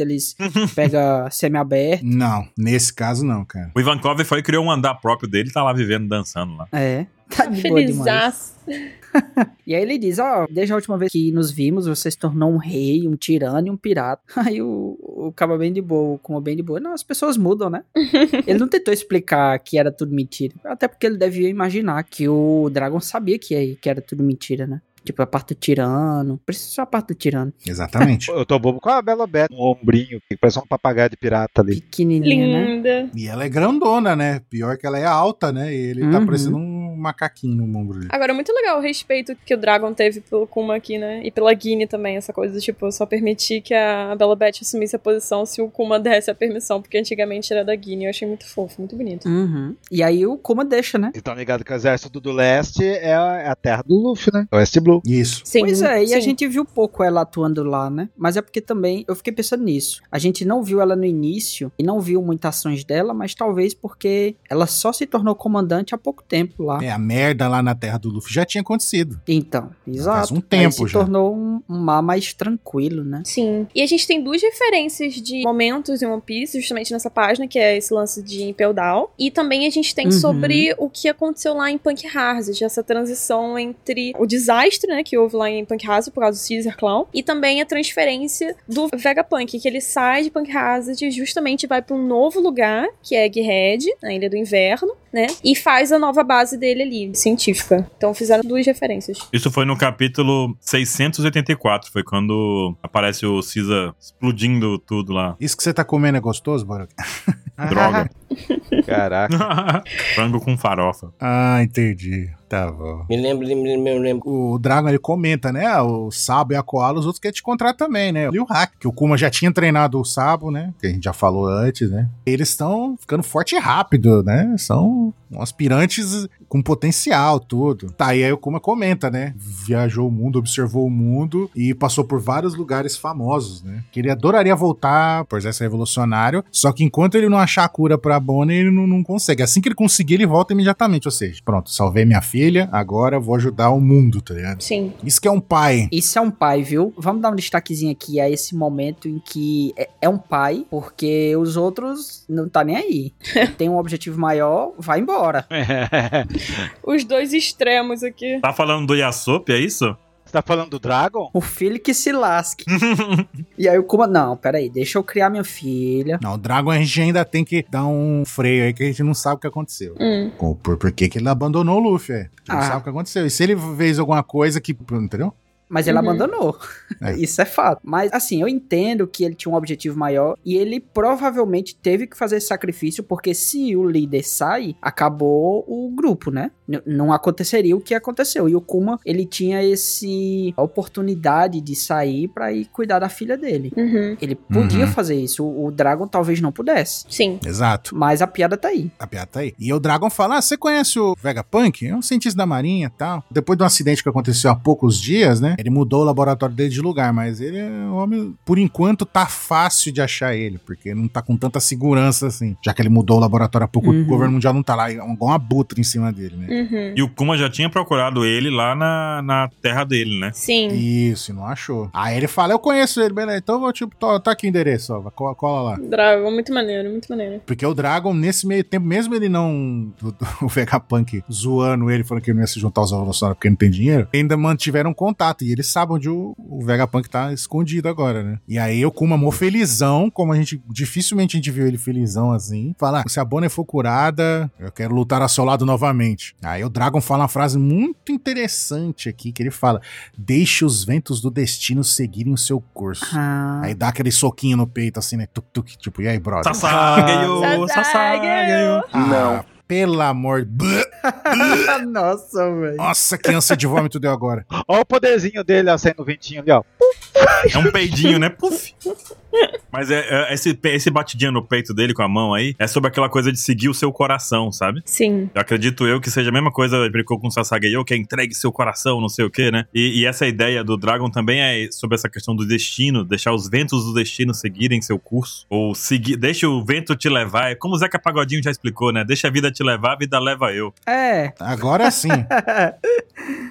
Speaker 1: [LAUGHS]
Speaker 5: eles pegam semi-aberto.
Speaker 2: Não, nesse caso não, cara.
Speaker 1: O Ivankov foi e criou um andar próprio dele, tá lá vivendo, dançando lá.
Speaker 5: É. Tá de boa
Speaker 3: Felizaço.
Speaker 5: demais. E aí ele diz, ó, desde a última vez que nos vimos, você se tornou um rei, um tirano e um pirata. [LAUGHS] Aí o, o Cabo bem de boa, como bem de boa. Não, as pessoas mudam, né? ele não tentou explicar que era tudo mentira. Até porque ele devia imaginar que o Dragon sabia que, é- que era tudo mentira, né? Tipo, a parte do tirano. Precisa só a parte do tirano. [LAUGHS]
Speaker 2: Exatamente.
Speaker 4: Eu tô bobo com a Bela Beth, um ombrinho, que parece um papagaio de pirata ali.
Speaker 5: Pequenininha, né?
Speaker 3: Linda.
Speaker 2: e ela é grandona, né? Pior que ela é alta, né? E ele tá
Speaker 5: Uhum.
Speaker 2: parecendo um macaquinho no ombro dele.
Speaker 3: Agora, é muito legal o respeito que o Dragon teve pelo Kuma aqui, né? E pela Guine também, essa coisa, tipo, só permitir que a Bella Beth assumisse a posição se o Kuma desse a permissão, porque antigamente era da Guine. Eu achei muito fofo, muito bonito.
Speaker 5: Uhum. E aí o Kuma deixa, né?
Speaker 4: Vocês estão ligados que o exército do Leste é a é a terra do Luffy, né? West Blue.
Speaker 2: Isso.
Speaker 3: Sim,
Speaker 5: Pois é, e a
Speaker 3: sim.
Speaker 5: gente viu pouco ela atuando lá, né? Mas é porque também eu fiquei pensando nisso. A gente não viu ela no início e não viu muitas ações dela, mas talvez porque ela só se tornou comandante há pouco tempo lá.
Speaker 2: É, a merda lá na terra do Luffy já tinha acontecido.
Speaker 5: Então, exato.
Speaker 2: Faz um
Speaker 5: Aí
Speaker 2: tempo
Speaker 5: se
Speaker 2: já.
Speaker 5: tornou um, um mar mais tranquilo, né?
Speaker 3: Sim. E a gente tem duas referências de momentos em One Piece, justamente nessa página, que é esse lance de Impel Down. E também a gente tem
Speaker 5: Uhum.
Speaker 3: sobre o que aconteceu lá em Punk Hazard, essa transição entre o desastre, né, que houve lá em Punk Hazard por causa do Caesar Clown, e também a transferência do Vegapunk, que ele sai de Punk Hazard e justamente vai pra um novo lugar, que é Egghead, na Ilha do Inverno, né, e faz a nova base dele ali, científica. Então fizeram duas referências.
Speaker 1: Isso foi no capítulo 684, foi quando aparece o Caesar explodindo tudo lá. [LAUGHS]
Speaker 2: Isso que você tá comendo é gostoso, Baruch?
Speaker 1: Droga.
Speaker 4: [LAUGHS] Caraca.
Speaker 1: [LAUGHS] Frango com farofa.
Speaker 2: Ah, entendi. Tá bom.
Speaker 7: Me lembro, me lembro, me lembro.
Speaker 2: O Dragon, ele comenta, né? Ah, O Sabo e a Koala, os outros querem te encontrar também, né? E o Hack, que o Kuma já tinha treinado o Sabo, né? Que a gente já falou antes, né? Eles estão ficando forte e rápido, né? São aspirantes com potencial, tudo. Tá, e aí o Kuma comenta, né? Viajou o mundo, observou o mundo e passou por vários lugares famosos, né? Que ele adoraria voltar por exército revolucionário, só que enquanto ele não achar a cura pra Bonnie, ele não, não consegue. Assim que ele conseguir, ele volta imediatamente. Ou seja, pronto, salvei minha filha, agora eu vou ajudar o mundo, tá ligado?
Speaker 3: Sim.
Speaker 2: Isso que é um pai.
Speaker 5: Isso é um pai, viu? Vamos dar um destaquezinho aqui a esse momento em que é, é um pai, porque os outros não tá nem aí. Tem um objetivo maior, vai embora.
Speaker 3: Os dois extremos aqui.
Speaker 1: Tá falando do Yasop, é isso?
Speaker 4: Você tá falando do Dragon?
Speaker 5: O filho que
Speaker 2: [LAUGHS]
Speaker 5: se lasque. E aí o Kuma, não, peraí, deixa eu criar minha filha.
Speaker 2: Não, o Dragon a gente ainda tem que dar um freio aí que a gente não sabe o que aconteceu.
Speaker 3: Hum.
Speaker 2: Por, por, por que que ele abandonou o Luffy? é. A gente não
Speaker 5: Ah.
Speaker 2: sabe o que aconteceu. E se ele fez alguma coisa que. Entendeu?
Speaker 5: Mas ele
Speaker 3: Uhum.
Speaker 5: abandonou.
Speaker 2: É.
Speaker 5: [LAUGHS] Isso é fato. Mas assim, eu entendo que ele tinha um objetivo maior e ele provavelmente teve que fazer esse sacrifício, porque se o líder sai, acabou o grupo, né? N- não aconteceria o que aconteceu. E o Kuma, ele tinha esse a oportunidade de sair pra ir cuidar da filha dele.
Speaker 3: Uhum.
Speaker 5: Ele podia
Speaker 2: Uhum.
Speaker 5: fazer isso. O, o Dragon talvez não pudesse.
Speaker 3: Sim.
Speaker 2: Exato.
Speaker 5: Mas a piada tá aí.
Speaker 2: A piada tá aí. E o Dragon fala: Ah, você conhece o Vegapunk? É um cientista da marinha e tal. Depois de um acidente que aconteceu há poucos dias, né? Ele mudou o laboratório dele de lugar, mas ele é um homem. Por enquanto, tá fácil de achar ele, porque não tá com tanta segurança assim. Já que ele mudou o laboratório há pouco,
Speaker 5: Uhum.
Speaker 2: o governo mundial não tá lá, é um- igual uma butra em cima dele, né?
Speaker 3: Uhum.
Speaker 1: E o Kuma já tinha procurado ele lá na, na terra dele, né?
Speaker 3: Sim.
Speaker 2: Isso, e não achou. Aí ele fala: Eu conheço ele, beleza, então eu vou, tipo, to- tá aqui o endereço, ó, vai, co- cola lá.
Speaker 3: Dragon, muito maneiro, muito maneiro.
Speaker 2: Porque o Dragon, nesse meio tempo, mesmo ele não. O, [LAUGHS] o Vegapunk zoando ele, falando que ele não ia se juntar aos revolucionários porque não tem dinheiro, ainda mantiveram um contato. E eles sabem onde o, o Vegapunk tá escondido agora, né? E aí o Kuma, mó felizão, como a gente dificilmente a gente viu ele felizão assim, fala: "Ah, se a Bonnie for curada, eu quero lutar ao seu lado novamente. Aí o Dragon fala uma frase muito interessante aqui, que ele fala: deixe os ventos do destino seguirem o seu curso.
Speaker 5: Ah,
Speaker 2: Aí dá aquele soquinho no peito, assim, né? Tuk, tuk, tipo, e aí,
Speaker 1: Tá
Speaker 2: brother?
Speaker 1: Sassá ganhou,
Speaker 3: Sasai
Speaker 1: Sassá ganhou.
Speaker 3: ganhou.
Speaker 2: Ah, Pelo amor. Bleh!
Speaker 5: [LAUGHS] nossa, velho.
Speaker 2: Nossa, que ânsia de vômito deu agora.
Speaker 4: Ó o poderzinho dele, ó, saindo o ventinho ali, ó.
Speaker 1: É um peidinho, né? Puf. Mas é, é- esse, pe- esse batidinho no peito dele com a mão aí é sobre aquela coisa de seguir o seu coração, sabe?
Speaker 3: Sim.
Speaker 1: Eu acredito eu que seja a mesma coisa, ele brincou com o Sasageo, que é entregue seu coração, não sei o quê, né? E, e essa ideia do Dragon também é sobre essa questão do destino, deixar os ventos do destino seguirem seu curso, ou seguir, deixa o vento te levar, é como o Zeca Pagodinho já explicou, né? Deixa a vida te levar, a vida leva eu.
Speaker 5: [LAUGHS] É.
Speaker 2: Agora sim.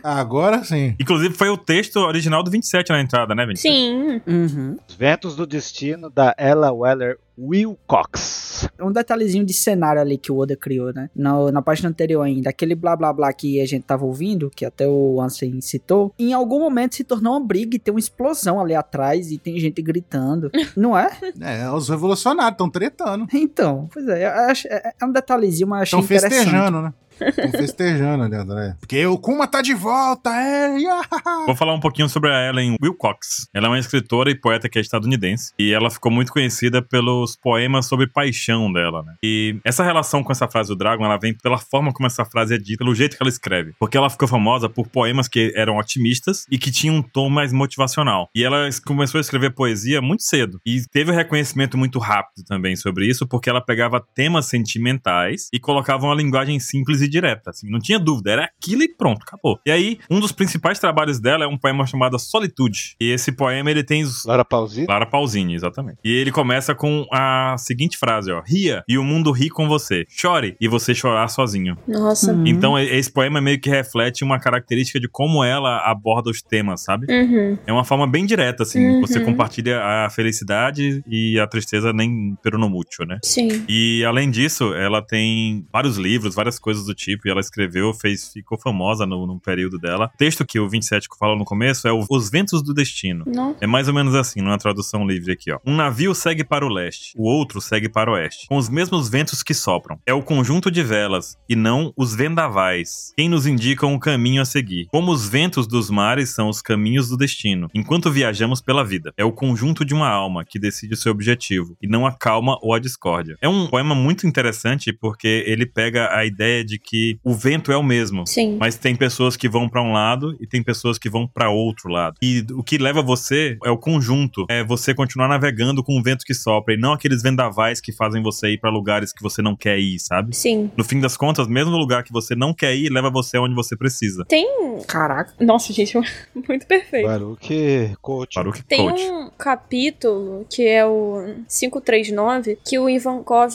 Speaker 2: Agora sim.
Speaker 1: Inclusive foi o texto original do 27 na entrada, né, Vinícius?
Speaker 3: Sim.
Speaker 5: Uhum.
Speaker 4: Os Ventos do Destino, da Ella Weller Wilcox.
Speaker 5: Um detalhezinho de cenário ali que o Oda criou, né? Na, na página anterior ainda, aquele blá blá blá que a gente tava ouvindo, que até o Ansem citou, em algum momento se tornou uma briga e tem uma explosão ali atrás e tem gente [LAUGHS] gritando. Não é?
Speaker 2: É, os revolucionários estão tretando.
Speaker 5: Então, pois é, eu acho- é, é um detalhezinho, mas achei
Speaker 2: Estão
Speaker 5: interessante.
Speaker 2: festejando, né? Estão festejando ali, André. Porque o Kuma tá de volta, é! ia!
Speaker 1: Vou falar um pouquinho sobre a Ellen Wilcox. Ela é uma escritora e poeta que é estadunidense e ela ficou muito conhecida pelos poemas sobre paixão dela, né? E essa relação com essa frase do Dragon, ela vem pela forma como essa frase é dita, pelo jeito que ela escreve. Porque ela ficou famosa por poemas que eram otimistas e que tinham um tom mais motivacional. E ela es- começou a escrever poesia muito cedo e teve um reconhecimento muito rápido também sobre isso, porque ela pegava temas sentimentais e colocava uma linguagem simples e direta, assim, não tinha dúvida, era aquilo e pronto, acabou. E aí, um dos principais trabalhos dela é um poema chamado Solitude. E esse poema ele tem os
Speaker 4: Laura Pausini.
Speaker 1: Clara Pausini, exatamente. E ele começa com a seguinte frase, ó: "Ria e o mundo ri com você. Chore e você chorar sozinho".
Speaker 3: Nossa.
Speaker 5: Hum.
Speaker 1: Então, e- esse poema meio que reflete uma característica de como ela aborda os temas, sabe?
Speaker 3: Uhum.
Speaker 1: É uma forma bem direta, assim.
Speaker 3: Uhum.
Speaker 1: Você compartilha a felicidade e a tristeza nem peronomútil, né?
Speaker 3: Sim.
Speaker 1: E além disso, ela tem vários livros, várias coisas do tipo, e ela escreveu, fez, ficou famosa no, no período dela. O texto que o 27 falou no começo é o Os Ventos do Destino.
Speaker 3: Não.
Speaker 1: É mais ou menos assim, numa tradução livre aqui, ó. Um navio segue para o leste, o outro segue para o oeste, com os mesmos ventos que sopram. É o conjunto de velas, e não os vendavais, quem nos indicam o caminho a seguir. Como os ventos dos mares são os caminhos do destino, enquanto viajamos pela vida. É o conjunto de uma alma que decide o seu objetivo, e não a calma ou a discórdia. É um poema muito interessante porque ele pega a ideia de que o vento é o mesmo,
Speaker 3: Sim.
Speaker 1: mas tem pessoas que vão pra um lado e tem pessoas que vão pra outro lado. E o que leva você é o conjunto, é você continuar navegando com o vento que sopra e não aqueles vendavais que fazem você ir pra lugares que você não quer ir, sabe?
Speaker 3: Sim.
Speaker 1: No fim das contas, mesmo lugar que você não quer ir, leva você onde você precisa.
Speaker 3: Tem.
Speaker 5: Caraca.
Speaker 3: Nossa, gente, [LAUGHS] muito perfeito.
Speaker 4: Baruque Coach.
Speaker 1: Baruch
Speaker 3: Tem
Speaker 1: Coach.
Speaker 3: um capítulo que é o 539 que o Ivankov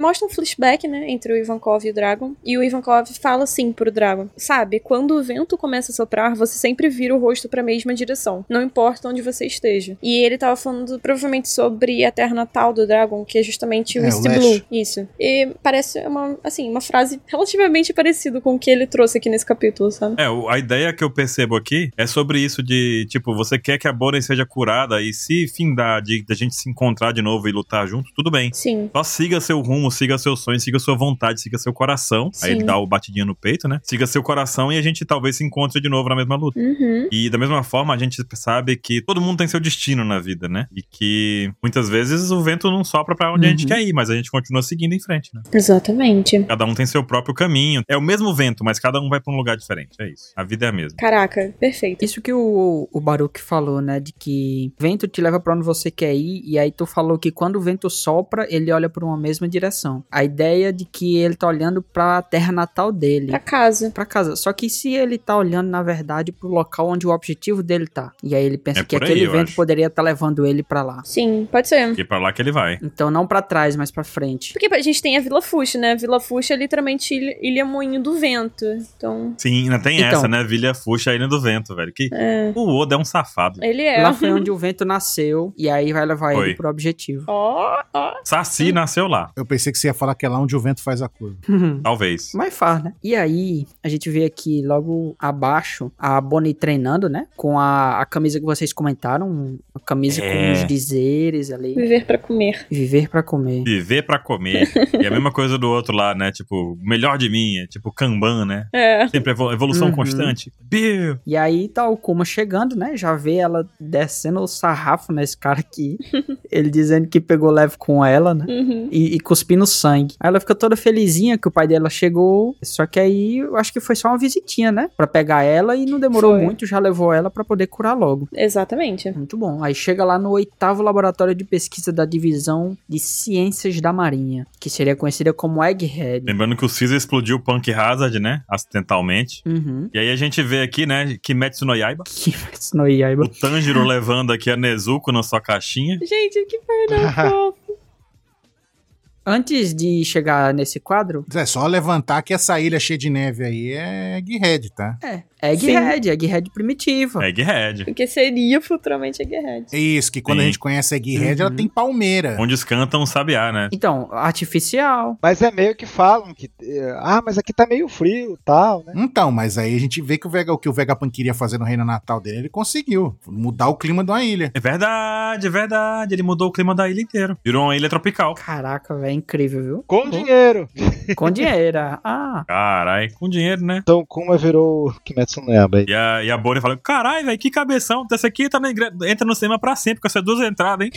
Speaker 3: mostra um flashback, né, entre o Ivankov e o Dragon, e o Ivankov fala assim pro Dragon: "Sabe, quando o vento começa a soprar, você sempre vira o rosto pra mesma direção, não importa onde você esteja". E ele tava falando provavelmente sobre a terra natal do Dragon, que é justamente o
Speaker 2: É, o
Speaker 3: East Blue,
Speaker 2: leste.
Speaker 3: isso. E parece uma, assim, uma frase relativamente parecida com o que ele trouxe aqui nesse capítulo, sabe?
Speaker 1: É, o- a ideia que eu percebo aqui é sobre isso de, tipo, você quer que a Bonnie seja curada e se findar de, de a gente se encontrar de novo e lutar junto, tudo bem.
Speaker 3: Sim.
Speaker 1: Só siga seu rumo, siga seu sonho, siga sua vontade, siga seu coração. Aí
Speaker 3: Sim.
Speaker 1: ele dá o batidinho no peito, né? Siga seu coração e a gente talvez se encontre de novo na mesma luta.
Speaker 3: Uhum.
Speaker 1: E da mesma forma, a gente sabe que todo mundo tem seu destino na vida, né? E que muitas vezes o vento não sopra pra onde a gente
Speaker 5: Uhum.
Speaker 1: quer ir, mas a gente continua seguindo em frente, né?
Speaker 3: Exatamente.
Speaker 1: Cada um tem seu próprio caminho. É o mesmo vento, mas cada um vai pra um lugar diferente. É isso. A vida é a mesma.
Speaker 3: Caraca, perfeito.
Speaker 5: Isso que o, o Baruque falou, né? De que vento te leva pra onde você quer ir, e aí tu falou que quando o vento sopra, ele olha pra uma mesma direção. A ideia de que ele tá olhando pra terra natal dele.
Speaker 3: Pra casa.
Speaker 5: Pra casa. Só que se ele tá olhando, na verdade, pro local onde o objetivo dele tá. E aí ele pensa
Speaker 1: É
Speaker 5: que
Speaker 1: por aí,
Speaker 5: aquele
Speaker 1: eu
Speaker 5: vento
Speaker 1: acho.
Speaker 5: poderia estar levando ele pra lá.
Speaker 3: Sim, pode ser.
Speaker 1: E é pra lá que ele vai.
Speaker 5: Então não pra trás, mas pra frente.
Speaker 3: Porque a gente tem a Vila Fuxa, né? A Vila Fuxa é literalmente ilha, ilha moinho do vento. Então,
Speaker 1: Sim, ainda tem
Speaker 5: Então,
Speaker 1: essa cabeça, né? Vilha Fuxa, Ilha do Vento, velho. Que
Speaker 3: É.
Speaker 1: o Oda é um safado.
Speaker 3: Ele é.
Speaker 5: Lá foi onde o vento nasceu e aí vai levar
Speaker 1: Foi.
Speaker 5: ele
Speaker 3: [LAUGHS]
Speaker 5: pro objetivo.
Speaker 3: Ó, ó.
Speaker 1: Saci nasceu lá,
Speaker 2: Eu pensei que você ia falar que é lá onde o vento faz a curva.
Speaker 1: talvez.
Speaker 5: Mas faz, né? E aí, a gente vê aqui logo abaixo a Bonnie treinando, né? Com a, a camisa que vocês comentaram, a camisa
Speaker 1: É.
Speaker 5: com os dizeres ali.
Speaker 3: Viver pra comer.
Speaker 5: Viver pra comer.
Speaker 1: Viver pra comer. e a mesma coisa do outro lá, né? Tipo, melhor de mim, é tipo Kanban, né?
Speaker 3: É.
Speaker 1: Sempre evol- evolução
Speaker 5: Uhum.
Speaker 1: constante. Bill!
Speaker 5: E aí tá o Kuma chegando, né? Já vê ela descendo o sarrafo nesse cara aqui. ele dizendo que pegou leve com ela, né?
Speaker 3: Uhum.
Speaker 5: E, e cuspindo sangue. Aí ela fica toda felizinha que o pai dela chegou. Só que aí eu acho que foi só uma visitinha, né? Pra pegar ela e não demorou
Speaker 3: Foi.
Speaker 5: muito, já levou ela pra poder curar logo.
Speaker 3: Exatamente.
Speaker 5: Muito bom. Aí chega lá no oitavo laboratório de pesquisa da divisão de ciências da marinha, que seria conhecida como Egghead.
Speaker 1: Lembrando que o Caesar explodiu o Punk Hazard, né? Acidentalmente.
Speaker 5: Uhum. [LAUGHS]
Speaker 1: E aí a gente vê aqui, né? Kimetsu no Yaiba.
Speaker 5: Que mais no Yaiba.
Speaker 1: O Tanjiro levando aqui a Nezuko na sua caixinha.
Speaker 3: Gente, que perdão fofo.
Speaker 5: Antes de chegar nesse quadro,
Speaker 2: É só levantar que essa ilha cheia de neve aí é Egghead, tá?
Speaker 5: É, Egghead, Egghead primitiva.
Speaker 1: É. Egghead.
Speaker 3: Porque seria futuramente a Guerreiro.
Speaker 2: É Isso, que quando
Speaker 1: Sim.
Speaker 2: a gente conhece Egghead,
Speaker 5: Uhum.
Speaker 2: ela tem palmeira.
Speaker 1: Onde os cantam o sabiá, né?
Speaker 5: Então, artificial.
Speaker 4: Mas é meio que falam que. eh, Ah, mas aqui tá meio frio tal, né?
Speaker 2: Então, mas aí a gente vê que o, Vega, o que o Vegapunk queria fazer no reino natal dele, ele conseguiu. Mudar o clima de uma ilha.
Speaker 1: É verdade, é verdade. Ele mudou o clima da ilha inteira. Virou uma ilha tropical.
Speaker 5: Caraca, velho, é incrível, viu?
Speaker 4: Com dinheiro!
Speaker 5: Com dinheiro. Ah,
Speaker 1: Carai, com dinheiro, né?
Speaker 4: Então Kuma virou o Kimetsu no Yaiba. aí.
Speaker 1: E a, e a Bonnie fala: Carai, velho, que cabeção. Essa aqui tá na igre- entra no cinema pra sempre com essas duas entradas, hein?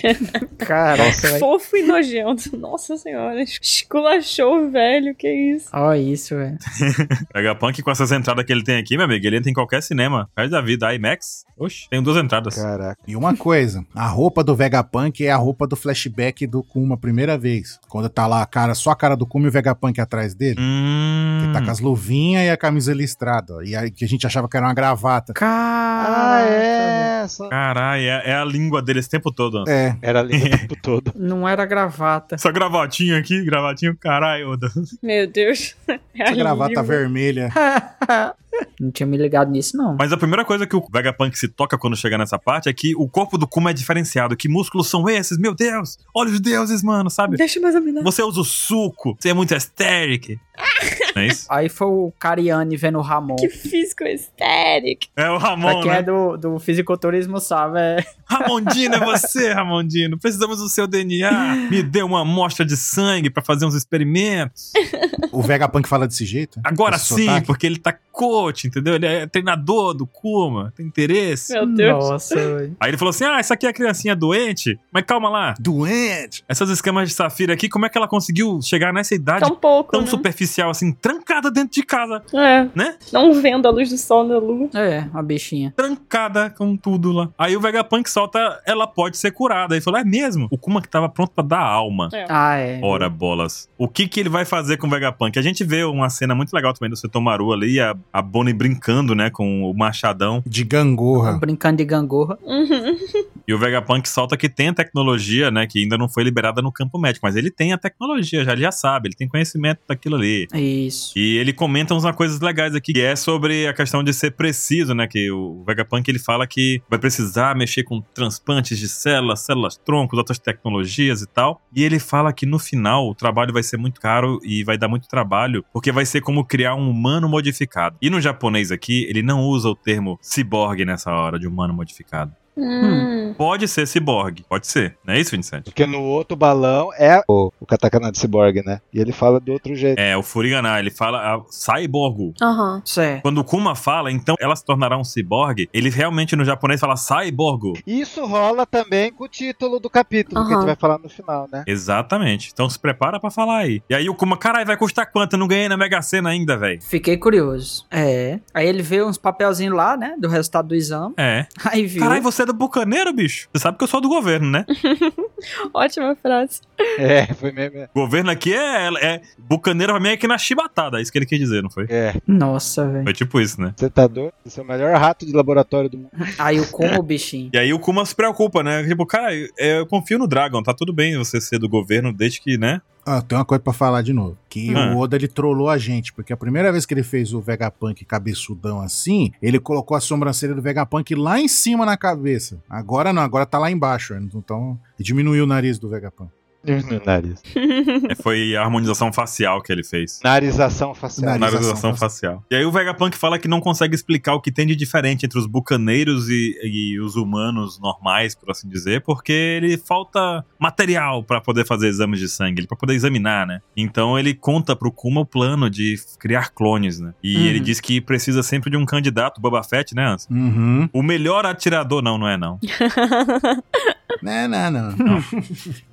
Speaker 5: caraca, velho.
Speaker 3: Fofo e nojento. [LAUGHS] Nossa senhora. Esculachou o velho, que isso.
Speaker 5: Olha isso, velho.
Speaker 1: Vegapunk com essas entradas que ele tem aqui, meu amigo, ele entra em qualquer cinema. Faz da vida. IMAX. Oxe, tem duas entradas.
Speaker 4: Caraca.
Speaker 2: E uma coisa, a roupa do Vegapunk é a roupa do flashback do Kuma, a primeira vez. Quando tá lá a cara, só a cara do Kuma e o Vegapunk atrás dele.
Speaker 1: Hum.
Speaker 2: Ele tá com as luvinhas e a camisa listrada. ó. E aí que a gente achava que era uma gravata.
Speaker 4: Ah,
Speaker 5: Caraca. velho.
Speaker 4: é. Só...
Speaker 1: Carai, é, é a língua dele esse tempo todo. Anson.
Speaker 2: É.
Speaker 4: Era lindo o tempo todo.
Speaker 5: Não era gravata.
Speaker 1: Essa gravatinha aqui, gravatinho, caralho, Oda.
Speaker 3: Meu Deus. [LAUGHS] É
Speaker 2: Essa gravata tá
Speaker 3: horrível.
Speaker 2: vermelha.
Speaker 5: Não tinha me ligado nisso, não.
Speaker 1: Mas a primeira coisa que o Vegapunk se toca quando chega nessa parte é que o corpo do Kuma é diferenciado. Que músculos são esses? Meu Deus! Olha os deuses, mano, sabe?
Speaker 3: Deixa eu um mais examinar.
Speaker 1: Você usa o suco, você é muito estérico. É isso?
Speaker 5: Aí foi o Cariani vendo o Ramon.
Speaker 3: Que físico estéril.
Speaker 1: É o
Speaker 5: pra
Speaker 1: Ramon,
Speaker 5: quem é
Speaker 1: né?
Speaker 5: do, do fisiculturismo sabe, [LAUGHS] é...
Speaker 1: Ramondino, é você, Ramondino. Precisamos do seu DNA. Me dê uma amostra de sangue pra fazer uns experimentos.
Speaker 2: O Vegapunk fala desse jeito?
Speaker 1: Agora
Speaker 2: Esse
Speaker 1: sim,
Speaker 2: sotaque?
Speaker 1: porque ele tá coach, entendeu? Ele é treinador do Kuma, tem interesse.
Speaker 3: Meu Deus.
Speaker 5: Nossa, velho.
Speaker 1: Aí ele falou assim: ah, essa aqui é a criancinha doente, mas calma lá.
Speaker 2: Doente!
Speaker 1: Essas escamas de safira aqui, como é que ela conseguiu chegar nessa idade
Speaker 3: Tão pouco.
Speaker 1: tão
Speaker 3: né?
Speaker 1: superficial assim, trancada dentro de casa,
Speaker 3: É.
Speaker 1: né?
Speaker 3: Não vendo a luz do sol na lua.
Speaker 5: É, uma bichinha.
Speaker 1: Trancada com tudo lá. Aí o Vegapunk solta, ela pode ser curada. Aí falou: é mesmo? O Kuma que tava pronto pra dar alma.
Speaker 3: Tá.
Speaker 5: Ah, é.
Speaker 1: Ora bolas. O que que ele vai fazer com o Vegapunk? A gente vê uma cena muito legal também do Setomaru ali, a, a Bonnie brincando, né, com o machadão.
Speaker 2: De gangorra.
Speaker 5: Brincando de gangorra.
Speaker 3: Uhum.
Speaker 1: E o Vegapunk solta que tem a tecnologia, né, que ainda não foi liberada no campo médico, mas ele tem a tecnologia, já ele já sabe, ele tem conhecimento daquilo ali.
Speaker 5: Isso.
Speaker 1: E ele comenta umas coisas legais aqui, que é sobre a questão de ser preciso, né? Que o Vegapunk ele fala que vai precisar mexer com transplantes de células, células troncos, outras tecnologias e tal. E ele fala que no final o trabalho vai ser muito caro e vai dar muito trabalho, porque vai ser como criar um humano modificado. E no japonês aqui, ele não usa o termo ciborgue nessa hora de humano modificado.
Speaker 3: Hum.
Speaker 1: Pode ser ciborgue, pode ser. Não é isso, Vincent?
Speaker 4: [LAUGHS] Porque no outro balão é o, o katakana de cyborg, né? E ele fala do outro jeito.
Speaker 1: É, o Furigana, ele fala a cyborgo,
Speaker 3: Aham.
Speaker 5: Certo.
Speaker 1: Quando o Kuma fala, então ela se tornará um ciborgue, ele realmente no japonês fala cyborgo.
Speaker 4: Isso rola também com o título do capítulo que a
Speaker 3: Aham.
Speaker 4: gente vai falar no final, né?
Speaker 1: Exatamente. Então se prepara pra falar aí. E aí o Kuma, caralho, vai custar quanto? Eu não ganhei na Mega Sena ainda, velho.
Speaker 5: Fiquei curioso. É. Aí ele vê uns papelzinhos lá, né? Do resultado do exame. [LAUGHS]
Speaker 1: É.
Speaker 5: Aí viu.
Speaker 1: Caralho, você é do bucaneiro, bicho? Você sabe que eu sou do governo, né?
Speaker 3: Ótima frase. [LAUGHS]
Speaker 4: É, foi mesmo.
Speaker 1: governo aqui é, é. Bucaneiro pra mim é que na chibatada. É isso que ele quer dizer, não foi?
Speaker 4: É,
Speaker 5: Nossa, velho.
Speaker 1: Foi tipo isso, né?
Speaker 4: você tá doido? Você é o melhor rato de laboratório do mundo.
Speaker 5: Aí o como
Speaker 1: [LAUGHS]
Speaker 5: o bichinho.
Speaker 1: E aí é, o Kuma se preocupa, né? Tipo, cara, eu, eu confio no Dragon, tá tudo bem você ser do governo desde que, né?
Speaker 2: Ah, tem uma coisa pra falar de novo. Que
Speaker 1: Ah.
Speaker 2: o Oda ele trollou a gente, porque a primeira vez que ele fez o Vegapunk cabeçudão assim, ele colocou a sobrancelha do Vegapunk lá em cima na cabeça. Agora não, agora tá lá embaixo. Então diminuiu o nariz do Vegapunk.
Speaker 4: Nariz.
Speaker 1: É, Foi a harmonização facial que ele fez.
Speaker 4: Narização facial.
Speaker 2: Nariz.
Speaker 1: Harmonização facial. E aí o Vegapunk fala que não consegue explicar o que tem de diferente entre os bucaneiros e, e os humanos normais, por assim dizer, porque ele falta material pra poder fazer exames de sangue, pra poder examinar, né? Então ele conta pro Kuma o plano de criar clones, né? E
Speaker 5: Uhum.
Speaker 1: ele diz que precisa sempre de um candidato, Boba Fett, né, Anson?
Speaker 2: Uhum.
Speaker 1: O melhor atirador, não, não é
Speaker 3: [LAUGHS]
Speaker 1: não.
Speaker 2: Não, não, não.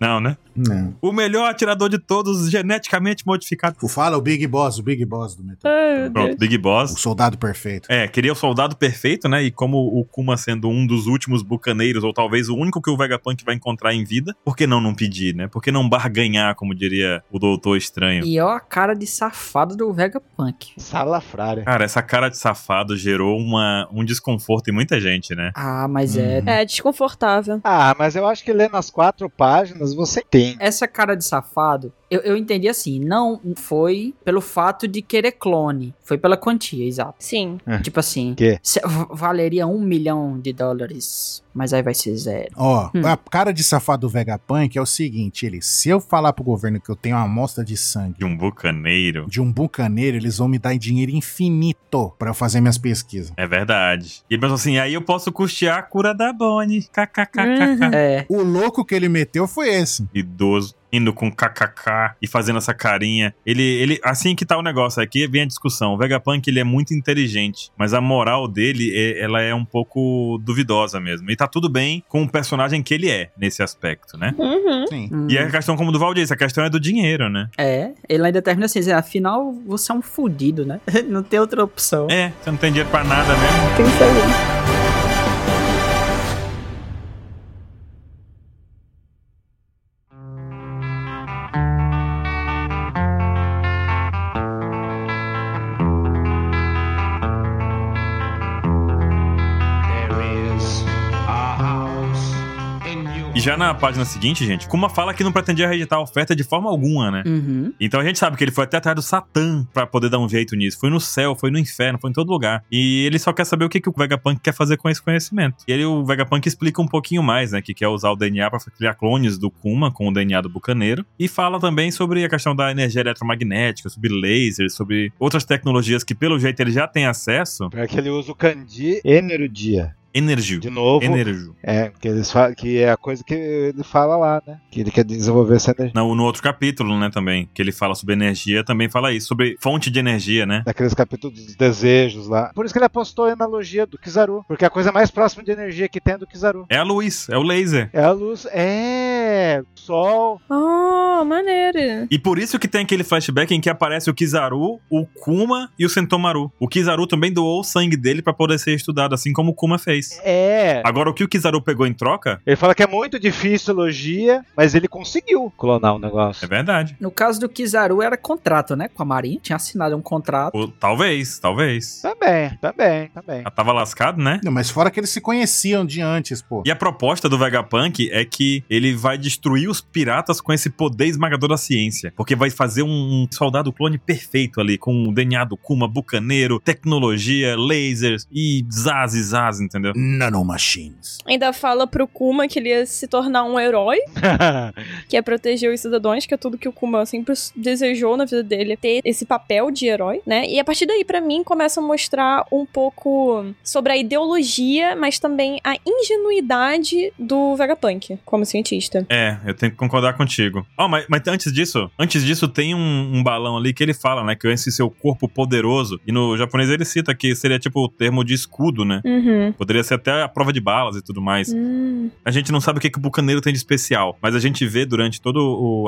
Speaker 1: Não, né?
Speaker 2: não.
Speaker 1: O melhor atirador de todos, geneticamente modificado.
Speaker 2: Pô, Fala é o Big Boss, o Big Boss do metal.
Speaker 3: Ai, meu Deus.
Speaker 1: Pronto, Big Boss.
Speaker 2: O soldado perfeito.
Speaker 1: É, queria o soldado perfeito, né? E como o Kuma sendo um dos últimos bucaneiros, ou talvez o único que o Vegapunk vai encontrar em vida, por que não não pedir, né? Por que não barganhar, como diria o Doutor Estranho?
Speaker 5: E ó a cara de safado do Vegapunk.
Speaker 4: Salafrária.
Speaker 1: Cara, essa cara de safado gerou uma, um desconforto em muita gente, né?
Speaker 5: Ah, mas é.
Speaker 2: Uhum.
Speaker 3: É desconfortável.
Speaker 4: Ah, mas eu acho que lendo as quatro páginas você tem.
Speaker 5: Essa cara de safado, eu, eu entendi assim, não foi pelo fato de querer clone, foi pela quantia, exato.
Speaker 3: Sim.
Speaker 5: Tipo assim,
Speaker 4: Quê?
Speaker 5: se- v- valeria um milhão de dólares, mas aí vai ser zero.
Speaker 2: Ó,
Speaker 5: Hum.
Speaker 2: a cara de safado do Vegapunk é o seguinte, ele, se eu falar pro governo que eu tenho uma amostra de sangue
Speaker 1: De um bucaneiro.
Speaker 2: de um bucaneiro, eles vão me dar dinheiro infinito pra eu fazer minhas pesquisas.
Speaker 1: É verdade. E ele pensou assim, aí eu posso custear a cura da Bonnie. KKKKK.
Speaker 5: É,
Speaker 2: O louco que ele meteu foi esse.
Speaker 1: Idoso. Indo com kkk e fazendo essa carinha. Ele, ele, assim que tá o negócio aqui, vem a discussão. O Vegapunk, ele é muito inteligente, mas a moral dele, é- ela é um pouco duvidosa mesmo. E tá tudo bem com o personagem que ele é, nesse aspecto, né?
Speaker 3: Uhum.
Speaker 2: Sim.
Speaker 5: hum,
Speaker 1: E é? a questão, como o Duval disse, a questão é do dinheiro, né?
Speaker 5: é, ele ainda termina assim, dizendo, afinal você é um fudido, né? [LAUGHS] Não tem outra opção.
Speaker 1: É, você não tem dinheiro pra nada né? mesmo.
Speaker 3: Tem que saber.
Speaker 6: There is a house in you.
Speaker 1: E já na página seguinte, gente, Kuma fala que não pretendia rejeitar a oferta de forma alguma, né?
Speaker 5: Uhum.
Speaker 1: Então a gente sabe que ele foi até atrás do Satã pra poder dar um jeito nisso. Foi no céu, foi no inferno, foi em todo lugar. E ele só quer saber o que, que o Vegapunk quer fazer com esse conhecimento. E ele, o Vegapunk explica um pouquinho mais, né? Que quer usar o DNA pra criar clones do Kuma com o DNA do Bucaneiro. E fala também sobre a questão da energia eletromagnética, sobre lasers, sobre outras tecnologias que, pelo jeito, ele já tem acesso.
Speaker 4: Pior É que ele usa o candi energia.
Speaker 1: Energia.
Speaker 4: De novo.
Speaker 1: Energia.
Speaker 4: É, que, eles falam, que é a coisa que ele fala lá, né? Que ele quer desenvolver essa energia.
Speaker 1: No, no outro capítulo, né, também, que ele fala sobre energia, também fala isso, sobre fonte de energia, né?
Speaker 4: Daqueles capítulos dos desejos lá. Por isso que ele apostou a analogia do Kizaru. Porque é a coisa mais próxima de energia que tem é do Kizaru.
Speaker 1: É a luz, é o laser.
Speaker 4: É a luz. É. Sol.
Speaker 3: Oh, maneiro.
Speaker 1: E por isso que tem aquele flashback em que aparece o Kizaru, o Kuma e o Sentomaru. O Kizaru também doou o sangue dele pra poder ser estudado, assim como o Kuma fez.
Speaker 4: É.
Speaker 1: Agora, o que o Kizaru pegou em troca
Speaker 4: Ele fala que é muito difícil elogia, mas ele conseguiu clonar o
Speaker 1: é
Speaker 4: negócio.
Speaker 1: verdade.
Speaker 5: No caso do Kizaru era contrato, né, com a Marinha, tinha assinado um contrato.
Speaker 1: Ou, talvez, talvez.
Speaker 4: Também, também, [LAUGHS] também.
Speaker 1: Ela tava lascado, né?
Speaker 2: Não, mas fora que eles se conheciam de antes, pô.
Speaker 1: E a proposta do Vegapunk é que ele vai destruir os piratas com esse poder esmagador da ciência. Porque vai fazer um soldado clone perfeito ali, com o DNA do Kuma, bucaneiro, tecnologia, lasers e zaz, e zaz, entendeu?
Speaker 2: Nanomachines.
Speaker 3: Ainda fala pro Kuma que ele ia se tornar um herói, que é proteger os cidadãos, que é tudo que o Kuma sempre s- desejou na vida dele, ter esse papel de herói, né? E a partir daí, pra mim, começa a mostrar um pouco sobre a ideologia, mas também a ingenuidade do Vegapunk como cientista.
Speaker 1: É, eu tenho que concordar contigo. Ó, mas, mas antes disso, antes disso tem um, um balão ali que ele fala, né? Que esse seu corpo poderoso. E no japonês ele cita que seria tipo o termo de escudo, né?
Speaker 3: Uhum.
Speaker 1: Poderia ser até a prova de balas e tudo mais.
Speaker 3: Hum.
Speaker 1: A gente não sabe o que, que o Bucaneiro tem de especial, mas a gente vê durante toda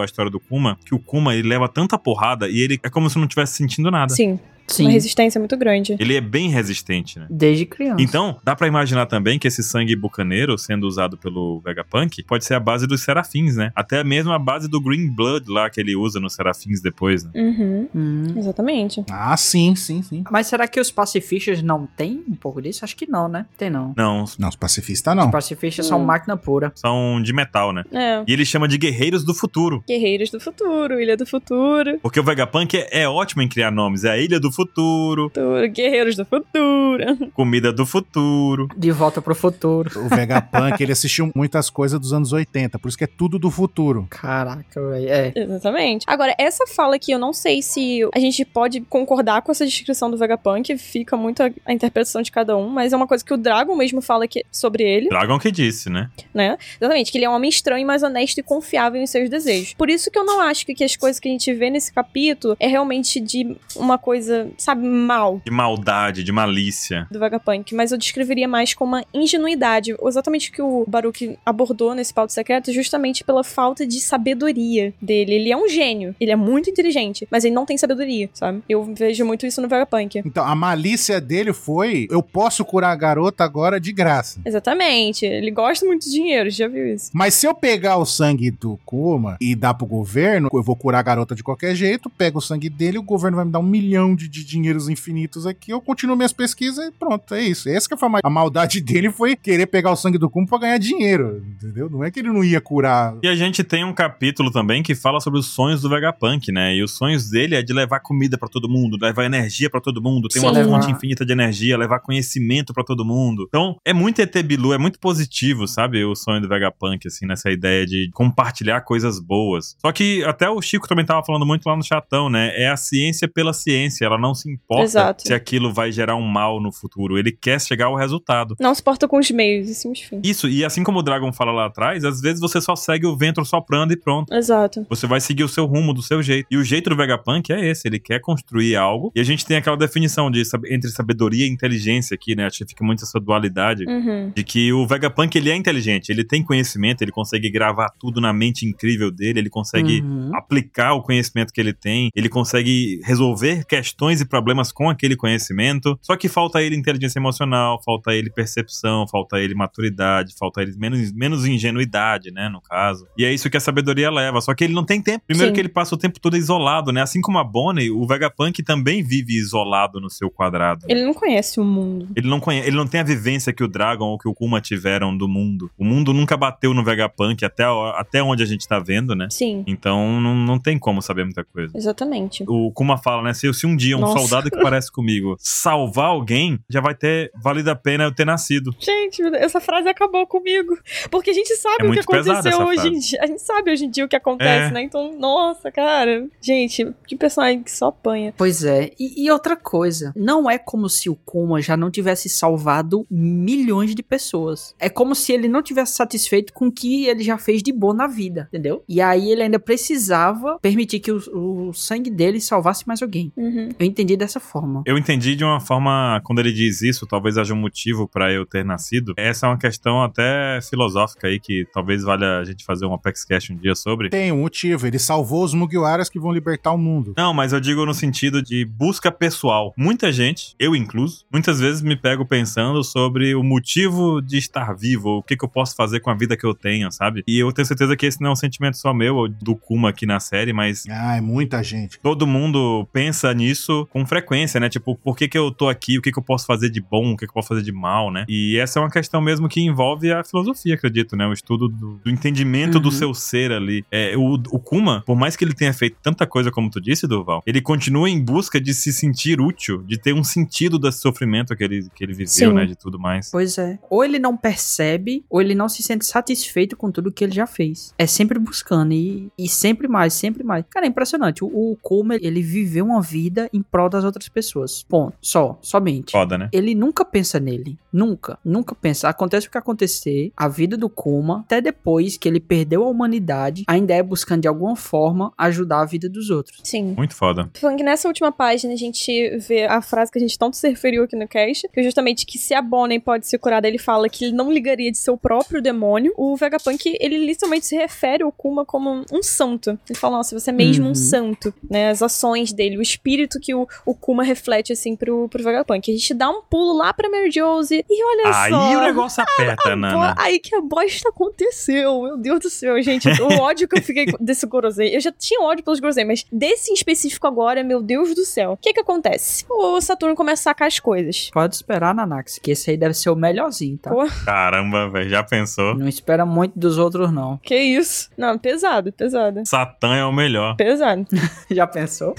Speaker 1: a história do Kuma que o Kuma ele leva tanta porrada e ele é como se não estivesse sentindo nada.
Speaker 3: Sim.
Speaker 5: Sim.
Speaker 3: Uma resistência muito grande.
Speaker 1: Ele é bem resistente, né?
Speaker 5: Desde criança.
Speaker 1: Então, dá pra imaginar também que esse sangue bucaneiro sendo usado pelo Vegapunk pode ser a base dos serafins, né? Até mesmo a base do Green Blood lá que ele usa nos serafins depois, né?
Speaker 3: Uhum.
Speaker 5: Hum.
Speaker 3: Exatamente.
Speaker 2: Ah, sim, sim, sim.
Speaker 5: Mas será que os pacifistas não têm um pouco disso? Acho que não, né? Tem não.
Speaker 1: Não,
Speaker 2: Não, os pacifistas
Speaker 5: Os
Speaker 2: não.
Speaker 5: pacifistas são
Speaker 3: Hum.
Speaker 5: máquina pura.
Speaker 1: são de metal, né?
Speaker 3: É.
Speaker 1: E ele chama de guerreiros do futuro.
Speaker 3: Guerreiros do futuro, Ilha do Futuro,
Speaker 1: Porque o Vegapunk é, é ótimo em criar nomes. É a Ilha do Futuro,
Speaker 3: futuro, Guerreiros do Futuro. [LAUGHS]
Speaker 1: Comida do Futuro.
Speaker 5: De volta pro futuro.
Speaker 2: O Vegapunk, ele assistiu muitas coisas dos anos 80, por isso que é tudo do futuro.
Speaker 5: Caraca, velho. É.
Speaker 3: Exatamente. Agora, essa fala aqui, eu não sei se a gente pode concordar com essa descrição do Vegapunk, fica muito a, a interpretação de cada um, mas é uma coisa que o Dragon mesmo fala que, sobre ele,
Speaker 1: Dragon que disse, né?
Speaker 3: né? Exatamente, que ele é um homem estranho, mas honesto e confiável em seus desejos. Por isso que eu não acho que, que as coisas que a gente vê nesse capítulo é realmente de uma coisa, sabe, mal
Speaker 1: De maldade, de malícia.
Speaker 3: do Vegapunk, mas eu descreveria mais como uma ingenuidade, exatamente o que o Baruch abordou nesse pauta secreto, justamente pela falta de sabedoria dele. Ele é um gênio, ele é muito inteligente, mas ele não tem sabedoria, sabe? Eu vejo muito isso no Vegapunk.
Speaker 2: Então, a malícia dele foi: eu posso curar a garota agora de graça.
Speaker 3: Exatamente, ele gosta muito de dinheiro, já viu isso?
Speaker 2: Mas se eu pegar o sangue do Kuma e dar pro governo, eu vou curar a garota de qualquer jeito, pego o sangue dele, o governo vai me dar um milhão de, de dinheiros infinitos aqui, eu continuo minhas pesquisas e pronto, é isso. Essa que foi a, ma- a maldade [LAUGHS] dele foi querer pegar o sangue do Kuma pra ganhar dinheiro, entendeu? Não é que ele não ia curar.
Speaker 1: E a gente tem um capítulo também que fala sobre os sonhos do Vegapunk, né? E os sonhos dele é de levar comida pra todo mundo, levar energia pra todo mundo, tem uma
Speaker 3: Sim.
Speaker 1: fonte
Speaker 5: Levar-
Speaker 1: infinita de energia, levar conhecimento pra todo mundo. Então, é muito ET Bilu, é muito positivo, sabe? O sonho do Vegapunk, assim, nessa ideia de compartilhar coisas boas. Só que até o Chico também tava falando muito lá no chatão, né? É a ciência pela ciência, ela não se importa
Speaker 3: Exato.
Speaker 1: se aquilo vai gerar um mal no futuro, ele quer chegar ao resultado.
Speaker 3: Não se porta com os meios, e sim os fins.
Speaker 1: Isso, e assim como o Dragon fala lá atrás, às vezes você só segue o vento soprando e pronto.
Speaker 3: Exato.
Speaker 1: Você vai seguir o seu rumo do seu jeito. E o jeito do Vegapunk é esse, ele quer construir algo. E a gente tem aquela definição de sab- entre sabedoria e inteligência aqui, né? Acho que fica muito essa dualidade.
Speaker 3: Uhum.
Speaker 1: De que o Vegapunk, ele é inteligente, ele tem conhecimento, ele consegue gravar tudo na mente incrível dele, ele consegue
Speaker 5: Uhum.
Speaker 1: aplicar o conhecimento que ele tem, ele consegue resolver questões e problemas com aquele conhecimento. Só que falta ele inteligência emocional, falta ele percepção, falta ele maturidade, falta ele menos, menos ingenuidade, né, no caso. E é isso que a sabedoria leva, só que ele não tem tempo. Primeiro
Speaker 3: Sim.
Speaker 1: que ele passa o tempo todo isolado, né? Assim como a Bonnie, o Vegapunk também vive isolado no seu quadrado.
Speaker 3: Ele não conhece o mundo.
Speaker 1: Ele não, conhece, ele não tem a vivência que o Dragon ou que o Kuma tiveram do mundo. O mundo nunca bateu no Vegapunk, até, a- até onde a gente tá vendo, né?
Speaker 3: Sim,
Speaker 1: Então não, não tem como saber muita coisa.
Speaker 3: exatamente.
Speaker 1: O Kuma fala, né? Se, se um dia um
Speaker 3: Nossa.
Speaker 1: soldado que parece comigo salvar alguém, já vai ter valido a pena eu ter nascido.
Speaker 3: Gente, essa frase acabou comigo. Porque a gente sabe
Speaker 1: É
Speaker 3: o que
Speaker 1: muito pesada
Speaker 3: aconteceu
Speaker 1: essa
Speaker 3: hoje em
Speaker 1: frase.
Speaker 3: dia. A gente sabe hoje em dia o que acontece,
Speaker 1: É.
Speaker 3: né? Então, nossa, cara. Gente, que personagem que só apanha.
Speaker 5: Pois é. E, e outra coisa, não é como se o Kuma já não tivesse salvado milhões de pessoas. É como se ele não tivesse satisfeito com o que ele já fez de bom na vida, entendeu? E aí ele ainda precisava permitir que o, o sangue dele salvasse mais alguém.
Speaker 3: Uhum.
Speaker 5: Eu entendi dessa forma.
Speaker 1: Eu entendi de uma forma, quando ele diz isso, talvez haja um motivo pra eu ter nascido. Essa é uma questão até filosófica aí, que talvez valha a gente fazer um Apex Cash um dia sobre.
Speaker 2: Tem um motivo, ele salvou os Mugiwaras que vão libertar o mundo.
Speaker 1: Não, mas eu digo no sentido de busca pessoal. Muita gente, eu incluso, muitas vezes me pego pensando sobre o motivo de estar vivo, o que, que eu posso fazer com a vida que eu tenho, sabe? E eu tenho certeza que esse não é um sentimento só meu ou do Kuma aqui na série, mas
Speaker 2: Ah, é muita gente.
Speaker 1: todo mundo pensa nisso com frequência, né? Tipo, por que, que eu tô aqui? O que, que eu posso fazer de bom? O que, que eu posso fazer de mal, né? E essa é uma questão mesmo que envolve a filosofia, acredito, né? O estudo do, do entendimento do
Speaker 5: Uhum.
Speaker 1: seu ser ali. É, o, o Kuma, por mais que ele tenha feito tanta coisa como tu disse, Duval, ele continua em busca de se sentir útil, de ter um sentido desse sofrimento que ele, que ele viveu,
Speaker 3: Sim.
Speaker 1: né? De tudo mais.
Speaker 5: Pois é. Ou ele não percebe, ou ele não se sente satisfeito com tudo que ele já fez. É sempre buscando e, e sempre mais, sempre mais. Cara, é impressionante. O, o Kuma, ele viveu uma vida em prol das outras pessoas. Ponto. Só. Somente.
Speaker 1: Foda, né?
Speaker 5: Ele nunca pensa nele. Nunca. Nunca pensa. Acontece o que acontecer. A vida do Kuma, até depois que ele perdeu a humanidade, ainda é buscando de alguma forma ajudar a vida dos outros.
Speaker 3: Sim.
Speaker 1: Muito foda.
Speaker 3: Falando que nessa última página a gente vê a frase que a gente tanto se referiu aqui no cast, que é justamente que se a Bonnie pode ser curada, ele fala que ele não ligaria de seu próprio demônio. O Vegapunk, ele literalmente se refere ao Kuma como um santo. um Ele fala, nossa, você é mesmo
Speaker 5: Uhum.
Speaker 3: um santo, né? As ações dele, o espírito que o, o, o Kuma reflete, assim, pro, pro Vegapunk. A gente dá um pulo lá pra Mary Jose e olha
Speaker 1: Aí
Speaker 3: só.
Speaker 1: o negócio
Speaker 5: [LAUGHS]
Speaker 1: aperta, Nana.
Speaker 3: Pô, aí que a bosta aconteceu. Meu Deus do céu, gente. O ódio que eu fiquei com- desse Gorosei. Eu já tinha ódio pelos Gorosei, mas desse em específico agora, meu Deus do céu. O que que acontece? O Saturno começa a sacar as coisas.
Speaker 5: Pode esperar, Nanax, que esse aí deve ser o melhorzinho, tá?
Speaker 3: Pô.
Speaker 1: Caramba, velho, já pensou?
Speaker 5: Não espera muito dos outros, não.
Speaker 3: Que isso? Não, pesado, pesado.
Speaker 1: Satã é o melhor. [LAUGHS]
Speaker 3: Pesado.
Speaker 5: [LAUGHS] Já pensou?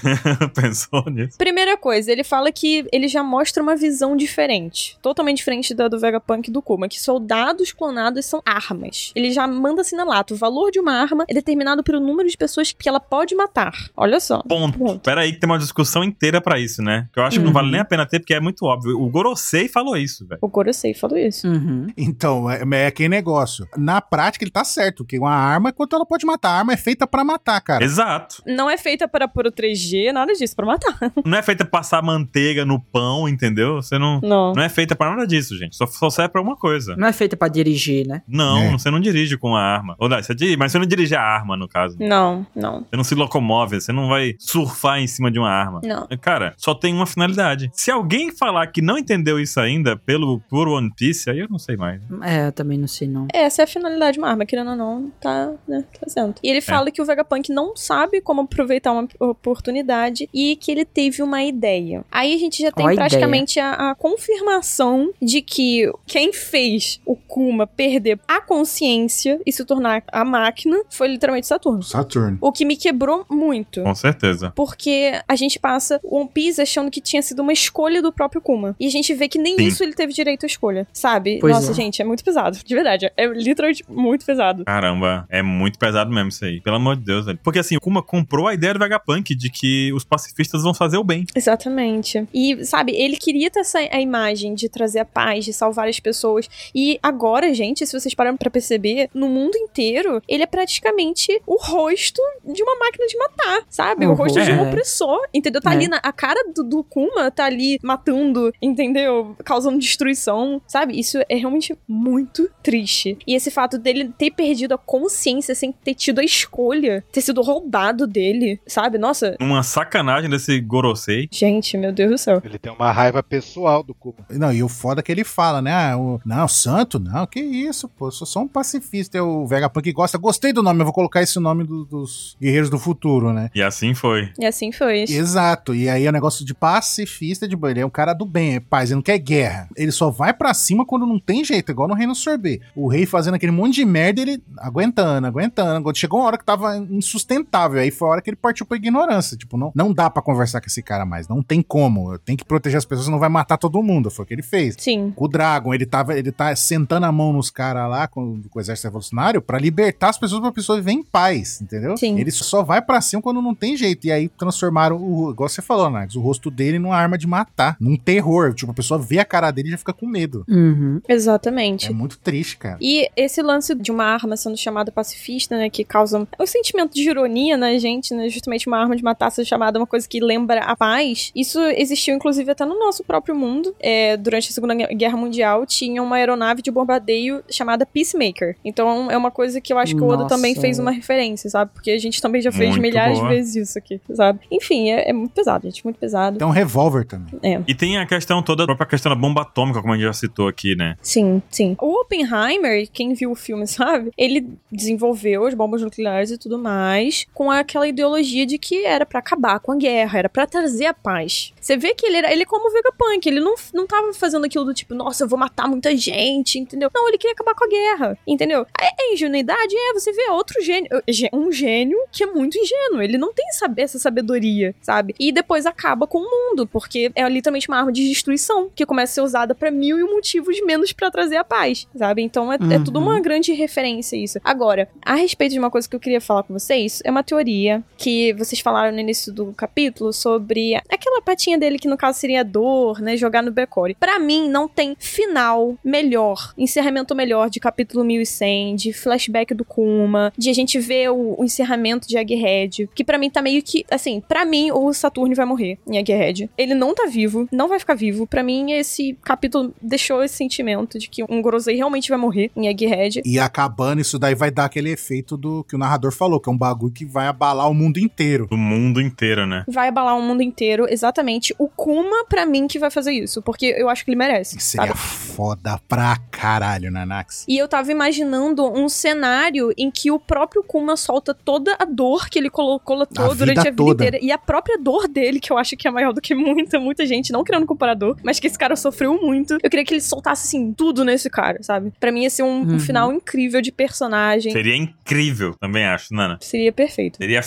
Speaker 1: pensou nisso?
Speaker 3: Primeira coisa, ele fala que ele já mostra uma visão diferente. Totalmente diferente da do Vegapunk e do Kuma, que soldados clonados são armas. Ele já manda assinalato. O valor de uma arma é determinado pelo número de pessoas que ela pode matar. Olha só.
Speaker 1: Ponto.
Speaker 3: Ponto.
Speaker 1: Pera aí que tem uma discussão inteira pra isso, né? Que eu acho que não
Speaker 5: Uhum.
Speaker 1: vale nem a pena ter, porque é muito óbvio. O Gorosei falou isso, velho.
Speaker 3: O Gorosei falou isso.
Speaker 5: Uhum.
Speaker 2: Então, é, é aquele negócio. Na prática, ele tá certo, que uma arma, quanto ela pode matar? A arma é feita pra matar, cara.
Speaker 1: Exato.
Speaker 3: Não é feita para puro 3G, nada disso, pra matar.
Speaker 1: Não é feita pra passar manteiga no pão, entendeu? Você não.
Speaker 3: Não.
Speaker 1: Não é feita pra nada disso, gente. Só, só serve pra uma coisa.
Speaker 5: Não é feita pra dirigir, né?
Speaker 1: Não,
Speaker 2: É.
Speaker 1: você não dirige com a arma. Ou, não, você dirige, mas você não dirige a arma, no caso.
Speaker 3: Não, não,
Speaker 1: Você não se locomove, você não vai surfar em cima de uma arma.
Speaker 3: não.
Speaker 1: Cara, só tem uma finalidade. Se alguém falar que não entendeu isso ainda pelo por One Piece, aí eu não sei mais.
Speaker 5: É, eu também não sei, não.
Speaker 3: Essa é a finalidade de uma arma, querendo ou não, tá né, fazendo. E ele fala que o Vegapunk não sabe como aproveitar uma oportunidade e que ele teve uma ideia. Aí a gente já tem
Speaker 5: Ó a
Speaker 3: praticamente a, a confirmação de que quem fez o Kuma perder a consciência e se tornar a máquina foi literalmente Saturno.
Speaker 2: Saturno.
Speaker 3: O que me quebrou muito.
Speaker 1: Com certeza.
Speaker 3: Porque a gente passa o One Piece achando que tinha sido uma escolha do próprio Kuma. E a gente vê que nem
Speaker 1: Sim.
Speaker 3: isso ele teve direito à escolha, sabe?
Speaker 5: Pois
Speaker 3: Nossa,
Speaker 5: é.
Speaker 3: gente, é muito pesado. De verdade, é- é literalmente muito pesado.
Speaker 1: Caramba, é muito pesado mesmo isso aí. Pelo amor de Deus, velho. Porque assim, o Kuma comprou a ideia do Vegapunk de que os pacifistas vão fazer o bem.
Speaker 3: Exatamente. E, sabe, ele queria ter essa a imagem de trazer a paz, de salvar as pessoas. E agora, gente, se vocês pararam pra perceber, no mundo inteiro, ele é praticamente o rosto de uma máquina de matar, sabe? O
Speaker 5: Uhum.
Speaker 3: rosto de um
Speaker 5: É.
Speaker 3: opressor, entendeu? Tá
Speaker 5: É.
Speaker 3: ali, na, a cara do, do Kuma tá ali matando, entendeu? Causando destruição, sabe? Isso é realmente muito triste. E esse fato dele ter perdido a consciência sem ter tido a escolha, ter sido roubado dele, sabe? Nossa...
Speaker 1: Uma sacanagem desse Gorosei.
Speaker 3: Gente, meu Deus do céu.
Speaker 4: Ele tem uma raiva pessoal do Kuma.
Speaker 2: Não, e o foda que ele fala, né? Ah, o- não, santo, não, que isso, pô. Eu sou só um pacifista. É o Vegapunk gosta. Gostei do nome, eu vou colocar esse nome do- dos Guerreiros do Futuro, né?
Speaker 1: E assim foi.
Speaker 3: E assim foi.
Speaker 2: Exato. E aí é o negócio de pacifista de banho. Ele é um cara do bem, é paz, ele não quer guerra. Ele só vai pra cima quando não tem jeito, igual no Reino Sorbet. O rei fazendo aquele monte de merda, ele aguentando, aguentando. agu- Chegou uma hora que tava insustentável. Aí foi a hora que ele partiu pra ignorância. Tipo, não, não dá pra conversar com esse cara mais. Não tem como. Tem que proteger as pessoas, não vai matar todo mundo. Foi o que ele fez.
Speaker 3: Sim.
Speaker 2: Com o Dragon, ele, tava, ele tá sentando a mão nos caras lá com, com o exército revolucionário pra libertar as pessoas pra pessoa viver em paz, entendeu?
Speaker 3: Sim.
Speaker 2: Ele só vai pra cima quando não tem jeito. E aí transformaram o, igual você falou, Nags, o rosto dele numa arma de matar, num terror. Tipo, a pessoa vê a cara dele e já fica com medo.
Speaker 5: Uhum.
Speaker 3: Exatamente.
Speaker 2: É muito triste, cara.
Speaker 3: E esse lance de uma arma sendo chamada pacifista, né, que causa um sentimento de ironia na gente, né, justamente uma arma de matar sendo chamada uma coisa que lembra a paz, isso existiu inclusive até no nosso próprio mundo. É, durante a Segunda Guerra Mundial tinha uma aeronave de bombardeio chamada Peacemaker. Então é uma coisa que eu acho que o Oda
Speaker 5: Nossa.
Speaker 3: também fez uma referência, sabe? Porque a gente também já fez
Speaker 1: Muito
Speaker 3: milhares
Speaker 1: boa.
Speaker 3: de vezes isso aqui, sabe? Enfim, é, é muito pesado, gente, muito pesado.
Speaker 2: Tem um revólver também.
Speaker 3: É.
Speaker 1: E tem a questão toda, a própria questão da bomba atômica, como a gente já citou aqui, né?
Speaker 3: Sim, sim. O Oppenheimer, quem viu o filme [LAUGHS] sabe, ele desenvolveu as bombas nucleares e tudo mais com aquela ideologia de que era pra acabar com a guerra, era pra trazer a paz. Você vê que ele era, ele é como o Vegapunk, ele não, não tava fazendo aquilo do tipo, nossa, eu vou matar muita gente, entendeu? Não, ele queria acabar com a guerra, entendeu? É, é ingenuidade? É, você vê outro gênio, gê- um gênio que é muito ingênuo, ele não tem saber, essa sabedoria, sabe? E depois acaba com o mundo, porque é literalmente uma arma de destruição que começa a ser usada pra mil e um motivos menos pra trazer a paz, sabe? Então é, é tudo
Speaker 5: Uhum.
Speaker 3: uma grande referência isso. Agora, a respeito de uma coisa que eu queria falar com vocês, é uma teoria que vocês falaram no início do capítulo sobre aquela patinha dele, que no caso seria dor, né? Jogar no Becore. Pra mim, não tem final melhor, encerramento melhor de capítulo 1100, de flashback do Kuma, de a gente ver o, o encerramento de Egghead. Que pra mim tá meio que, assim, pra mim o Saturno vai morrer em Egghead. Ele não tá vivo, não vai ficar vivo. Pra mim, esse capítulo deixou esse sentimento de que um Gorosei realmente vai morrer em Egghead.
Speaker 2: E acabando, isso daí vai dar aquele efeito do que o narrador falou, que é um bagulho que vai abalar o mundo inteiro.
Speaker 1: Do mundo inteiro, né?
Speaker 3: Vai abalar o mundo inteiro, exatamente. O Kuma, pra mim, que vai fazer isso, porque eu acho que ele merece.
Speaker 2: Que seria
Speaker 3: sabe?
Speaker 2: foda pra caralho, né, Nanax.
Speaker 3: E eu tava imaginando um cenário em que o próprio Kuma solta toda a dor que ele colo-
Speaker 2: A
Speaker 3: coletou
Speaker 2: vida
Speaker 3: durante a vida
Speaker 2: toda.
Speaker 3: inteira. E a própria dor dele, que eu acho que é maior do que muita, muita gente, não criando comparador, mas que esse cara sofreu muito. Eu queria que ele soltasse, assim, tudo nesse cara, sabe? Pra mim ia ser um, um
Speaker 5: Uhum.
Speaker 3: final incrível de personagem.
Speaker 1: Seria incrível, também acho, Nana.
Speaker 3: Seria perfeito. [LAUGHS]
Speaker 1: Seria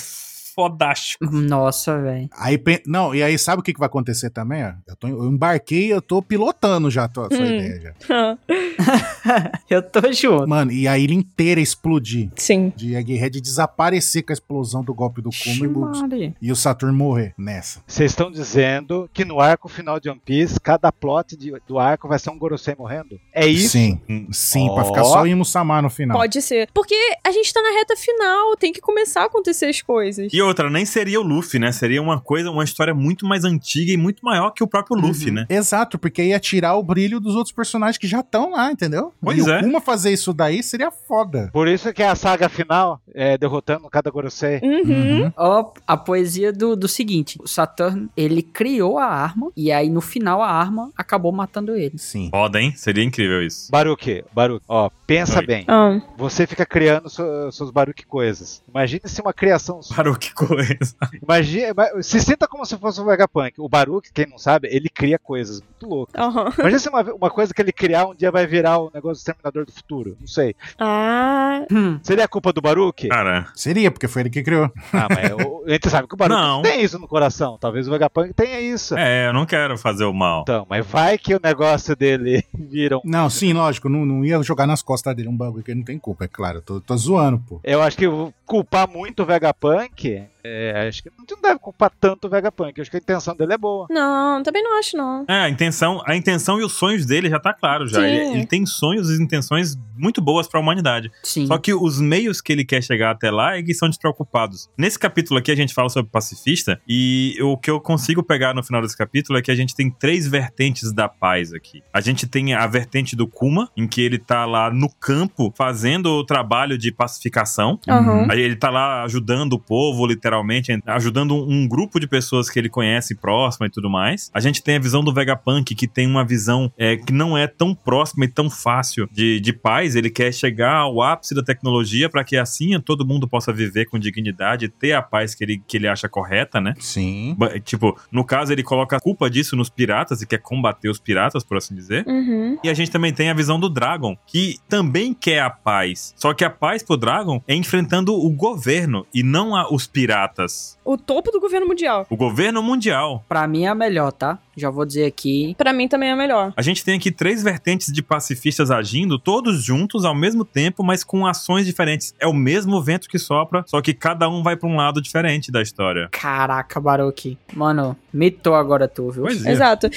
Speaker 1: fodástico.
Speaker 5: Nossa, velho.
Speaker 2: Aí, pen- não, e aí sabe o que, que vai acontecer também? ó? Eu, tô, eu embarquei, eu tô pilotando já a tua, sua
Speaker 3: Hum.
Speaker 2: ideia. Já.
Speaker 5: [LAUGHS] Eu tô junto.
Speaker 2: Mano, e a ilha inteira explodir.
Speaker 3: Sim.
Speaker 2: De Egghead desaparecer com a explosão do golpe do Kuma e o-
Speaker 5: Maria.
Speaker 2: e o Saturn morrer nessa.
Speaker 4: Vocês estão dizendo que no arco final de One Piece, cada plot de- do arco vai ser um Gorosei morrendo? É isso?
Speaker 2: Sim, sim, pra
Speaker 4: Ó.
Speaker 2: ficar só o Imusama no final.
Speaker 3: Pode ser. Porque a gente tá na reta final, tem que começar a acontecer as coisas.
Speaker 1: E outra, nem seria o Luffy, né? Seria uma coisa, uma história muito mais antiga e muito maior que o próprio Luffy,
Speaker 5: Uhum.
Speaker 1: né?
Speaker 2: Exato, porque ia tirar o brilho dos outros personagens que já estão lá, entendeu?
Speaker 1: Pois
Speaker 2: e
Speaker 1: é.
Speaker 2: o Kuma fazer isso daí seria foda.
Speaker 4: Por isso que é a saga final, é, derrotando cada Gorosei.
Speaker 3: Uhum.
Speaker 5: Ó, a poesia do, do seguinte: o Saturn, ele criou a arma, e aí no final a arma acabou matando ele.
Speaker 2: Sim.
Speaker 1: Foda, hein? Seria incrível isso.
Speaker 4: Baruque, Baruque, ó, pensa
Speaker 1: Oi.
Speaker 4: bem.
Speaker 3: Ah.
Speaker 4: Você fica criando so- seus Baruque coisas. Imagina se uma criação sua.
Speaker 1: Parou que coisa.
Speaker 4: Imagina, se sinta como se fosse um Vegapunk. O Baruque, quem não sabe, ele cria coisas muito loucas.
Speaker 3: Aham.
Speaker 4: Imagina se é uma, uma coisa que ele criar um dia vai virar o negócio do Exterminador do Futuro. Não sei.
Speaker 3: Ah.
Speaker 5: Hum.
Speaker 4: Seria a culpa
Speaker 1: [LAUGHS]
Speaker 4: do Baruque?
Speaker 1: Cara,
Speaker 2: Seria, porque foi ele que criou.
Speaker 4: Ah, mas o- a gente sabe que o Baruque
Speaker 1: Não.
Speaker 4: tem isso no coração. Talvez o Vegapunk tenha isso.
Speaker 1: é, eu não quero fazer o mal.
Speaker 4: Então, mas vai que o negócio dele [LAUGHS] vira um.
Speaker 2: Não, sim, lógico, não, não ia jogar nas costas dele um bagulho que ele não tem culpa, é claro. eu Tô, tô zoando, pô.
Speaker 4: Eu acho que eu culpar muito o Vegapunk, é, acho que a gente não deve culpar tanto o Vegapunk. Acho que a intenção dele é boa.
Speaker 3: Não, também não acho, não.
Speaker 1: É, a intenção, a intenção e os sonhos dele já tá claro já.
Speaker 3: Sim.
Speaker 1: Ele, ele tem sonhos e intenções muito boas pra humanidade.
Speaker 5: Sim.
Speaker 1: Só que os meios que ele quer chegar até lá é que são despreocupados. Nesse capítulo aqui a gente fala sobre pacifista e o que eu consigo pegar no final desse capítulo é que a gente tem três vertentes da paz aqui. A gente tem a vertente do Kuma, em que ele tá lá no campo fazendo o trabalho de pacificação.
Speaker 3: Aham.
Speaker 1: [LAUGHS] Aí ele tá lá ajudando o povo, literalmente, ajudando um grupo de pessoas que ele conhece próxima e tudo mais. A gente tem a visão do Vegapunk, que tem uma visão é, que não é tão próxima e tão fácil de, de paz. Ele quer chegar ao ápice da tecnologia para que assim todo mundo possa viver com dignidade e ter a paz que ele, que ele acha correta, né?
Speaker 2: Sim.
Speaker 1: Ba- Tipo, no caso, ele coloca a culpa disso nos piratas e quer combater os piratas, por assim dizer.
Speaker 3: Uhum.
Speaker 1: E a gente também tem a visão do Dragon, que também quer a paz. Só que a paz pro Dragon é enfrentando o governo e não a- os piratas.
Speaker 3: O topo do governo mundial.
Speaker 1: O governo mundial.
Speaker 5: Pra mim é a melhor, tá? Já vou dizer aqui.
Speaker 3: Pra mim também é melhor.
Speaker 1: A gente tem aqui três vertentes de pacifistas agindo, todos juntos ao mesmo tempo, mas com ações diferentes. É o mesmo vento que sopra, só que cada um vai pra um lado diferente da história.
Speaker 5: Caraca, Baruque. Mano, mitou agora tu, viu?
Speaker 1: Pois é.
Speaker 3: Exato.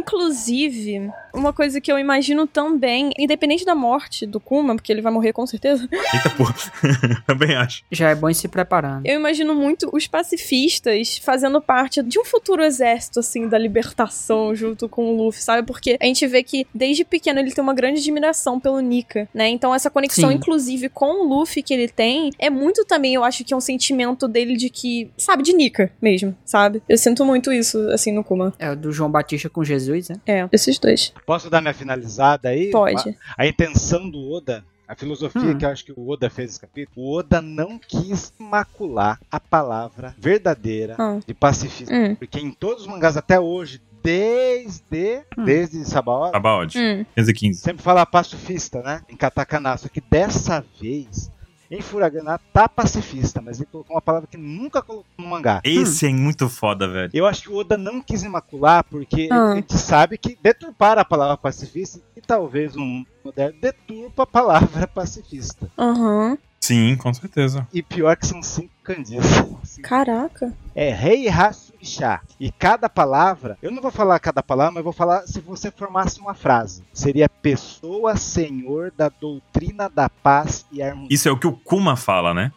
Speaker 3: Inclusive, uma coisa que eu imagino também, independente da morte do Kuma, porque ele vai morrer com certeza, [LAUGHS]
Speaker 1: Eita porra. [LAUGHS] também acho.
Speaker 5: Já é bom ir se preparando.
Speaker 3: eu imagino muito os pacifistas fazendo parte de um futuro exército, assim, da libertação junto com o Luffy, sabe? Porque a gente vê que desde pequeno ele tem uma grande admiração pelo Nika, né? Então essa conexão,
Speaker 5: Sim.
Speaker 3: inclusive, com o Luffy que ele tem, é muito também, eu acho que é um sentimento dele de que, sabe, de Nika mesmo, sabe? Eu sinto muito isso, assim, no Kuma.
Speaker 5: É o do João Batista com Jesus, né?
Speaker 3: É, esses dois.
Speaker 4: Posso dar minha finalizada aí?
Speaker 3: Pode.
Speaker 4: A, a intenção do Oda, a filosofia
Speaker 5: Hum.
Speaker 4: que eu acho que o Oda fez esse capítulo, o Oda não quis macular a palavra verdadeira
Speaker 3: Ah.
Speaker 4: de pacifista.
Speaker 3: Hum.
Speaker 4: Porque em todos os mangás até hoje, desde,
Speaker 5: Hum.
Speaker 4: desde Sabaody,
Speaker 1: Abaode.
Speaker 3: Hum.
Speaker 1: 1515.
Speaker 4: Sempre fala pacifista, né? Em katakana. Só que dessa vez, em Furagana tá pacifista, mas ele colocou uma palavra que nunca colocou no mangá.
Speaker 1: Esse é muito foda, velho.
Speaker 4: Eu acho que o Oda não quis imacular, porque
Speaker 3: Ah.
Speaker 4: a gente sabe que deturpar a palavra pacifista, e talvez no mundo moderno, deturpa a palavra pacifista.
Speaker 3: Aham.
Speaker 1: Sim, com certeza.
Speaker 4: E pior que são [LAUGHS] cinco kanjis.
Speaker 3: Caraca.
Speaker 4: É Rei Hatsu nichar. E cada palavra, eu não vou falar cada palavra, mas eu vou falar se você formasse uma frase. Seria pessoa senhor da doutrina da paz e harmonia.
Speaker 1: Isso é o que o Kuma fala, né?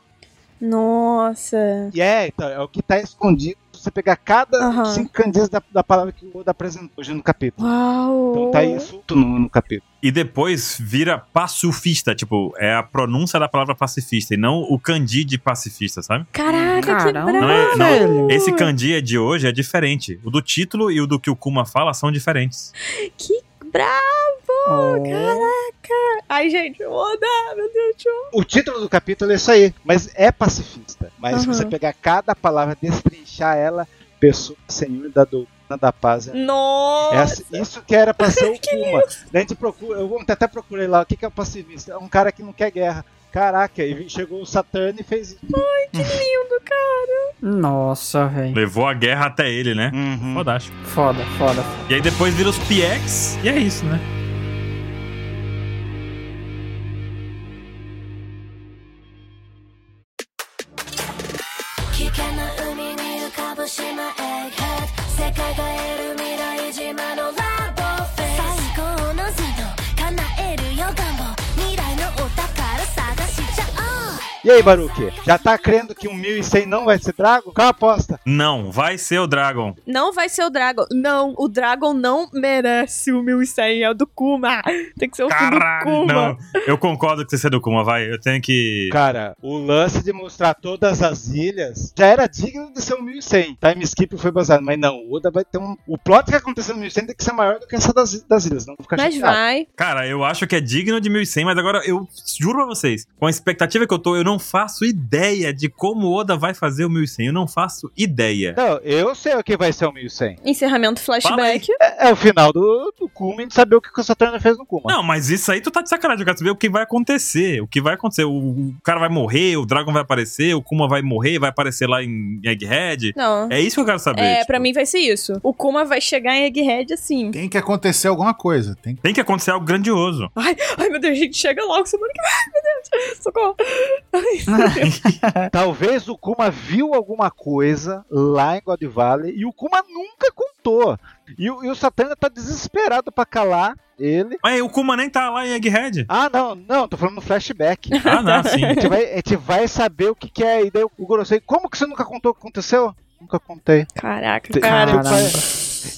Speaker 3: Nossa.
Speaker 4: E é, então, é o que tá escondido. Se você pegar cada
Speaker 3: Aham.
Speaker 4: cinco candidez da, da palavra que o Oda apresentou hoje no capítulo.
Speaker 3: Uau.
Speaker 4: Então tá aí solto no, no capítulo.
Speaker 1: E depois vira pacifista, tipo, é a pronúncia da palavra pacifista e não o kanji de pacifista, sabe?
Speaker 3: Caraca,
Speaker 5: Caramba.
Speaker 3: que bravo.
Speaker 1: Não é- não,
Speaker 5: velho.
Speaker 1: Esse kanji de hoje é diferente. O do título e o do que o Kuma fala são diferentes.
Speaker 3: Que bravo.
Speaker 5: Oh.
Speaker 3: Caraca. Ai, gente, Oda, meu Deus do céu.
Speaker 4: O título do capítulo é isso aí, mas é pacifista. Mas se
Speaker 3: Aham.
Speaker 4: você pegar cada palavra, destrinchar ela, pessoa senhor da doutrina da paz
Speaker 1: É assim.
Speaker 4: e
Speaker 3: Nossa.
Speaker 4: Essa- É assim, isso que era
Speaker 3: [LAUGHS]
Speaker 4: pra ser o Kuma. A gente procura, eu até procurei lá, o que, que é o pacifista? É um cara que não quer guerra. Caraca, e chegou o Saturno e fez isso.
Speaker 5: Nossa, velho.
Speaker 1: Levou a guerra até ele, né? Fodástico.
Speaker 5: Foda, foda.
Speaker 1: E aí depois vira os PX e é isso, né?
Speaker 7: 「危険な海に浮かぶ島エッグヘッド」「世界が得る未来島のラボフェス」「最高のス度叶えるよ願望」「未来のお宝探しちゃおう」
Speaker 4: E aí, Baruque? Já tá crendo que um 1100 não vai ser Drago? Qual a aposta?
Speaker 1: Não, vai ser o Dragon.
Speaker 3: Não vai ser o Dragon. Não, o Dragon não merece o 1100. É o do Kuma. Tem que ser o fim do
Speaker 1: Caralho!
Speaker 3: Kuma.
Speaker 1: Não, eu concordo que você é do Kuma, vai. Eu tenho que.
Speaker 4: Cara, o lance de mostrar todas as ilhas já era digno de ser um 1100. Time skip foi baseado, mas não, o Oda vai ter um. O plot que aconteceu no 1100 tem que ser maior do que essa das, das ilhas, não vou
Speaker 1: Tá
Speaker 4: ficar
Speaker 3: Mas
Speaker 4: chateado.
Speaker 3: vai.
Speaker 1: Cara, eu acho que é digno de 1100, mas agora eu juro pra vocês, com a expectativa que eu tô, eu não faço ideia de como o Oda vai fazer o 1100. Eu não faço ideia.
Speaker 4: Não, eu sei o que vai ser um 1100.
Speaker 3: Encerramento flashback.
Speaker 4: É, é o final do, do Kuma e de saber o que, que o Saturno fez no Kuma.
Speaker 1: Não, mas isso aí tu tá de sacanagem. Eu quero saber o que vai acontecer. O que vai acontecer? O, o cara vai morrer, o Dragon vai aparecer, o Kuma vai morrer, vai aparecer lá em Egghead.
Speaker 3: Não.
Speaker 1: É isso que eu quero saber.
Speaker 3: É,
Speaker 1: tipo.
Speaker 3: pra mim vai ser isso. O Kuma vai chegar em Egghead assim.
Speaker 2: Tem que acontecer alguma coisa. Tem que...
Speaker 1: Tem que acontecer algo grandioso.
Speaker 3: Ai, ai, meu Deus, gente, chega logo semana que vem. Ai, meu Deus, [LAUGHS] socorro.
Speaker 2: [LAUGHS]
Speaker 4: Talvez o Kuma viu alguma coisa lá em God Valley e o Kuma nunca contou. E, o- e o Satana tá desesperado pra calar ele.
Speaker 1: Mas o Kuma nem tá lá em Egghead.
Speaker 4: Ah, não, não, tô falando no flashback. A
Speaker 1: Ah,
Speaker 3: [LAUGHS]
Speaker 1: não, sim.
Speaker 4: gente vai, a gente vai saber o que, que é. E daí o Gorosei, como que você nunca contou o que aconteceu? Nunca contei.
Speaker 3: Caraca, cara.
Speaker 5: Caramba.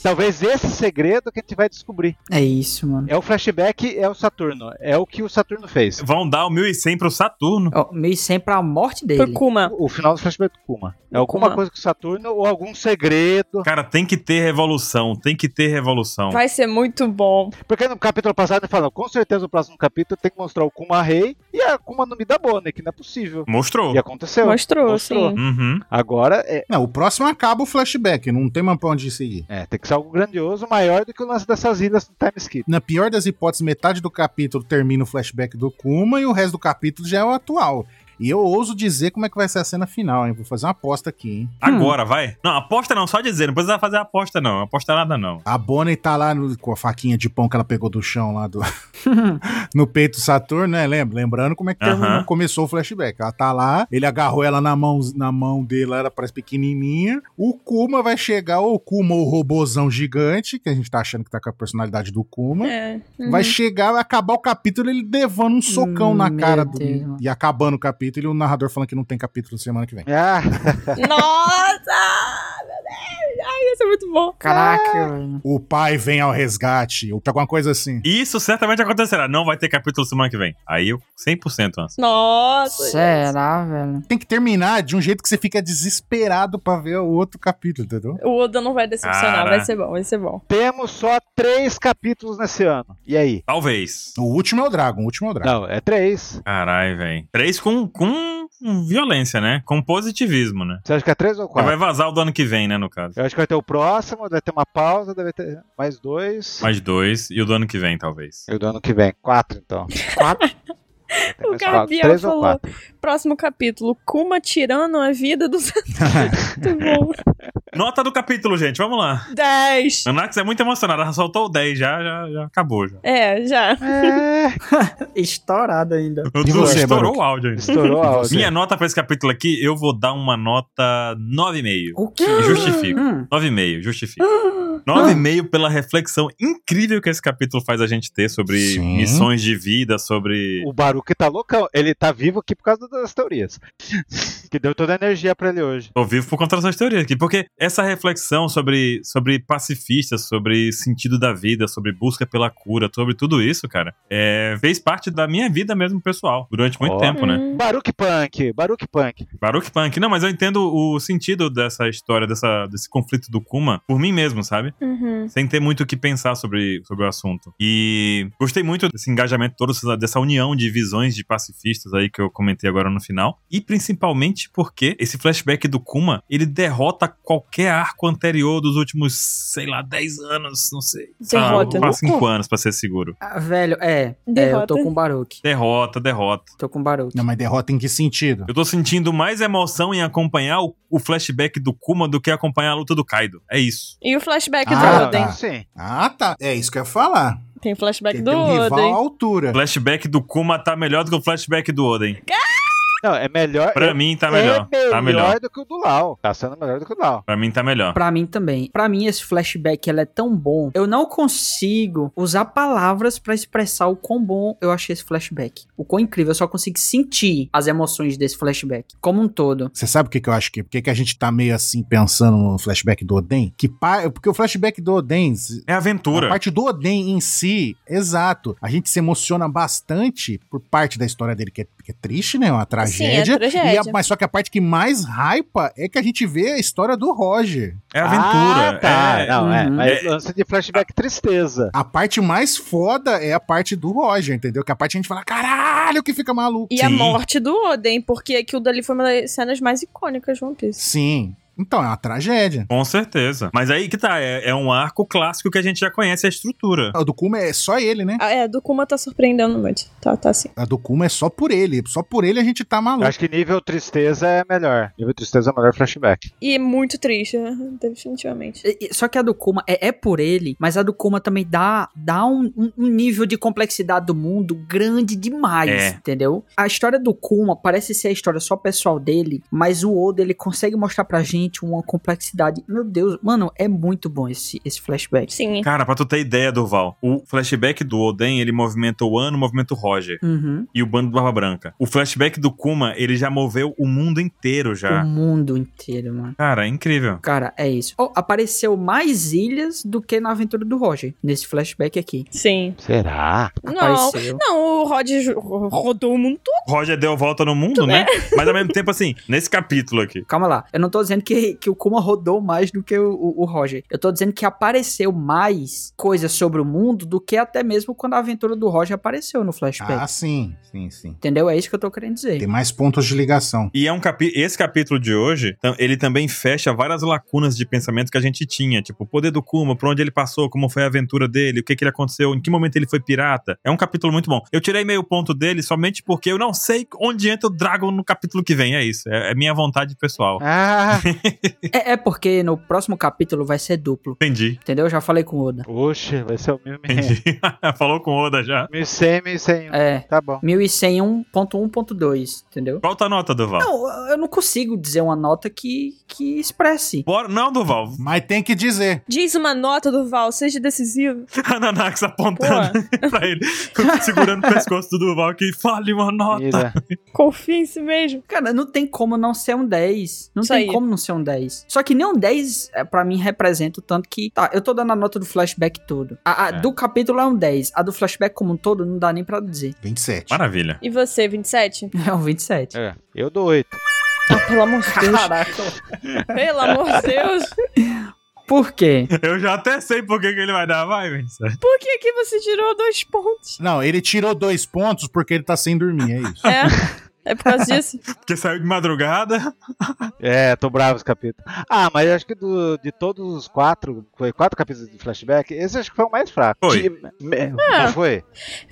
Speaker 4: Talvez esse segredo que a gente vai descobrir.
Speaker 5: É isso, mano.
Speaker 4: É o flashback, é o Saturno. É o que o Saturno fez.
Speaker 1: Vão dar o 1100 pro Saturno.
Speaker 5: Ó, meio sem pra morte
Speaker 3: Pro
Speaker 5: dele.
Speaker 3: Kuma.
Speaker 4: O final do flashback do Kuma. É alguma
Speaker 3: Kuma.
Speaker 4: coisa com o Saturno ou algum segredo.
Speaker 1: Cara, tem que ter revolução, tem que ter revolução.
Speaker 3: Vai ser muito bom.
Speaker 4: Porque no capítulo passado ele falou, com certeza o próximo capítulo tem que mostrar o Kuma Rei e a Kuma não me dá boa, né? Que não é possível.
Speaker 1: Mostrou.
Speaker 4: E aconteceu.
Speaker 3: Mostrou,
Speaker 4: Mostrou.
Speaker 3: sim.
Speaker 1: Uhum.
Speaker 4: Agora é,
Speaker 2: Não, o próximo acaba o flashback, não tem mais pra onde seguir.
Speaker 4: é, tem que ser algo grandioso, maior do que o lance dessas ilhas do time skip.
Speaker 2: Na pior das hipóteses, metade do capítulo termina o flashback do Kuma e o resto do capítulo já é o atual. E eu ouso dizer como é que vai ser a cena final, hein? Vou fazer uma aposta aqui, hein?
Speaker 1: Agora, vai. Não, aposta não, só dizer. Não precisa fazer aposta, não. Aposta nada, não.
Speaker 2: A Bonnie tá lá no- com a faquinha de pão que ela pegou do chão
Speaker 5: [LAUGHS]
Speaker 2: lá do, [LAUGHS] no peito do Saturno, né? Lembra? Lembrando como é que terminou-
Speaker 1: Aham.
Speaker 2: começou o flashback. Ela tá lá, ele agarrou ela na mão, na mão dele, ela parece pequenininha. O Kuma vai chegar, ou o Kuma, o robozão gigante, que a gente tá achando que tá com a personalidade do Kuma. [LAUGHS]
Speaker 3: É. Uhum.
Speaker 2: Vai chegar, vai acabar o capítulo, ele levando um socão
Speaker 5: Hum,
Speaker 2: na
Speaker 5: meu
Speaker 2: cara do,
Speaker 5: Deus.
Speaker 2: e acabando o capítulo, e o narrador falando que não tem capítulo semana que vem.
Speaker 4: Ah,
Speaker 3: Nossa! Meu Deus! Ai, ia ser muito bom.
Speaker 5: Caraca, velho.
Speaker 2: O pai vem ao resgate, ou alguma coisa assim.
Speaker 1: Isso certamente acontecerá. Não vai ter capítulo semana que vem. Aí eu 100% antes.
Speaker 3: Nossa! gente.
Speaker 5: Será, velho?
Speaker 2: Tem que terminar de um jeito que você fica desesperado pra ver o outro capítulo, entendeu?
Speaker 3: O Oda não vai decepcionar,
Speaker 1: Cara.
Speaker 3: vai ser bom, vai ser bom.
Speaker 4: temos só três capítulos nesse ano. E aí?
Speaker 1: Talvez.
Speaker 2: O último é o Dragon, o último é o Dragon.
Speaker 4: Não, é três.
Speaker 1: Caralho, velho. Três com, com violência, né? Com positivismo, né?
Speaker 4: Você acha que é três ou
Speaker 1: Mas
Speaker 4: quatro?
Speaker 1: Vai vazar o do ano que vem, né, no caso.
Speaker 4: Eu acho que vai ter o próximo, vai ter uma pausa, deve ter mais dois.
Speaker 1: Mais dois e o do ano que vem, talvez.
Speaker 4: E o do ano que vem, quatro então. Quatro? Vai ter
Speaker 3: O
Speaker 4: mais
Speaker 3: Gabriel
Speaker 4: quatro. Três ou
Speaker 3: falou.
Speaker 4: quatro?
Speaker 1: [LAUGHS]
Speaker 3: Próximo capítulo: Kuma tirando a vida do Saturno. [LAUGHS] muito bom.
Speaker 1: Nota do capítulo, gente. Vamos lá.
Speaker 3: 10.
Speaker 1: Anax é muito emocionada. Ela soltou o 10 já, já, já acabou já.
Speaker 3: É, já.
Speaker 4: É,
Speaker 5: Estourado ainda.
Speaker 1: Meu
Speaker 2: E
Speaker 1: Deus,
Speaker 2: você, assim.
Speaker 1: estourou
Speaker 2: Baruch?
Speaker 1: o áudio ainda.
Speaker 4: Estourou a áudio.
Speaker 1: Minha nota pra esse capítulo aqui, eu vou dar uma nota 9,5.
Speaker 5: O quê?
Speaker 1: Justifico.
Speaker 5: Hum.
Speaker 1: 9,5, justifica. 9,5 pela reflexão incrível que esse capítulo faz a gente ter sobre
Speaker 2: Sim.
Speaker 1: missões de vida, sobre.
Speaker 4: O Baruque tá loucão. Ele tá vivo aqui por causa das teorias. [LAUGHS] que deu toda a energia pra ele hoje.
Speaker 1: Tô vivo por conta dessas teorias aqui. Porque essa reflexão sobre, sobre pacifistas, sobre sentido da vida, sobre busca pela cura, sobre tudo isso, cara, é, fez parte da minha vida mesmo pessoal, durante muito
Speaker 4: Ó.
Speaker 1: tempo, né?
Speaker 3: Hum.
Speaker 4: Baruque Punk, Baruque Punk.
Speaker 1: Baruch Punk. Não, mas eu entendo o sentido dessa história, dessa, desse conflito do Kuma por mim mesmo, sabe?
Speaker 3: Uhum.
Speaker 1: Sem ter muito o que pensar sobre, sobre o assunto. E gostei muito desse engajamento todo, dessa- dessa união de visões de pacifistas aí que eu comentei agora no final. E principalmente porque esse flashback do Kuma, ele derrota qualquer arco anterior dos últimos, sei lá, 10 anos, não sei.
Speaker 3: Derrota. né?
Speaker 1: Ah, 5 anos, pra ser seguro.
Speaker 5: Ah, velho, é. É, eu
Speaker 3: Derrota.
Speaker 5: tô com Baruque.
Speaker 1: Derrota, derrota.
Speaker 5: Tô com Baruque.
Speaker 2: Não, mas derrota em que sentido?
Speaker 1: Eu tô sentindo mais emoção em acompanhar o, o flashback do Kuma do que acompanhar a luta do Kaido. É isso.
Speaker 3: E o flashback
Speaker 2: Ah,
Speaker 3: do Oden.
Speaker 2: tá.
Speaker 4: sim.
Speaker 2: Ah, tá. É isso que eu ia falar.
Speaker 3: Tem flashback
Speaker 2: Tem
Speaker 3: do
Speaker 2: tem um rival à
Speaker 3: Oden.
Speaker 1: O
Speaker 2: altura.
Speaker 1: flashback do Kuma tá melhor do que o flashback do Oden.
Speaker 4: Não, é melhor.
Speaker 1: Pra
Speaker 4: é,
Speaker 1: mim tá
Speaker 4: é
Speaker 1: melhor. Tá melhor.
Speaker 4: do que o do Lau. Tá sendo melhor do que o do Lau.
Speaker 1: Pra mim tá melhor.
Speaker 5: Pra mim também. Pra mim, esse flashback ele é tão bom. Eu não consigo usar palavras pra expressar o quão bom eu achei esse flashback. O quão incrível. Eu só consigo sentir as emoções desse flashback. Como um todo.
Speaker 2: Você sabe o que, que eu acho que? Por que que a gente tá meio assim pensando no flashback do Oden? Que pa... Porque o flashback do Oden,
Speaker 1: É
Speaker 2: A
Speaker 1: aventura.
Speaker 2: parte do Oden em si, exato. A gente se emociona bastante por parte da história dele, que é, que é triste, né? É Uma tragédia.
Speaker 3: tragédia.
Speaker 2: E a- mas só que a parte que mais hypa é que a gente vê a história do Roger.
Speaker 1: É aventura.
Speaker 4: Ah, tá.
Speaker 1: É-
Speaker 4: Não, é.
Speaker 5: Uhum.
Speaker 4: Mas lance de flashback tristeza.
Speaker 2: A parte mais foda é a parte do Roger, entendeu? Que é a parte que a gente fala, caralho, que fica maluco.
Speaker 3: E a
Speaker 1: Sim.
Speaker 3: morte do Oden, porque aquilo dali foi uma das cenas mais icônicas de One Piece.
Speaker 2: Sim. Então, é uma tragédia.
Speaker 1: Com certeza. Mas aí que tá. É, é um arco clássico que a gente já conhece a estrutura.
Speaker 2: A do Kuma é só ele, né?
Speaker 3: Ah, é, do Kuma tá surpreendendo muito. Tá, tá sim.
Speaker 2: A do Kuma é só por ele. Só por ele a gente tá
Speaker 4: Eu
Speaker 2: maluco.
Speaker 4: acho que nível tristeza é melhor. Nível tristeza é melhor flashback.
Speaker 3: E é muito triste, né? definitivamente.
Speaker 5: E- e- Só que a do Kuma é, é por ele, mas a do Kuma também dá, dá um, um- um nível de complexidade do mundo grande demais,
Speaker 1: É.
Speaker 5: entendeu? A história do Kuma parece ser a história só pessoal dele, mas o Oda ele consegue mostrar pra gente uma complexidade. Meu Deus, mano, é muito bom esse, esse flashback.
Speaker 3: Sim.
Speaker 1: Cara, pra tu ter ideia, Durval, o flashback do Oden, ele movimenta o ano, movimenta o Roger
Speaker 5: Uhum.
Speaker 1: e o bando do Barba Branca. O flashback do Kuma, ele já moveu o mundo inteiro já.
Speaker 5: O mundo inteiro, mano.
Speaker 1: Cara, é incrível.
Speaker 5: Cara, é isso. Oh, apareceu mais ilhas do que na aventura do Roger, nesse flashback aqui.
Speaker 3: Sim.
Speaker 4: Será?
Speaker 3: Não.
Speaker 5: Apareceu.
Speaker 3: Não, o Rod ju- rodou o mundo todo.
Speaker 1: Roger deu a volta no mundo, né? Mas ao mesmo tempo, assim, nesse capítulo aqui.
Speaker 5: Calma lá. Eu não tô dizendo que, que o Kuma rodou mais do que o, o- o Roger. Eu tô dizendo que apareceu mais coisas sobre o mundo do que até mesmo quando a aventura do Roger apareceu no flashback.
Speaker 2: Ah, sim. Sim, sim.
Speaker 5: Entendeu? É isso que eu tô querendo dizer.
Speaker 2: Tem mais pontos de ligação.
Speaker 1: E é um capi esse capítulo de hoje, tam- ele também fecha várias lacunas de pensamento que a gente tinha, tipo, o poder do Kuma, por onde ele passou, como foi a aventura dele, o que que ele aconteceu, em que momento ele foi pirata. É um capítulo muito bom. Eu tirei meio ponto dele somente porque eu não sei onde entra o Dragon no capítulo que vem, é isso. É, é minha vontade pessoal.
Speaker 4: Ah!
Speaker 1: [LAUGHS]
Speaker 5: É, é porque no próximo capítulo vai ser duplo.
Speaker 1: Entendi. [LAUGHS]
Speaker 5: Entendeu? Eu já falei com o Oda.
Speaker 4: Oxe, vai ser o mil mil
Speaker 1: Entendi. Falou com o Oda já.
Speaker 4: mil cem, mil cem.
Speaker 5: É.
Speaker 4: Tá bom.
Speaker 5: 1101.1.2, entendeu?
Speaker 1: Qual tá a nota, Duval?
Speaker 5: Não, eu não consigo dizer uma nota que, que expresse.
Speaker 1: Bora... Não, Duval. [LAUGHS]
Speaker 2: Mas tem que dizer.
Speaker 3: Diz uma nota do Val, seja decisivo.
Speaker 1: A Nanax apontando [LAUGHS] pra ele, segurando o pescoço do Duval aqui. Fale uma nota.
Speaker 4: Ira.
Speaker 3: Confia em si mesmo.
Speaker 5: Cara, não tem como não ser um 10. Não
Speaker 3: Isso
Speaker 5: tem
Speaker 3: aí.
Speaker 5: como não ser um 10. Só que nem um 10, é, pra mim, representa o tanto que. Tá, eu tô dando a nota do flashback todo. A, a
Speaker 1: É.
Speaker 5: do capítulo é um 10. A do flashback como um todo não dá nem pra dizer. [LAUGHS]
Speaker 2: 27.
Speaker 1: Maravilha.
Speaker 3: E você, 27?
Speaker 5: É um 27.
Speaker 4: É, eu dou oito.
Speaker 3: Ah, pelo amor de Deus. Pelo amor de Deus.
Speaker 5: Por quê?
Speaker 1: Eu já até sei por que, que ele vai dar, vai, Vincent.
Speaker 3: Por que que você tirou dois pontos?
Speaker 4: [LAUGHS]
Speaker 2: Não, ele tirou dois pontos porque ele tá sem dormir, é isso.
Speaker 3: É. É por causa disso?
Speaker 1: Porque saiu de madrugada.
Speaker 4: É, tô bravo esse capítulo. Ah, mas eu acho que do- de todos os quatro, foi quatro capítulos de flashback, esse acho que foi o mais fraco.
Speaker 1: Foi.
Speaker 4: De- me- Não foi?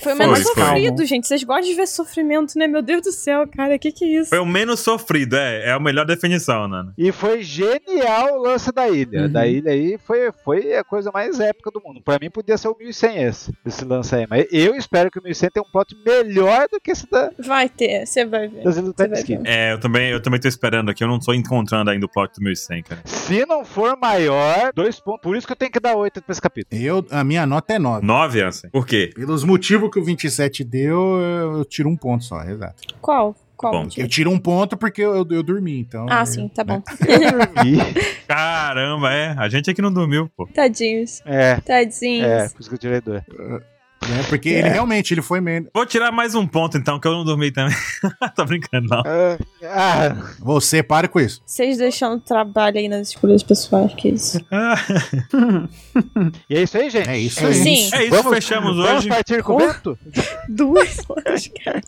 Speaker 3: Foi o menos
Speaker 1: Foi, foi.
Speaker 3: sofrido, gente. Vocês gostam de ver sofrimento, né? Meu Deus do céu, cara. Que que é isso?
Speaker 1: Foi o menos sofrido, é. É a melhor definição, Nana.
Speaker 4: E foi genial o lance da ilha.
Speaker 5: Uhum.
Speaker 4: Da ilha aí foi, foi a coisa mais épica do mundo. Pra mim podia ser o 1100 esse, esse lance aí. Mas eu espero que o 1100 tenha um plot melhor do que esse da,
Speaker 3: Vai ter, você vai ver.
Speaker 4: das Ilhas do
Speaker 3: Você vai
Speaker 4: Timeskin.
Speaker 1: É, eu também, eu também tô esperando aqui. Eu não tô encontrando ainda o plot do 1100, cara.
Speaker 4: Se não for maior, dois pontos. Por isso que eu tenho que dar oito pra
Speaker 2: [LAUGHS]
Speaker 4: esse capítulo.
Speaker 2: Eu, a minha nota é 9.
Speaker 1: Nove, assim. Por quê?
Speaker 2: Pelos motivos que o 27 deu, eu eu tiro um ponto só, exato.
Speaker 3: Qual? Qual?
Speaker 1: Bom,
Speaker 3: motivo?
Speaker 2: Eu tiro um ponto porque eu, eu dormi, então.
Speaker 3: Ah,
Speaker 2: eu-
Speaker 3: sim,
Speaker 1: [LAUGHS]
Speaker 3: tá bom.
Speaker 1: É.
Speaker 4: E-
Speaker 1: Caramba, é. A gente aqui não dormiu, pô.
Speaker 3: [LAUGHS] Tadinhos.
Speaker 4: é, é,
Speaker 3: Tadinhos.
Speaker 4: por isso que eu tirei dois.
Speaker 2: né? Porque
Speaker 4: É.
Speaker 2: ele realmente ele foi menos.
Speaker 1: Vou tirar mais um ponto, então, que eu não dormi também. [LAUGHS] tô brincando, não. [LAUGHS]
Speaker 4: Ah, ah,
Speaker 2: Você, pare com isso.
Speaker 3: Vocês deixando trabalho aí nas escolhas pessoais, que isso.
Speaker 1: Ah,
Speaker 4: e é isso aí, gente.
Speaker 2: É isso
Speaker 3: É
Speaker 2: aí.
Speaker 3: Sim,
Speaker 1: É isso, fechamos
Speaker 4: Vamos
Speaker 1: hoje.
Speaker 4: partir com o vento?
Speaker 3: duas horas, cara.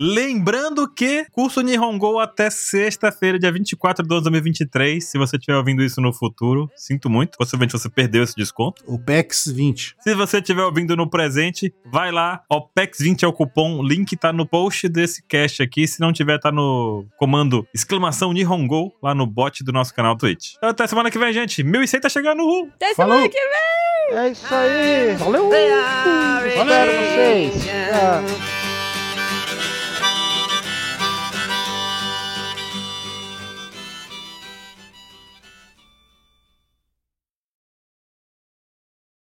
Speaker 1: Lembrando que curso Nihongo até sexta-feira, dia 24 de 12 de 2023. Se você estiver ouvindo isso no futuro, sinto muito. Possivelmente você perdeu esse desconto.
Speaker 2: O PEX 20.
Speaker 1: Se você estiver ouvindo no presente, vai lá. OPEX20 é o cupom. O link tá no post desse cast aqui. Se não tiver, tá no comando exclamação Nihongo lá no bot do nosso canal Twitch. Então, até semana que vem, gente. 1100 tá chegando. Uhul!
Speaker 3: Até
Speaker 2: Falou.
Speaker 3: semana que vem.
Speaker 4: É isso aí. Valeu.
Speaker 6: They are
Speaker 4: Espero vocês.
Speaker 6: raging.
Speaker 4: Ah.